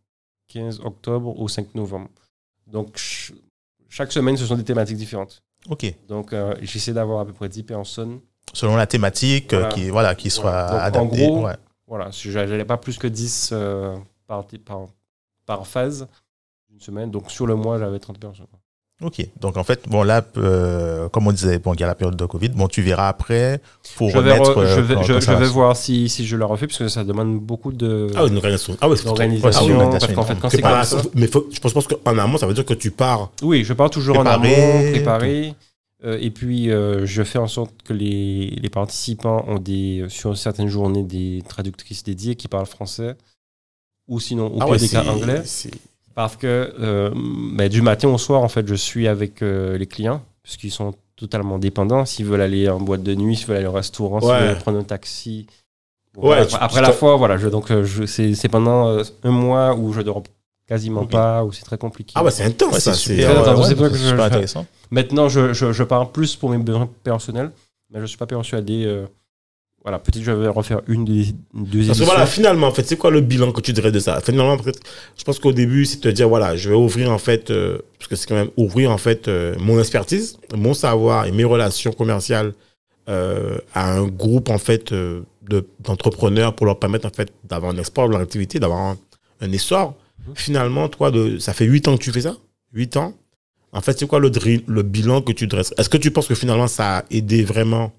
15 octobre au 5 novembre. Donc ch- chaque semaine, ce sont des thématiques différentes. Ok. Donc euh, j'essaie d'avoir à peu près 10 personnes. Selon la thématique euh, Voilà. qui voilà qui soit Voilà. Donc, en adaptée. gros, ouais. Voilà, si j'a- j'allais pas plus que 10 euh, par, par, par phase d'une semaine. Donc sur le mois, j'avais 30 personnes. Ok. Donc en fait, bon là, euh, comme on disait, bon il y a la période de Covid. Bon, tu verras après pour Je vais, remettre. re- euh, je vais- quand- je- quand je ça va vais se- voir si, si je le refais, parce que ça demande beaucoup de Ah oui, une organisation. Ah oui, c'est trop- d'organisation. Ah oui, l'organisation parce qu'en fait, énorme. quand c'est comme Préparation. ça, Mais faut- je pense, je pense qu'en amont, ça veut dire que tu pars. oui, je pars toujours Préparer, en amont, préparé. euh, et puis, euh, je fais en sorte que les, les participants ont des, euh, sur certaines journées des traductrices dédiées qui parlent français, ou sinon, au pire des Ah c'est- cas anglais. c'est- Parce que euh, bah, du matin au soir, en fait, je suis avec euh, les clients, puisqu'ils sont totalement dépendants. S'ils veulent aller en boîte de nuit, s'ils veulent aller au restaurant, s'ils Ouais. veulent prendre un taxi. Bon, Ouais, voilà, tu- après après tu la t'en- fois, voilà, je, donc euh, je- c'est c'est pendant euh, un mois où je dors quasiment Ok. pas, où c'est très compliqué. Ah ouais, c'est intense. Ouais, ça, c'est c'est- super, Attends, ouais, c'est pas ouais, que c'est je- super je- intéressant. Maintenant, je, je, je pars plus pour mes besoins personnels, mais je suis pas persuadé. euh, voilà, peut-être que je vais refaire une des deux Parce que éditions. voilà, finalement, en fait, c'est quoi le bilan que tu dirais de ça Finalement, peut-être, je pense qu'au début, c'est de te dire, voilà, je vais ouvrir, en fait, euh, parce que c'est quand même ouvrir, en fait, euh, mon expertise, mon savoir et mes relations commerciales euh, à un groupe, en fait, euh, de- d'entrepreneurs pour leur permettre, en fait, d'avoir un export de leur activité, d'avoir un, un essor. Finalement, toi, de, ça fait 8 ans que tu fais ça 8 ans En fait, c'est quoi le, dri- le bilan que tu dresses Est-ce que tu penses que finalement, ça a aidé vraiment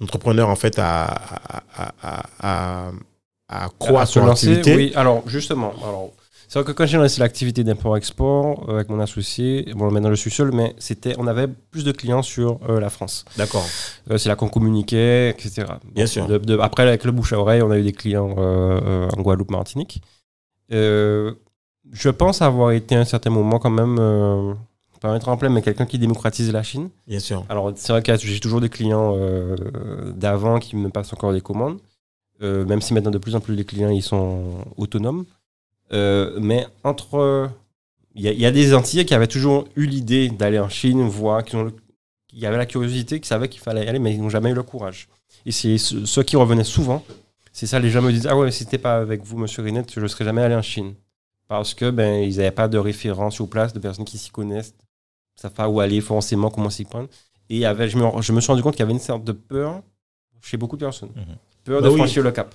l'entrepreneur, en fait, à, à, à- à, à, à croître à se son lancer, activité Oui, alors justement, alors, c'est vrai que quand j'ai lancé l'activité d'import-export euh, avec mon associé, bon maintenant je suis seul, mais c'était, on avait plus de clients sur euh, la France. D'accord. Euh, c'est là qu'on communiquait, etc. Bien sûr. De- de- après, avec le bouche à oreille, on a eu des clients euh, euh, en Guadeloupe, Martinique. Euh, je pense avoir été à un certain moment quand même, euh, pas un tremplin, mais quelqu'un qui démocratise la Chine. Bien sûr. Alors, c'est vrai que j'ai toujours des clients euh, d'avant qui me passent encore des commandes, euh, même si maintenant de plus en plus les clients ils sont autonomes. Euh, mais entre. Il il y, a- il y a des Antillais qui avaient toujours eu l'idée d'aller en Chine, voir, qui ont le- il y avait la curiosité, qui savaient qu'il fallait y aller, mais ils n'ont jamais eu le courage. Et c'est ce- ceux qui revenaient souvent, c'est ça, les gens me disent Ah ouais, si c'était pas avec vous, monsieur Rinette, je ne serais jamais allé en Chine. Parce que ben ils n'avaient pas de référence sur place, de personnes qui s'y connaissent, ne savent pas où aller, forcément comment s'y prendre. Et il y avait, je, me, je me suis rendu compte qu'il y avait une sorte de peur chez beaucoup de personnes. Mhm. Peur Bah de oui. franchir le cap,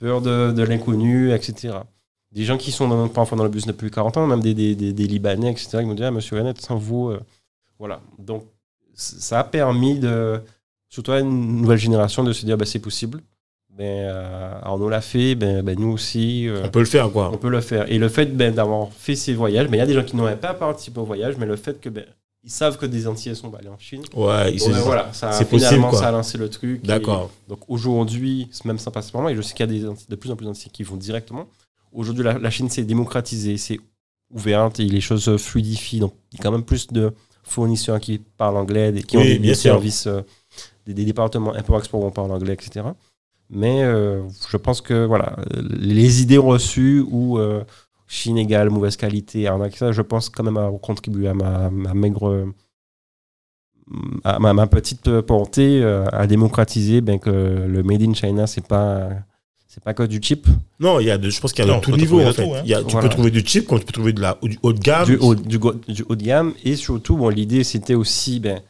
peur de, de l'inconnu, etc des gens qui sont dans, parfois dans le bus depuis 40 ans, même des, des, des, des Libanais, etc., qui m'ont dit, ah, monsieur Renet, sans vous. euh, voilà. Donc, c- ça a permis de, surtout à une nouvelle génération de se dire, bah, c'est possible. Ben, euh, Arnaud l'a fait, ben, ben, nous aussi, euh, On peut le faire, quoi. on peut le faire. Et le fait ben, d'avoir fait ces voyages, ben, il y a des gens qui n'auraient pas participé au voyage, mais le fait que, ben, ils savent que des Antillais sont allés en Chine. Ouais, il Bon, s'est- ben, voilà, ça, c'est finalement, possible, quoi. ça a lancé le truc. et- D'accord. donc aujourd'hui, c'est même sympa ce moment, et je sais qu'il y a des, anti- de plus en plus d'entités qui vont directement. Aujourd'hui, la, la Chine s'est démocratisée, c'est ouverte, et les choses se fluidifient. Donc il y a quand même plus de fournisseurs qui parlent anglais, des- qui ont Oui, des, bien des sûr. services, euh, des, des départements import-export où on parle anglais, etc. Mais euh, je pense que voilà, euh, les idées reçues ou euh, Chine égale mauvaise qualité, arnaque, ça, je pense quand même à contribuer à ma, ma maigre à ma, ma petite portée euh, à démocratiser ben, que le made in China c'est pas c'est pas que du chip Non, il y a de, je pense qu'il y a Non, de tout on peut niveau, trouver en de fait. tout, hein. Il y a- tu Voilà. peux trouver du cheap, comme tu peux trouver de la, du haut de gamme. du haut, du, go- du haut de gamme et surtout bon l'idée c'était aussi ben,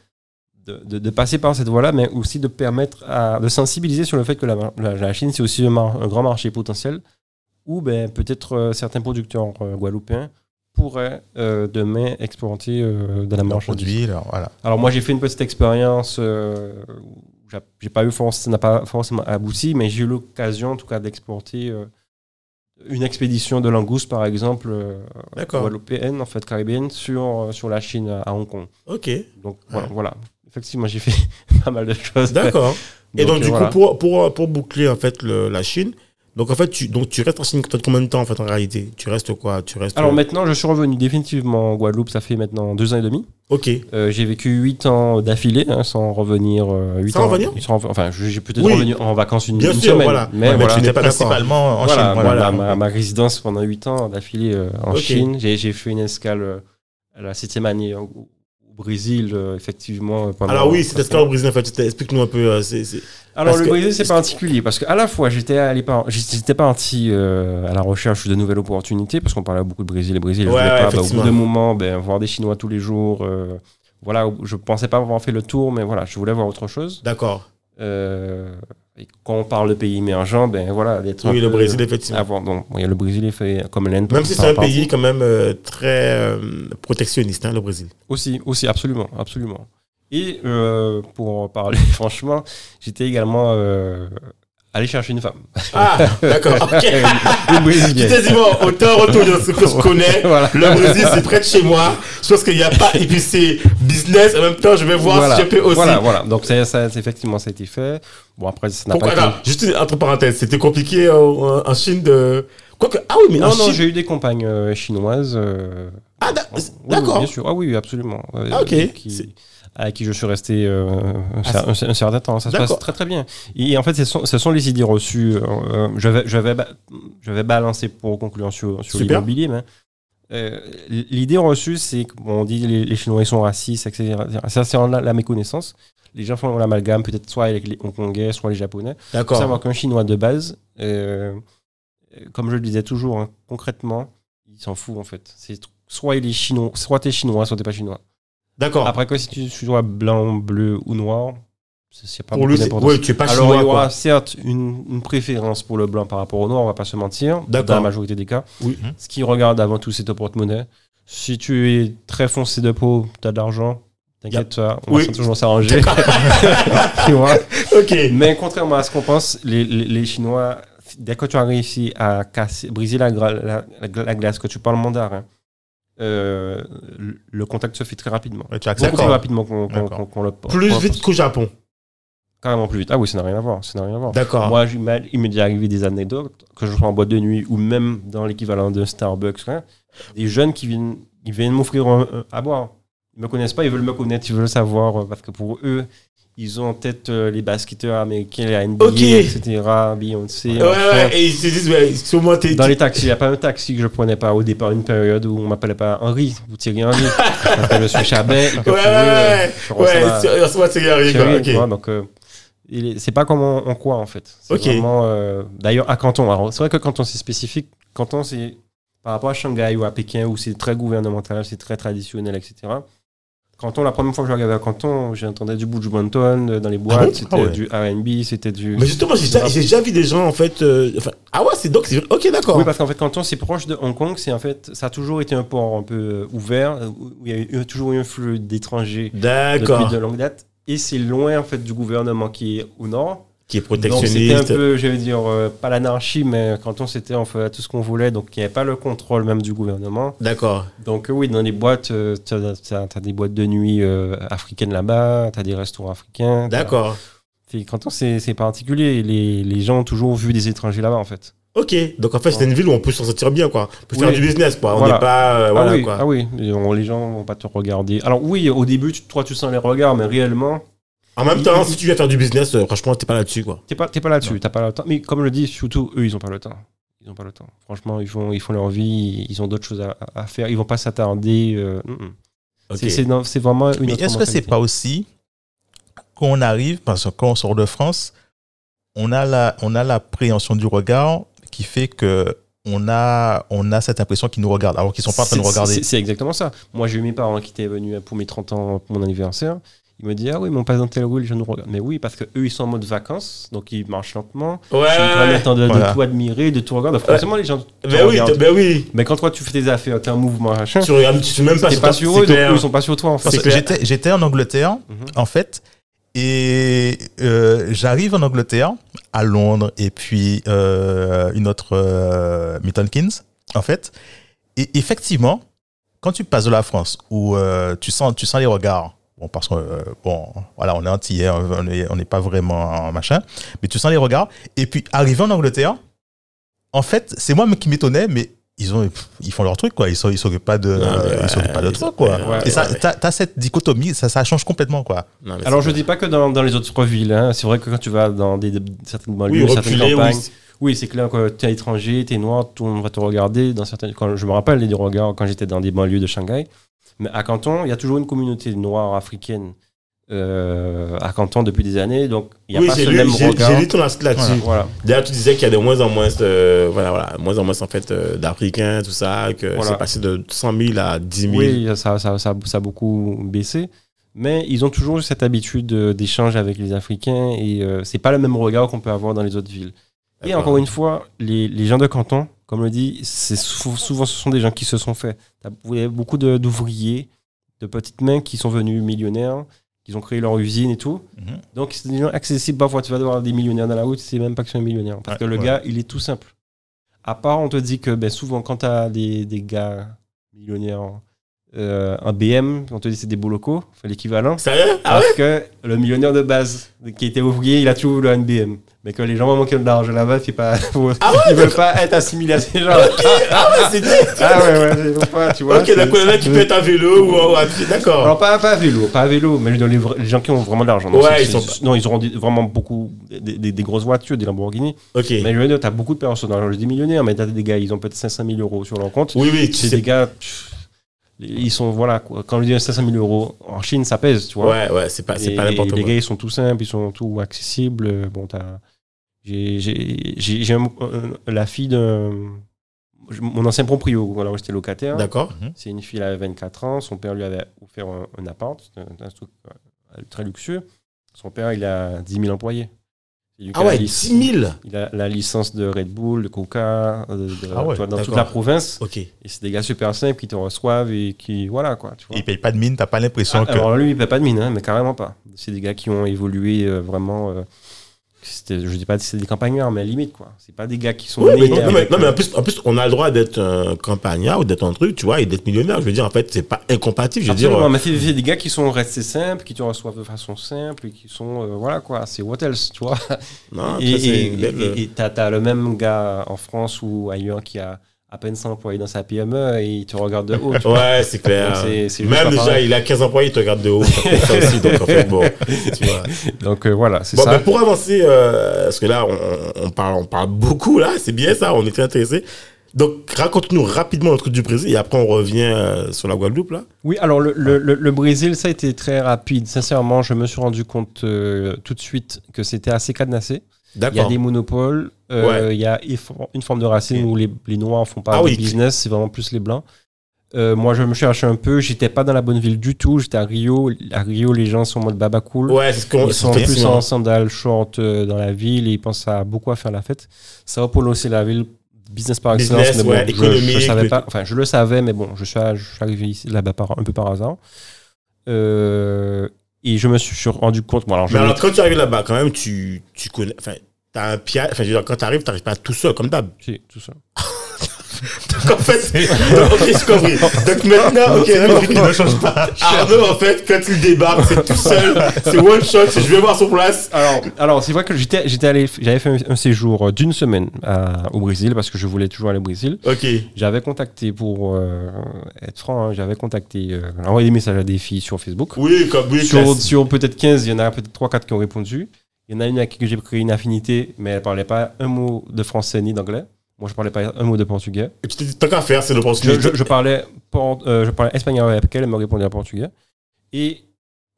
de, de- de passer par cette voie là mais aussi de permettre à, de sensibiliser sur le fait que la, mar- la- la Chine c'est aussi un, mar- un grand marché potentiel où ben, peut-être euh, certains producteurs euh, guadeloupéens pourraient euh, demain exporter euh, de la Leur marchandise produit, leur- voilà. Alors moi j'ai fait une petite expérience euh, où j'a- j'ai pas eu forc- ça n'a pas forcément abouti, mais j'ai eu l'occasion en tout cas d'exporter euh, une expédition de langoustes par exemple euh, D'accord. guadeloupéenne en fait caribéenne sur euh, sur la Chine à- à Hong Kong. Ok. Donc voilà, voilà. effectivement j'ai fait pas mal de choses. D'accord. Et donc, euh, du voilà. coup, pour, pour, pour boucler, en fait, le- la Chine, donc, en fait, tu, donc, tu restes en Chine combien de temps, en fait, en réalité Tu restes quoi Tu restes. euh, alors maintenant je suis revenu définitivement en Guadeloupe, ça fait maintenant deux ans et demi. Ok. Euh, j'ai vécu huit ans d'affilée hein, sans revenir. euh, huit Sans ans, revenir sans reven- Enfin j'ai peut-être Oui. revenu en vacances une, Bien une sûr, semaine. voilà. Mais Ouais, mais voilà. tu J'étais n'es pas d'accord. principalement en voilà, Chine. voilà, Voilà. Ma, ma résidence pendant 8 ans d'affilée euh, en Ok. Chine. J'ai j'ai fait une escale euh, à la 7 année au, au Brésil, euh, effectivement. euh, pendant- Alors, oui, c'est escale au Brésil, en fait. Explique-nous un peu. euh, c'est- c'est- Alors, parce le que- Brésil, c'est particulier parce qu'à la fois, j'étais allé par- j'étais parti euh, à la recherche de nouvelles opportunités parce qu'on parlait beaucoup de Brésil et Brésil. Ouais, je voulais ouais, pas, bah, au bout effectivement. d'un moment, ben, voir des Chinois tous les jours. euh, voilà, je pensais pas avoir fait le tour, mais voilà, je voulais voir autre chose. D'accord. Euh, et quand on parle de pays émergents, ben voilà, d'être un Oui, le peu- Brésil, effectivement. avant, donc, oui, le Brésil est fait comme l'Inde. Même si par- c'est un par- pays, quand même, euh, très euh, protectionniste, hein, le Brésil. Aussi, aussi, absolument, absolument. Et euh, pour en parler franchement, j'étais également euh, allé chercher une femme. Ah, d'accord. Ok. une Tu Brésilienne. t'es dit, bon, autant retourner dans ce que je connais. Voilà. Le Brésil, c'est près de chez moi. Je pense qu'il n'y a pas. Et puis, c'est business. En même temps, je vais voir voilà. si je peux aussi. Voilà, voilà. Donc, ça, ça- effectivement, ça a été fait. Bon, après, ça n'a pas Pourquoi été. attends, Juste une- entre parenthèses, c'était compliqué en, en Chine de. Quoique. Ah oui, mais en Non, non, Chine. j'ai eu des compagnes euh, chinoises. euh, Ah, d'ac- Oui, oui, d'accord. bien sûr. Ah oui, absolument. Euh, Ah, ok. C'est- Qui, à qui je suis resté euh, un, Ah, cer- un cer- un certain temps. Ça se D'accord. passe très très bien. Et en fait, ce sont, ce sont les idées reçues. euh, euh, je, vais, je, vais ba- je vais balancer pour conclure sur, sur Super. l'immobilier. mais, euh, L'idée reçue, c'est qu'on dit les, les Chinois ils sont racistes, etc. Ça, c'est en la, la méconnaissance. Les gens font l'amalgame, peut-être soit avec les Hongkongais, soit les Japonais. Il faut D'accord. savoir qu'un Chinois de base, euh, euh, comme je le disais toujours, hein, concrètement, il s'en fout en fait. C'est t- soit il est chinois, soit t'es chinois, soit t'es pas chinois. D'accord. Après que si tu sois blanc, bleu ou noir, c'est c'est pas Pour beaucoup lui, c'est. d'importance. Oui, tu es pas Alors chinois. il y aura quoi. certes une, une préférence pour le blanc par rapport au noir, on va pas se mentir, dans D'accord. la majorité des cas. Oui. Ce qui regarde avant tout, c'est ton porte-monnaie. Si tu es très foncé de peau, t'as de l'argent, t'inquiète, pas, on Oui. va toujours s'arranger. tu vois Ok. mais contrairement à ce qu'on pense, les, les- les Chinois, dès que tu as réussi à casser, briser la, gra- la- la gla- la glace, que tu parles mandarin, euh, le- le contact se fait très rapidement. Ouais, tu Beaucoup acceptes. plus D'accord. rapidement qu'on qu'on- D'accord. qu'on- qu'on le pense. Plus vite qu'au Japon. Carrément plus vite. Ah oui, ça n'a rien à voir. Ça n'a rien à voir. D'accord. Moi, j'im- il m'est déjà arrivé des anecdotes, que je sois en boîte de nuit ou même dans l'équivalent d'un Starbucks, hein, des jeunes qui viennent, ils viennent m'offrir un- un- à boire. Ils me connaissent pas, ils veulent me connaître, ils veulent savoir, euh, parce que pour eux, ils ont en tête euh, les basketteurs américains, la NBA, Ok. etc., Beyoncé. Ouais, machin. ouais, et ils se disent, ouais, sûrement t'es. Dans les taxis, il n'y a pas un taxi que je prenais pas au départ, une période où on m'appelait pas Henri ou Thierry Henry. parce que je suis Chabet. et que Ouais, tu veux, euh, ouais, je ouais. Ouais, ressemble à- c'est- sûrement t'es arrivé, Thierry, tu vois, quoi. Ok. donc, euh, il est- c'est pas comme on, on croit, en fait. C'est Ok. vraiment, euh, D'ailleurs, à Canton. alors, C'est vrai que Canton, c'est spécifique. Canton, c'est par rapport à Shanghai ou à Pékin, où c'est très gouvernemental, c'est très traditionnel, etc. Canton, la première fois que je regardais à Canton, j'entendais du Buju Banton euh, dans les boîtes, bon c'était Ah ouais. du RB, c'était du. Mais justement, j'ai déjà, j'ai déjà vu des gens, en fait. euh, enfin, ah ouais, c'est donc. c'est- Ok, d'accord. Oui, parce qu'en fait, Canton, c'est proche de Hong Kong. C'est en fait, ça a toujours été un port un peu euh, ouvert, euh, où il y a eu- toujours eu un flux d'étrangers depuis D'accord. de longue date. Et c'est loin en fait du gouvernement qui est au nord. Qui est Donc c'était un protectionniste. peu, je vais dire, euh, pas l'anarchie, mais Canton, c'était en fait tout ce qu'on voulait. Donc il n'y avait pas le contrôle même du gouvernement. D'accord. Donc euh, oui, dans les boîtes, tu as des boîtes de nuit euh, africaines là-bas, tu as des restaurants africains. t'as- D'accord. Fait que Canton, c'est c'est particulier. Les, les gens ont toujours vu des étrangers là-bas en fait. Ok. Donc en fait, c'est une ville où on peut s'en sortir bien, quoi. On peut Oui. faire du business, quoi. On Voilà. n'est pas. euh, Ah voilà, oui, quoi. ah oui. Et on- les gens vont pas te regarder. Alors oui, au début, tu- toi, tu sens les regards, mais réellement, En même temps, Il- si tu viens faire du business, euh, franchement, t'es pas là-dessus, quoi. t'es pas, t'es pas là-dessus. T'as pas le temps. Mais comme je le dis, surtout eux, ils ont pas le temps. Ils ont pas le temps. Franchement, ils font, ils font leur vie. Ils ont d'autres choses à, à faire. Ils vont pas s'attarder. euh, mm, mm. Ok. C'est- C'est non, c'est vraiment une. Mais autre est-ce que c'est mentalité. pas aussi qu'on arrive, parce que quand on sort de France, on a la, on a l'appréhension du regard qui fait que on a, on a cette impression qu'ils nous regardent, alors qu'ils sont pas en train de C'est- regarder. c'est- C'est exactement ça. Moi, j'ai eu mes parents qui étaient venus pour mes 30 ans, pour mon anniversaire. Ils me disaient, ah oui, mais on passe dans telle rue, les gens nous regardent. Mais oui, parce que eux, ils sont en mode vacances, donc ils marchent lentement. Ouais, Ils prennent ouais, le temps de, de Euh, Voilà. Euh, tout admirer, de tout regarder. Forcément, les gens. te Ben oui, regardent. t'es- ben oui. Mais quand toi tu fais tes affaires, t'es un mouvement, machin, Tu regardes, tu sais même pas t'es si pas t'as- sur c'est eux, donc clair. eux, ils sont pas sur toi en fait. Parce c'est que clair. j'étais, j'étais en Angleterre, Mhm. en fait, et euh, j'arrive en Angleterre, à Londres, et puis euh, une autre, euh, Milton-Keynes, en fait. Et effectivement, quand tu passes de la France, où euh, tu, sens, tu sens les regards, bon, parce que, euh, bon, voilà, on est antillais, on est- on n'est pas vraiment un machin, mais tu sens les regards. Et puis, arrivé en Angleterre, en fait, c'est moi qui m'étonnais, mais ils, ont, ils font leur truc, quoi. Ils s'o- ils s'occupent pas de, Non, mais ils ouais, s'occupent pas de ils toi, ont- quoi. ouais, Et ça, ouais, ouais. t'as, t'as cette dichotomie, ça, ça change complètement, quoi. Non, mais Alors c'est je dis pas que dans, dans les autres villes, hein. c'est vrai que quand tu vas dans des, des- certaines oui, banlieues, certaines reculer, campagnes, oui. oui, c'est clair que t'es étranger, t'es noir, tout le monde va te regarder. Dans certaines, quand, je me rappelle des regards quand j'étais dans des banlieues de Shanghai, mais à Canton, il y a toujours une communauté noire africaine euh, à Canton depuis des années, donc il n'y a Oui, pas j'ai ce lu, même j'ai- j'ai regard. lu ton article là-dessus. Voilà, voilà. D'ailleurs, tu disais qu'il y a de moins en moins, euh, voilà, voilà, de moins en moins en fait euh, d'Africains, tout ça, que Voilà. c'est passé de 100 000 à 10 000. Oui, ça, ça, ça, ça a beaucoup baissé. Mais ils ont toujours cette habitude euh, d'échange avec les Africains et euh, c'est pas le même regard qu'on peut avoir dans les autres villes. Et D'accord. encore une fois, les, les gens de canton, comme le dit, c'est sou- souvent ce sont des gens qui se sont faits. T'as- Vous avez beaucoup de- d'ouvriers, de, petites mains qui sont venus millionnaires, qui ont créé leur usine et tout. Mhm. Donc c'est des gens accessibles. Parfois, tu vas voir des millionnaires dans la route, c'est même pas que c'est un millionnaire. Parce Ouais, que le ouais. gars, il est tout simple. À part, on te dit que ben, souvent, quand tu as des, des gars millionnaires euh, en BM, on te dit que c'est des beaux locaux, enfin, l'équivalent. Sérieux Ah ouais Parce que le millionnaire de base qui était ouvrier, il a toujours voulu un NBM. Mais que les gens vont manquer de l'argent là-bas, c'est pas. ils veulent pas être assimilés à ces gens. Ah, c'est dit ah ouais, ouais, c'est- faut pas, tu vois. Ok, c'est- d'accord, là, tu peux être à vélo ou en voiture, Alors, d'accord. pas, pas à vélo, pas à vélo, mais dans les, vra- les gens qui ont vraiment de l'argent. Non, Ouais, c'est- ils sont c'est- non, ils auront des- vraiment beaucoup, des, des- des grosses voitures, des Lamborghini. Ok. Mais je veux dire, t'as beaucoup de personnes. Alors, je dis millionnaires, mais t'as des gars, ils ont peut-être 500 000 euros sur leur compte. Oui, oui, tu C'est sais. des gars, pff, ils sont, voilà, quoi. Quand je dis 500 000 euros, en Chine, ça pèse, tu vois. Ouais, ouais, c'est pas, Bah, c'est Et pas n'importe Les quoi. gars, ils sont tout simples, ils sont tout accessibles. Euh, Bon, t'as- j'ai- J'ai j'ai- j'ai un- euh, la fille de mon ancien proprio, alors j'étais locataire. D'accord Mhm. C'est une fille, elle avait 24 ans. Son père lui avait offert un, un appart, un, un truc euh, très luxueux. Son père, il a 10 000 employés. C'est lui qui Ah a la ouais, lic- 10 000 Il a la licence de Red Bull, de Coca, euh, de- Ah ouais, tu vois, dans toute d'accord. la province. Ok. Et c'est des gars super simples qui te reçoivent et qui, voilà quoi. Tu vois. Ils payent pas de mine, t'as pas l'impression Ah, que. Alors lui, il paie pas de mine, hein, mais carrément pas. C'est des gars qui ont évolué euh, vraiment. euh, c'était- je dis pas que c'est des campagnards, mais limite quoi. C'est pas des gars qui sont Ouais, nés. mais non, non, mais, avec, non, mais euh, en, plus, en plus, on a le droit d'être un campagnard ou d'être un truc, tu vois, et d'être millionnaire. Je veux dire, en fait, c'est pas incompatible. Je veux dire, absolument, euh, mais c'est c'est des gars qui sont restés simples, qui te reçoivent de façon simple, et qui sont. euh, voilà quoi, c'est what else, tu vois. euh, non, Ah, ça, et c'est une et- belle- euh, et- et t'as t'as le même gars en France ou ailleurs qui a à peine 100 employés dans sa PME et il te regarde de haut. tu vois. Ouais, c'est clair. Donc, c'est- c'est juste Même pas déjà, pareil. il a 15 employés, il te regarde de haut. Ça fait ça aussi, donc en fait, bon, tu vois. Donc euh, voilà, c'est Bon, ça. ben, pour avancer, euh, parce que là, on, on parle, on parle beaucoup, là, c'est bien ça, on est très intéressés. Donc, raconte-nous rapidement le truc du Brésil, et après, on revient euh, sur la Guadeloupe, là. Oui, alors le, le- le- le Brésil, ça a été très rapide. Sincèrement, je me suis rendu compte euh, tout de suite que c'était assez cadenassé. Il y a D'accord. des monopoles, euh, il y a eff- une forme de racisme où les, les Noirs font pas Ah de oui. business, c'est vraiment plus les Blancs. Euh, moi, je me cherchais un peu, j'étais pas dans la bonne ville du tout, j'étais à Rio. À Rio, les gens sont en mode baba cool. Ouais, c'est ce qu'on Ils sont c'est- plus c'est- en sandales, short euh, dans la ville et ils pensent à beaucoup à faire la fête. Sao Paulo, c'est la ville business par Business, excellence. mais bon, ouais, je- je, économique, savais le- pas. Enfin, je le savais, mais bon, je suis, à- je suis arrivé ici, là-bas par, un peu par hasard. Euh, et je me suis, je suis rendu compte. Bon, alors, je Mais alors, m'étais- quand tu arrives là-bas, quand même, tu, tu connais. Enfin, t'as un pied. Enfin, je veux dire, quand t'arrives, t'arrives pas tout seul, comme d'hab. si, tout ça. Donc, en fait, donc, ok, je comprends. Donc, maintenant, ok, Même non, Rick ne change pas. Arnaud, en fait, quand il débarque, c'est tout seul, c'est one shot, c'est je vais voir son place. Alors, alors c'est vrai que j'étais, j'étais allé, j'avais fait un, un séjour d'une semaine à- au Brésil parce que je voulais toujours aller au Brésil. Ok. J'avais contacté pour euh, être franc, hein, j'avais contacté, euh, envoyé des messages à des filles sur Facebook. Oui, comme oui, sur, classe. sur peut-être 15, il y en a peut-être 3-4 qui ont répondu. Il y en a une à qui j'ai créé une affinité, mais elle parlait pas un mot de français ni d'anglais. Moi, je parlais pas un mot de portugais. Et tu te dis, tant qu'à faire, c'est Je, l'opportunité. je- je parlais, por- euh, je parlais espagnol avec elle, elle me répondait en portugais. Et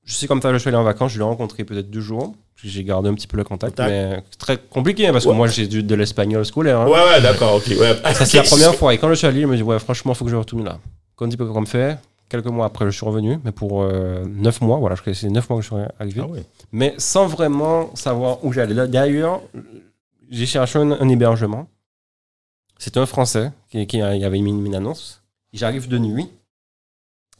je sais comme ça, je suis allé en vacances, je l'ai rencontrée peut-être deux jours. J'ai gardé un petit peu le contact, Contact. mais c'est très compliqué hein, parce Ouais. que moi, j'ai du- de l'espagnol scolaire. hein. Ouais, ouais, d'accord, ok. Ouais. Ça, c'est la première fois. Et quand je suis allé, je me dis, ouais, franchement, faut que je retourne là. Quand on dit qu'on me fait, quelques mois après, je suis revenu, mais pour 9 mois, voilà, je crois que c'est 9 mois que je suis arrivé. Ah ouais. Mais sans vraiment savoir où j'allais. D'ailleurs, j'ai cherché un, un hébergement. C'était un Français qui, qui avait mis une, une annonce. J'arrive de nuit.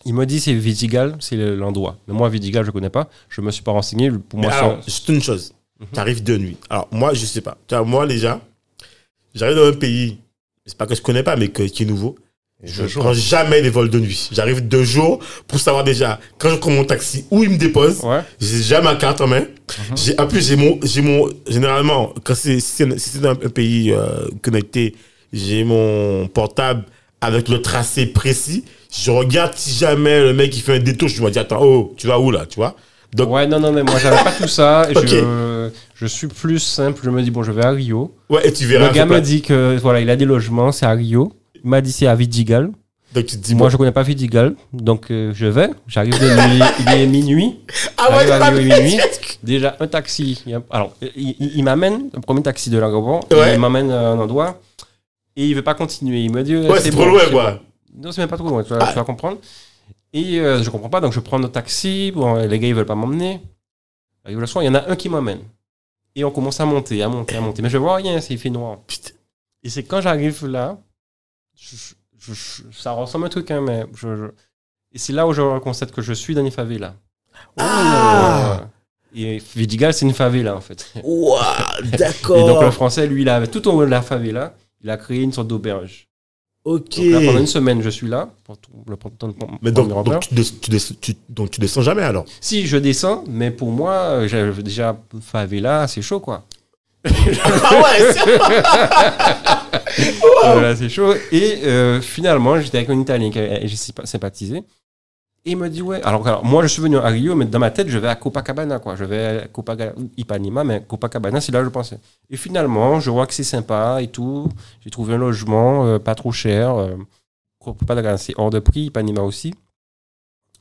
Il me dit c'est Vidigal, c'est l'endroit. Mais moi, Vidigal, je connais pas. Je me suis pas renseigné. Pour Mais moi, Mhm. alors, c'est- juste une chose. T'arrives de nuit. Alors, moi, je sais pas. Tu vois, moi, déjà, j'arrive dans un pays, c'est pas que je connais pas, mais que- qui est nouveau. Je Deux jours. prends jamais les vols de nuit. J'arrive deux jours pour savoir déjà, quand je prends mon taxi, où il me dépose. ouais. Mhm. J'ai déjà ma carte en main. J'ai, en plus, j'ai mon, j'ai mon, généralement, quand c'est, si c'est- si c'est dans un pays euh, connecté, j'ai mon portable avec le tracé précis. Je regarde si jamais le mec il fait un détour, je me dis attends, oh, tu vas où là, tu vois Donc, Ouais, non, non, mais moi, j'avais pas tout ça. Et Ok. je, je suis plus simple. Je me dis, bon, je vais à Rio. ouais, et tu verras. Le sur gars me place. dit que, voilà, il a des logements, c'est à Rio. Il m'a dit, c'est à Vidigal. Donc tu te dis, Moi, moi, je connais pas Vidigal. Donc, euh, je vais. J'arrive de nuit. Il est minuit. ah ouais, J'arrive à pas Rio, il est minuit. Déjà, un taxi. il y a- Alors, il, il- il m'amène, le premier taxi de l'aéroport. Ouais. Il m'amène à un endroit. Et il veut pas continuer. Il me dit, Ouais, c'est trop bon, loin, c'est quoi. non, c'est même pas trop loin, tu vas, Ah. tu vas comprendre. Et euh, je comprends pas, donc je prends notre taxi. Bon, les gars, ils veulent pas m'emmener. Arrive le soir, il y en a un qui m'emmène. Et on commence à monter, à monter, à monter. Mais je vois rien, c'est il fait noir. Putain. Et c'est quand j'arrive là, je- je- je- ça ressemble à un truc, hein, mais je, je- Et c'est là où je constate que je suis dans une favela. Oh. Ah. Et Vidigal, c'est une favela, en fait. Ouah, Et donc le d'accord. français, lui, il a, tout au long de la favela, il a créé une sorte d'auberge. Ok. Donc là, pendant une semaine, je suis là. Pour tout- le, pour tout le- pour Mais le donc, premier donc, repas. tu, des- tu des- tu- donc tu descends jamais alors Si, je descends, mais pour moi, euh, j'ai j'ai déjà favela, c'est chaud, quoi. Ah ouais, c'est- Voilà, c'est chaud. Et euh, finalement, j'étais avec un Italien qui- et j'ai sympa- sympathisé. Et il me dit, ouais. Alors, alors, moi, je suis venu à Rio, mais dans ma tête, je vais à Copacabana, quoi. Je vais à Copacabana, ou Ipanema, mais Copacabana, c'est là que je pensais. Et finalement, je vois que c'est sympa et tout. J'ai trouvé un logement euh, pas trop cher. Euh, Copacabana, c'est hors de prix, Ipanema aussi.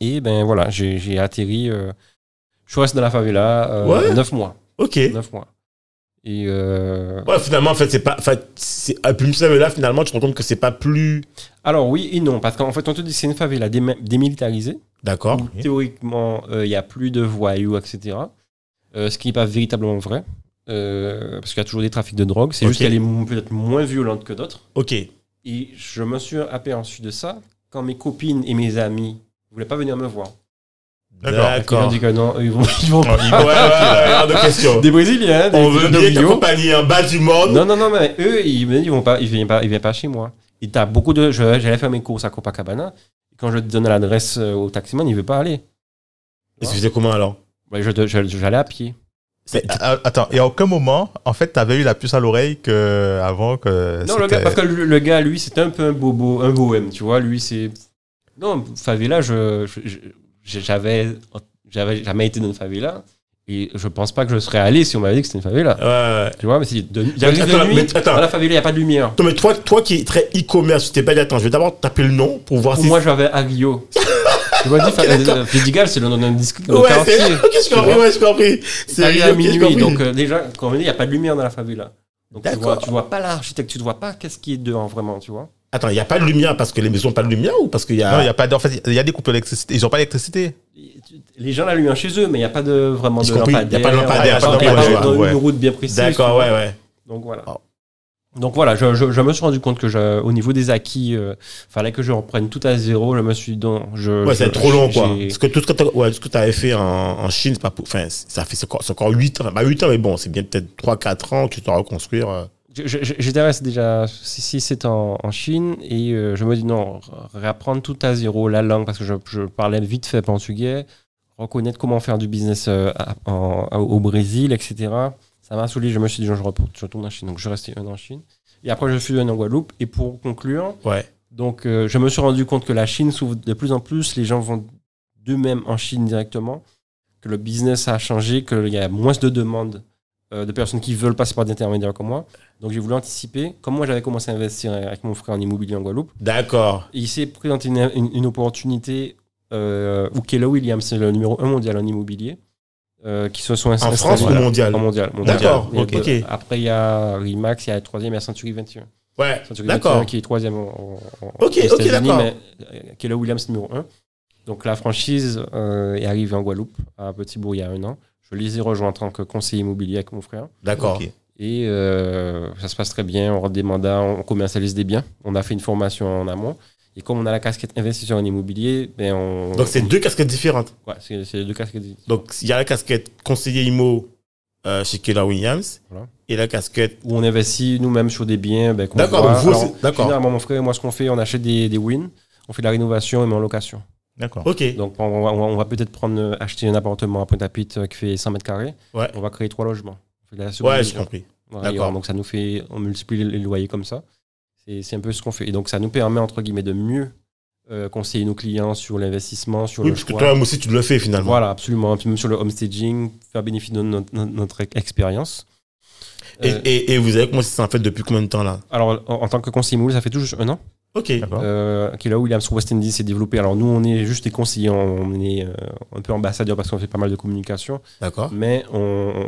Et ben voilà, j'ai j'ai atterri. euh, je reste dans la favela euh, Ouais. 9 mois. ok. 9 mois. Et euh, Ouais, finalement, en fait, c'est pas. Enfin, c'est à plus ça, mais là, finalement, tu te rends compte que c'est pas plus. Alors oui et non, parce qu'en fait on te dit que c'est une favela déma- démilitarisée, D'accord. où théoriquement euh, il n'y a plus de voyous, etc. Euh, ce qui n'est pas véritablement vrai, euh, parce qu'il y a toujours des trafics de drogue, c'est juste Ok. qu'elle est m- peut-être moins violente que d'autres. Ok. Et je me suis aperçu de ça quand mes copines et mes amis voulaient pas venir me voir. Ils D'accord. ont dit que non, eux, ils vont... Ils vont... Oh, il Ouais, va- ouais, ouais, ouais, hors de question. Des Brésiliens, hein, des, On des veut de bien Rio. t'accompagner en bas du monde. Non, non, non, mais eux, ils me disent, ils vont pas, ils viennent pas, ils viennent pas chez moi. Et t'as beaucoup de, je- j'allais faire mes courses à Copacabana. Quand je te donne l'adresse euh, au taximan, il veut pas aller. Et tu faisais comment alors Ouais, je te- je- J'allais à pied. Mais, a- Attends, et à aucun moment, en fait, t'avais eu la puce à l'oreille que avant Euh, que. Non, le c'était- gars, parce que le, le gars, lui, c'était un peu un bobo, un bohème, tu vois. Lui, c'est. Non, favela, je, je- je- j'avais, j'avais jamais été dans une favela. Et je pense pas que je serais allé si on m'avait dit que c'était une favela. Ouais, ouais. Tu vois, mais si. de- J'arrive de attends, nuit, mais attends. dans la favela, il n'y a pas de lumière. Non, mais toi, toi qui es très e-commerce, tu t'es pas dit, attends, je vais d'abord taper le nom pour voir Pour Ah, si. moi, j'avais à Rio. tu vois, dit, fa- euh, Vidigal, c'est le nom d'un disque. d'un ouais, quartier. c'est. Ok, je Tu vois. compris, ouais, je compris. C'est arrivé à ok, je minuit, compris. donc euh, déjà, quand on est, il n'y a pas de lumière dans la favela. Donc tu vois, D'accord. tu vois pas l'architecture, tu vois pas qu'est-ce qui est devant vraiment, tu vois. Attends, il n'y a pas de lumière parce que les maisons n'ont pas de lumière ou parce qu'il y a. Non, il y a pas. d- En fait, il y a des coupes d'électricité. Ils ont pas d'électricité. Les gens l'allument chez eux, mais il n'y a pas de vraiment J'ai de compris, lampadaire. il y a pas de lampadaire, il y a pas pas- de il y a lampadaire, pas de- ouais. une route bien précise. D'accord, tu vois. ouais, ouais. Donc voilà. Oh. Donc voilà, je, je- je me suis rendu compte que je- au niveau des acquis, euh, fallait que je reprenne tout à zéro. Je me suis dit, non, je. Ouais, je- c'est trop long, quoi. j'ai- Parce que tout ce que tu ouais, ce que t'avais fait en, en Chine, c'est pas pour. Enfin, c'est- ça fait c'est encore, c'est encore 8 ans. Bah, 8 ans, mais bon, c'est bien peut-être 3-4 ans, tu dois reconstruire. euh. Je- je- J'étais resté déjà 6-7 ans en Chine et euh, je me dis non, r- réapprendre tout à zéro la langue parce que je, je parlais vite fait portugais, reconnaître comment faire du business euh, à- en- à- au Brésil, etc. Ça m'a saoulé, je me suis dit non, je, retourne- je retourne en Chine. Donc je restais un an en Chine. Et après, je suis venu en Guadeloupe. Et pour conclure, Ouais. donc, euh, je me suis rendu compte que la Chine s'ouvre de plus en plus. Les gens vont d'eux-mêmes en Chine directement. Que le business a changé, qu'il y a moins de demandes euh, de personnes qui veulent passer par des intermédiaires comme moi. Donc, j'ai voulu anticiper. Comme moi, j'avais commencé à investir avec mon frère en immobilier en Guadeloupe, D'accord. il s'est présenté une, une- une opportunité euh, où Keller Williams, c'est le numéro un mondial en immobilier, euh, qui se sont En installés France ou voilà, mondial en mondial. mondial. D'accord, Et, ok. euh, Après, il y a Rimax, il y a le troisième, il y a Century 21. Ouais, Century d'accord. 21, qui est troisième en, en- en- Ok, aux ok, États-Unis, d'accord. mais, euh, Keller Williams numéro 1. Donc la franchise euh, est arrivée en Guadeloupe, à Petit-Bourg, il y a un an. Je les ai rejoints en tant que conseiller immobilier avec mon frère. D'accord. Ok. Et euh, ça se passe très bien, on rentre des mandats, on commercialise des biens. On a fait une formation en amont. Et comme on a la casquette investisseur en immobilier, ben on... Donc, c'est deux casquettes différentes. Ouais, c'est c'est les deux casquettes. Donc, il y a la casquette conseiller IMO euh, chez Keller Williams Voilà. et la casquette. où on investit nous-mêmes sur des biens. Ben, qu'on D'accord, voit. donc vous Alors, aussi- d'accord. Généralement, mon frère et moi, ce qu'on fait, on achète des, des wins, on fait de la rénovation et on met en location. D'accord. Ok. Donc, on va, on va- on va peut-être prendre, euh, acheter un appartement à Pointe-à-Pitre euh, qui fait 100 mètres carrés. Ouais. On va créer trois logements. On fait de la ouais, j'ai subdivision. compris. Voilà, et d'accord. on- donc, ça nous fait, on multiplie les loyers comme ça. C'est c'est un peu ce qu'on fait. Et donc, ça nous permet, entre guillemets, de mieux euh, conseiller nos clients sur l'investissement, sur Oui, le parce que choix. toi-même aussi, tu le fais finalement. Voilà, absolument. Puis même sur le homestaging, faire bénéfice de notre, notre- notre expérience. Et, Euh, et, et vous avez commencé ça en fait depuis combien de temps là alors, en, en tant que conseiller immobilier, ça fait tout juste un an. Ok. D'accord. euh, qui est là où Williams West Indies s'est développé. Alors nous, on est juste des conseillers, on est euh, un peu ambassadeurs parce qu'on fait pas mal de communication, D'accord. mais on,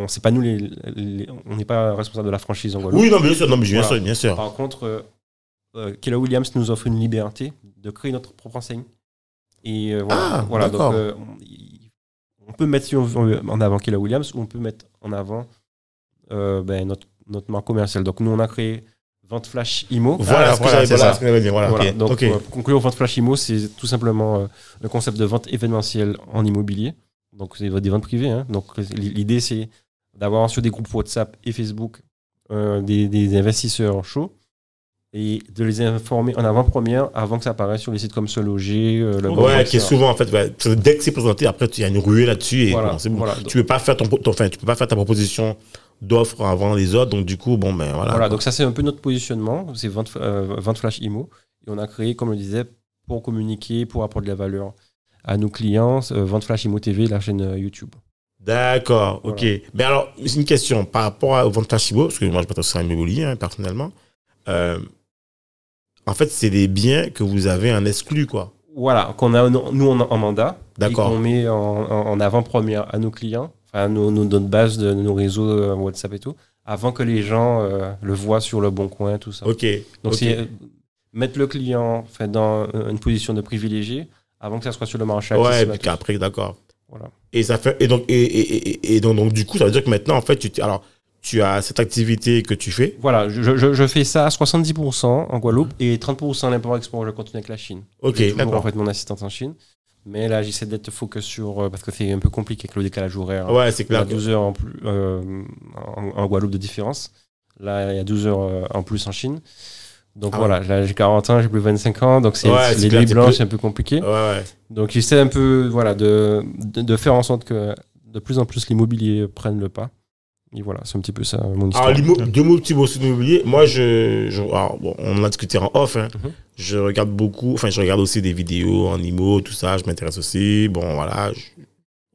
on c'est pas nous les, les- on n'est pas responsable de la franchise en Guadeloupe. Oui, non, mais bien sûr, non, mais bien Voilà. sûr, bien sûr. Par contre, euh, euh, Keller Williams nous offre une liberté de créer notre propre enseigne. Et euh, voilà, Ah, voilà d'accord. donc euh, on, y- on peut mettre si on veut, en avant Keller Williams ou on peut mettre en avant euh, ben, notre, notre marque commerciale. Donc nous, on a créé Vente Flash Imo. Voilà Ah, ce que voilà, j'avais c'est voilà ça. ce que j'avais dit. Voilà. Voilà, Ok. donc Ok. euh, pour conclure, Vente Flash Immo, c'est tout simplement euh, le concept de vente événementielle en immobilier. Donc c'est des ventes privées. hein. Donc euh, l'idée, c'est d'avoir sur des groupes WhatsApp et Facebook euh, des, des investisseurs chauds et de les informer en avant-première avant que ça apparaisse sur les sites comme Se Loger, euh, le Bon Ouais, Coin, qui est etc. souvent en fait, ouais, parce que dès que c'est présenté, après tu y a une ruée là-dessus et Voilà, bon, c'est bon. voilà. Tu peux pas faire ton, ton- enfin, tu peux pas faire ta proposition d'offre avant les autres, donc du coup, bon ben voilà. Voilà, donc ça c'est un peu notre positionnement, c'est 20, euh, 20 Flash Imo. Et on a créé, comme je le disais, pour communiquer, pour apporter de la valeur à nos clients, euh, 20 Flash Imo TV, la chaîne euh, YouTube. D'accord, ok. Voilà. Mais alors, j'ai une question par rapport à- aux ventes Chibo, parce que moi je m'intéresse à l'immobilier hein, personnellement. Euh, en fait, c'est des biens que vous avez en exclu, quoi. Voilà, qu'on a nous on a en mandat, et D'accord. qu'on met en, en- en avant-première à nos clients, enfin à nos, nos- notre base de nos réseaux euh, WhatsApp et tout, avant que les gens euh, le voient sur le bon coin, tout ça. Ok. Donc ok. c'est euh, mettre le client enfin, dans euh, une position de privilégié avant que ça soit sur le marché. Ouais, accessible à puis après, d'accord. Voilà. Et ça fait et donc et, et- et- et donc, donc du coup, ça veut dire que maintenant en fait, tu t'es- alors tu as cette activité que tu fais. tous. Voilà, je, je- je fais ça à 70% en Guadeloupe et 30% l'import-export, je continue avec la Chine. Ok, J'ai toujours, en d'accord. fait mon assistante en Chine. Mais là, j'essaie d'être focus sur. euh, parce que c'est un peu compliqué avec le décalage horaire. Ouais, c'est Il y a clair. 12 heures en, plus, euh, en, en Guadeloupe de différence. Là, il y a 12 heures euh, en plus en Chine. Donc Ah voilà, là j'ai 40 ans, j'ai plus 25 ans, donc c'est Ouais, c'est les clair, nuits c'est blanches, plus- c'est un peu compliqué. Ouais, ouais. Donc j'essaie un peu voilà, de, de, de faire en sorte que de plus en plus l'immobilier prenne le pas. Et voilà, c'est un petit peu ça mon histoire. Alors, les mots- deux mots petits mots aussi oublier. Moi, je, je- alors, bon, on en a discuté en off. hein. Mhm. Je regarde beaucoup, enfin, je regarde aussi des vidéos en IMO, tout ça. Je m'intéresse aussi. Bon, voilà, je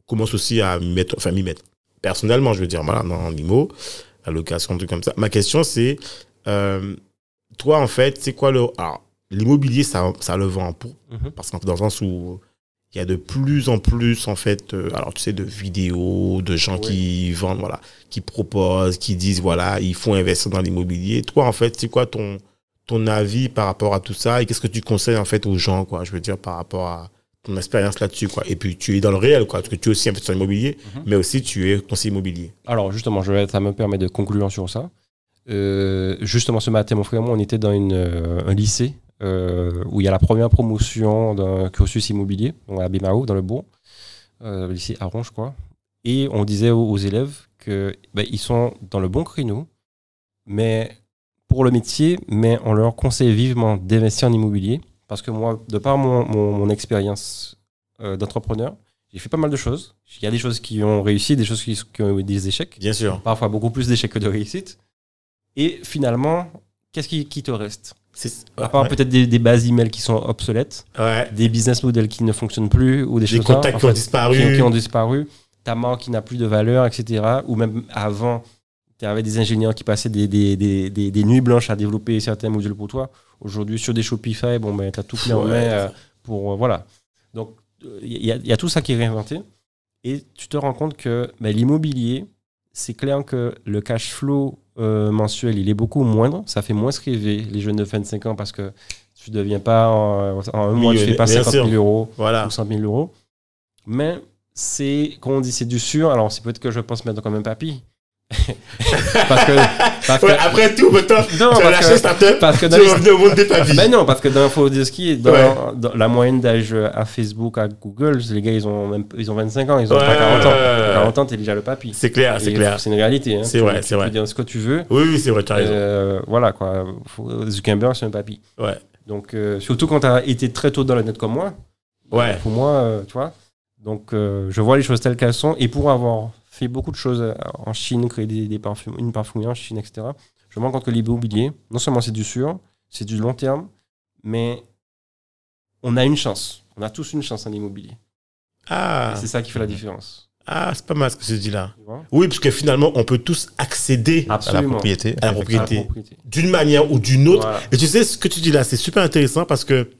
commence aussi à m'y mettre, enfin, m'y mettre. Personnellement, je veux dire, voilà, dans- en IMO, la location, tout comme ça. Ma question, c'est, euh, toi, en fait, c'est quoi le. Alors, l'immobilier, ça, ça le vend en poupe Mhm. parce qu'en dans le sens où il y a de plus en plus en fait euh, alors tu sais de vidéos de gens qui vendent voilà qui proposent qui disent voilà il faut investir dans l'immobilier toi en fait c'est quoi ton ton avis par rapport à tout ça et qu'est-ce que tu conseilles en fait aux gens quoi je veux dire par rapport à ton expérience là-dessus quoi et puis tu es dans le réel quoi parce que tu es aussi investisseur immobilier Mhm. mais aussi tu es conseiller immobilier Alors justement, je vais- ça me permet de conclure sur ça. Euh, justement, ce matin, mon frère et moi, on était dans une, euh, un lycée euh, où il y a la première promotion d'un cursus immobilier, donc à Bimao, dans le bourg, euh, le lycée Aron, je crois. Et on disait aux, aux élèves que ben, ils sont dans le bon créneau, mais pour le métier, mais on leur conseille vivement d'investir en immobilier parce que moi, de par mon, mon- mon expérience euh, d'entrepreneur, j'ai fait pas mal de choses. Il y a des choses qui ont réussi, des choses qui, qui ont eu des échecs bien sûr parfois beaucoup plus d'échecs que de réussites. Et finalement, qu'est-ce qui, qui te reste À part ouais. peut-être des, des bases email qui sont obsolètes, ouais des business models qui ne fonctionnent plus ou des, des choses comme ça, contacts en qui ont fait, disparu qui, qui ont disparu, ta marque qui n'a plus de valeur, etc. Ou même avant, tu avais des ingénieurs qui passaient des, des, des, des- des nuits blanches à développer certains modules pour toi. Aujourd'hui, sur des Shopify, bon, ben, tu as tout pris en Ouais. main euh, pour. euh, voilà. Donc, il y, a- y a tout ça qui est réinventé. Et tu te rends compte que ben, l'immobilier, c'est clair que le cash flow euh, mensuel, il est beaucoup moindre. Ça fait moins se rêver les jeunes de 25 ans parce que tu ne deviens pas en, en un mois, tu fais pas Millionnaire, bien 50 000 sûr. euros voilà ou 100 000 euros. Mais c'est, comme on dit, c'est du sûr. Alors, c'est peut-être que je pense maintenant comme un papy. parce que. Parce que Ouais, après tout maintenant non, tu as parce lâché que- startup parce que tu dans es les- revenu au monde des papilles ben non, parce que dans Info de ski, dans, Ouais. dans la moyenne d'âge à Facebook, à Google, les gars, ils ont, même, ils ont 25 ans, ils ont Ouais. pas 40 ans. À 40 ans, t'es déjà le papy. c'est clair c'est Et clair C'est une réalité. hein. C'est Tu- vrai, c'est Tu vrai. peux dire ce que tu veux. oui oui c'est vrai tu as raison Euh, voilà, quoi. Faut- Zuckerberg, c'est un papy. ouais Donc, euh, surtout quand t'as été très tôt dans la net comme moi, ouais pour moi, euh, tu vois. Donc, euh, je vois les choses telles qu'elles sont. Et pour avoir fait beaucoup de choses euh, en Chine, créer des, des parfum- une parfumerie en Chine, etc., je me rends compte que l'immobilier, non seulement c'est du sûr, c'est du long terme, mais on a une chance. On a tous une chance en immobilier. Ah, Et c'est ça qui fait la différence. ah, c'est pas mal ce que tu dis là. Tu vois Oui, parce que finalement, on peut tous accéder à la Absolument. propriété. à la À la propriété propriété. d'une manière ou d'une autre. Voilà. Et tu sais, ce que tu dis là, c'est super intéressant parce que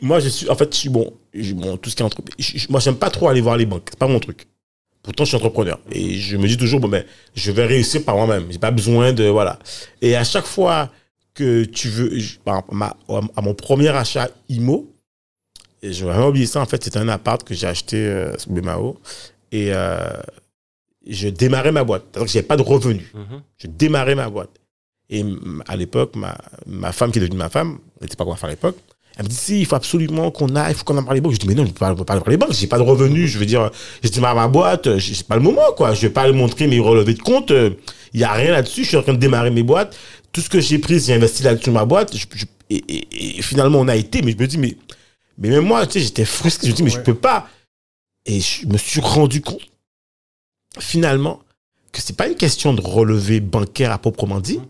moi, je suis, en fait, je suis bon, je- bon tout ce qui est entreprise. je- je- Moi, j'aime pas trop aller voir les banques. C'est pas mon truc. Pourtant, je suis entrepreneur. Et je me dis toujours, bon, ben, je vais réussir par moi-même. J'ai pas besoin de, voilà. Et à chaque fois que tu veux, je- par exemple, ma- à mon premier achat IMO, et je vais vraiment oublier ça, en fait, c'était un appart que j'ai acheté euh, sous BMAO. Et euh, je démarrais ma boîte. C'est-à-dire que j'avais pas de revenus Mhm. je démarrais ma boîte. Et m- à l'époque, ma, ma femme qui est devenue ma femme, elle n'était pas coiffée à l'époque, elle me dit si, il faut absolument qu'on aille, il faut qu'on en parle les banques. Je dis mais non, je ne peux pas, je peux pas aller voir les banques, j'ai pas de revenus, je veux dire, je démarre ma boîte, je- c'est pas le moment quoi, je vais pas aller montrer mes relevés de compte, euh, il n'y a rien là-dessus, je suis en train de démarrer mes boîtes, tout ce que j'ai pris, j'ai investi là-dessus dans ma boîte, je- je- et, et- et finalement on a été, mais je me dis mais, mais même moi, tu sais, j'étais frustré, je me dis mais je Ouais. peux pas. Et je me suis rendu compte, finalement, que c'est pas une question de relevé bancaire à proprement dit.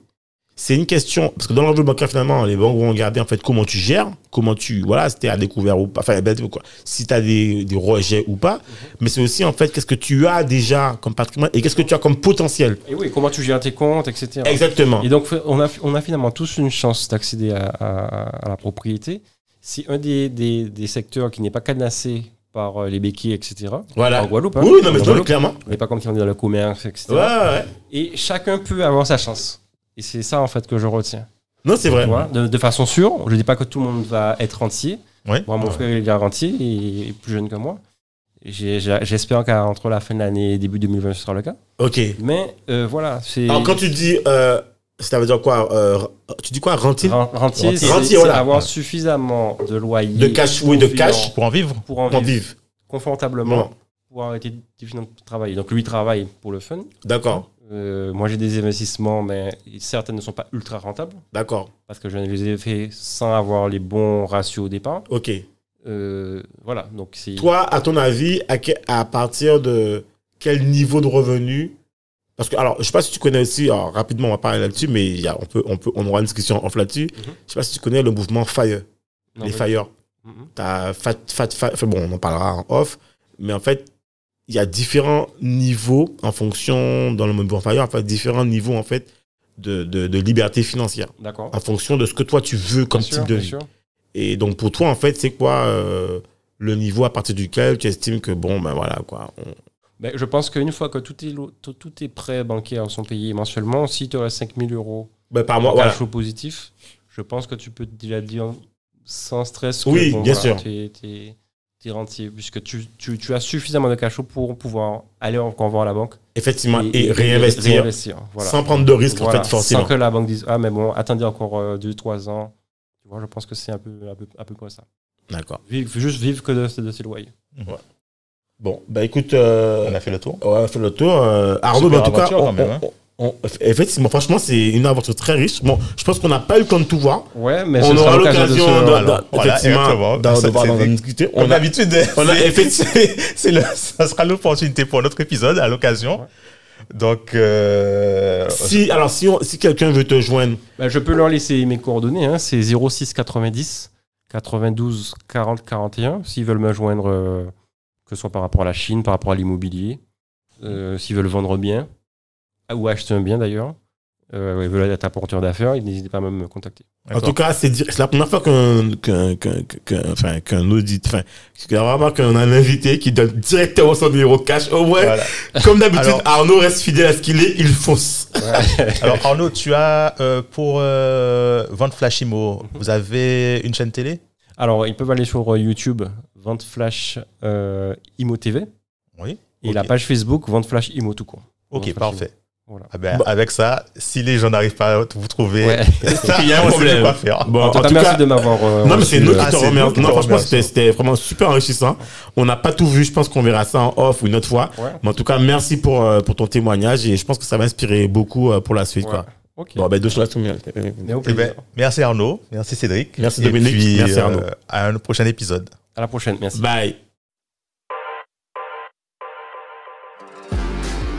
C'est une question parce que dans le relevé bancaire finalement, les banques vont regarder en fait comment tu gères, comment tu voilà, si t'es à découvert ou pas, enfin ben, quoi, si t'as des, des rejets ou pas. Mais c'est aussi en fait qu'est-ce que tu as déjà comme patrimoine et qu'est-ce que tu as comme potentiel. Et oui, comment tu gères tes comptes, etc. Exactement. Et donc, on a, on a finalement tous une chance d'accéder à, à- à la propriété. C'est un des, des- des secteurs qui n'est pas cadenassé par euh, les béquilles, etc. Voilà. En Guadeloupe, hein. Bah, Oui, non mais En toi, Guadeloupe, clairement. on n'est pas comme si on est dans le commerce, etc. Ouais, ouais, ouais. Et chacun peut avoir sa chance. Et c'est ça, en fait, que je retiens. Non, c'est vrai. Tu vois, de, de façon sûre, je ne dis pas que tout le monde va être rentier. Ouais. Moi, mon frère, il est rentier, il est plus jeune que moi. J'ai- j'ai- J'espère qu'entre la fin de l'année et début 2020, ce sera le cas. Ok. Mais euh, voilà, c'est... Alors quand tu dis, euh, ça veut dire quoi euh, Tu dis quoi, rentier Ren- Rentier, Rentier, c'est rentier, c'est voilà. avoir suffisamment de loyer. De cash, oui, de suffisant cash. Pour en vivre Pour en On vivre vive. confortablement, Bon. pour arrêter de de travailler. Donc lui il travaille pour le fun. D'accord, Euh, moi j'ai des investissements, mais certains ne sont pas ultra rentables d'accord. parce que je les ai faits sans avoir les bons ratios au départ. Ok. Euh, voilà, donc c'est. Toi, à ton avis, à, que- à partir de quel niveau de revenu Parce que, alors, je sais pas si tu connais aussi, alors, rapidement, on va parler là-dessus, mais il y a- on, peut, on, peut, on aura une discussion off là-dessus. Mhm. Je sais pas si tu connais le mouvement FIRE, Non, les mais- FIRE. Mhm. T'as fat, fat, fat, enfin, bon, on en parlera en off, mais en fait, il y a différents niveaux en fonction, dans le mouvement FIRE, en fait, différents niveaux, en fait, de, de, de liberté financière, D'accord. en fonction de ce que toi tu veux Ah, comme Bien type sûr, de bien vie. sûr. Et donc pour toi, en fait, c'est quoi euh, le niveau à partir duquel tu estimes que bon, ben voilà quoi. on- Ben, je pense qu'une fois que tous tes, lo- tout- tous tes prêts bancaires sont payés mensuellement, si tu reste 5000 euros Ben, par en mois, voilà. cash flow positif, je pense que tu peux te la dire sans stress. Oui, que, bon, bien voilà, sûr. Tu es, t'es- t'es rentier, puisque tu, tu- tu as suffisamment de cash flow pour pouvoir aller encore voir la banque Effectivement, et, réinvestir voilà. sans prendre de risque Voilà, en fait forcément. Sans que la banque dise Ah, mais bon, attendez encore 2-3 ans. Tu vois, je pense que c'est un peu, à peu, à peu près ça. D'accord. Vive- juste vivre que de, de ses loyers. Bon, ben écoute, euh, On a fait le tour. on a fait le tour. euh, Arnaud, Super ben, en tout cas, aventure, on- quand même, on- on- eff- effectivement, franchement, c'est une aventure très riche. Bon, je pense qu'on n'a pas eu le temps de tout voir. Ouais, mais on ce sera aura l'occasion de se- de- voilà. de- Voilà, effectivement exactement. d'en- de Ça, voir, c'est d'en des- discuter. Comme On a, d'habitude, on a c'est- effectivement. c'est le- ça sera l'opportunité pour notre épisode à l'occasion. Donc, euh, Si alors si, on- si quelqu'un veut te joindre, Bah, je peux leur laisser mes coordonnées. hein, c'est 06 90 92 40 41. S'ils veulent me joindre, euh, que ce soit par rapport à la Chine, par rapport à l'immobilier, euh, s'ils veulent vendre bien, ah, ou acheter un bien d'ailleurs, euh, ils veulent être apporteurs d'affaires, ils n'hésitez pas à me contacter. En tout cas, c'est di- c'est la première fois qu'un qu'un qu'un qu'un- enfin, qu'un audit, enfin, c'est vraiment qu'on a un invité qui donne directement son numéro cash. Au moins, voilà. comme d'habitude, Alors- Arnaud reste fidèle à ce qu'il est, il fonce. Alors Arnaud, tu as euh, pour euh, vendre Mhm. Flashimo, vous avez une chaîne télé Alors, ils peuvent aller sur euh, YouTube, Vente Flash euh, Imo TV, Oui. et Ok. la page Facebook, Vente Flash Imo tout court. Ok, Vente Flash parfait. Imo. Voilà. Ah ben, Bah. Avec ça, si les gens n'arrivent pas à vous trouver, Ouais. ça, Il y a un on sait problème. plus quoi faire. Bon, En tout cas, merci de m'avoir. euh, non, mais reçu, c'est nous euh, qui Ah, te c'est nous remercions. qui Non, te franchement, remercions. c'était c'était vraiment super enrichissant. On n'a pas tout vu. Je pense qu'on verra ça en off ou une autre fois. euh, Ouais. Mais en tout cas, merci pour, euh, pour ton témoignage et je pense que ça va inspirer beaucoup euh, pour la suite, Ouais. quoi. Ok. Bon, ben, deux choses à tout mieux. Mais au Eh ben, plaisir. merci Arnaud, merci Cédric. Merci Et Dominique, puis, merci euh, Arnaud. à un prochain épisode. À la prochaine. Merci. Bye.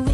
weak.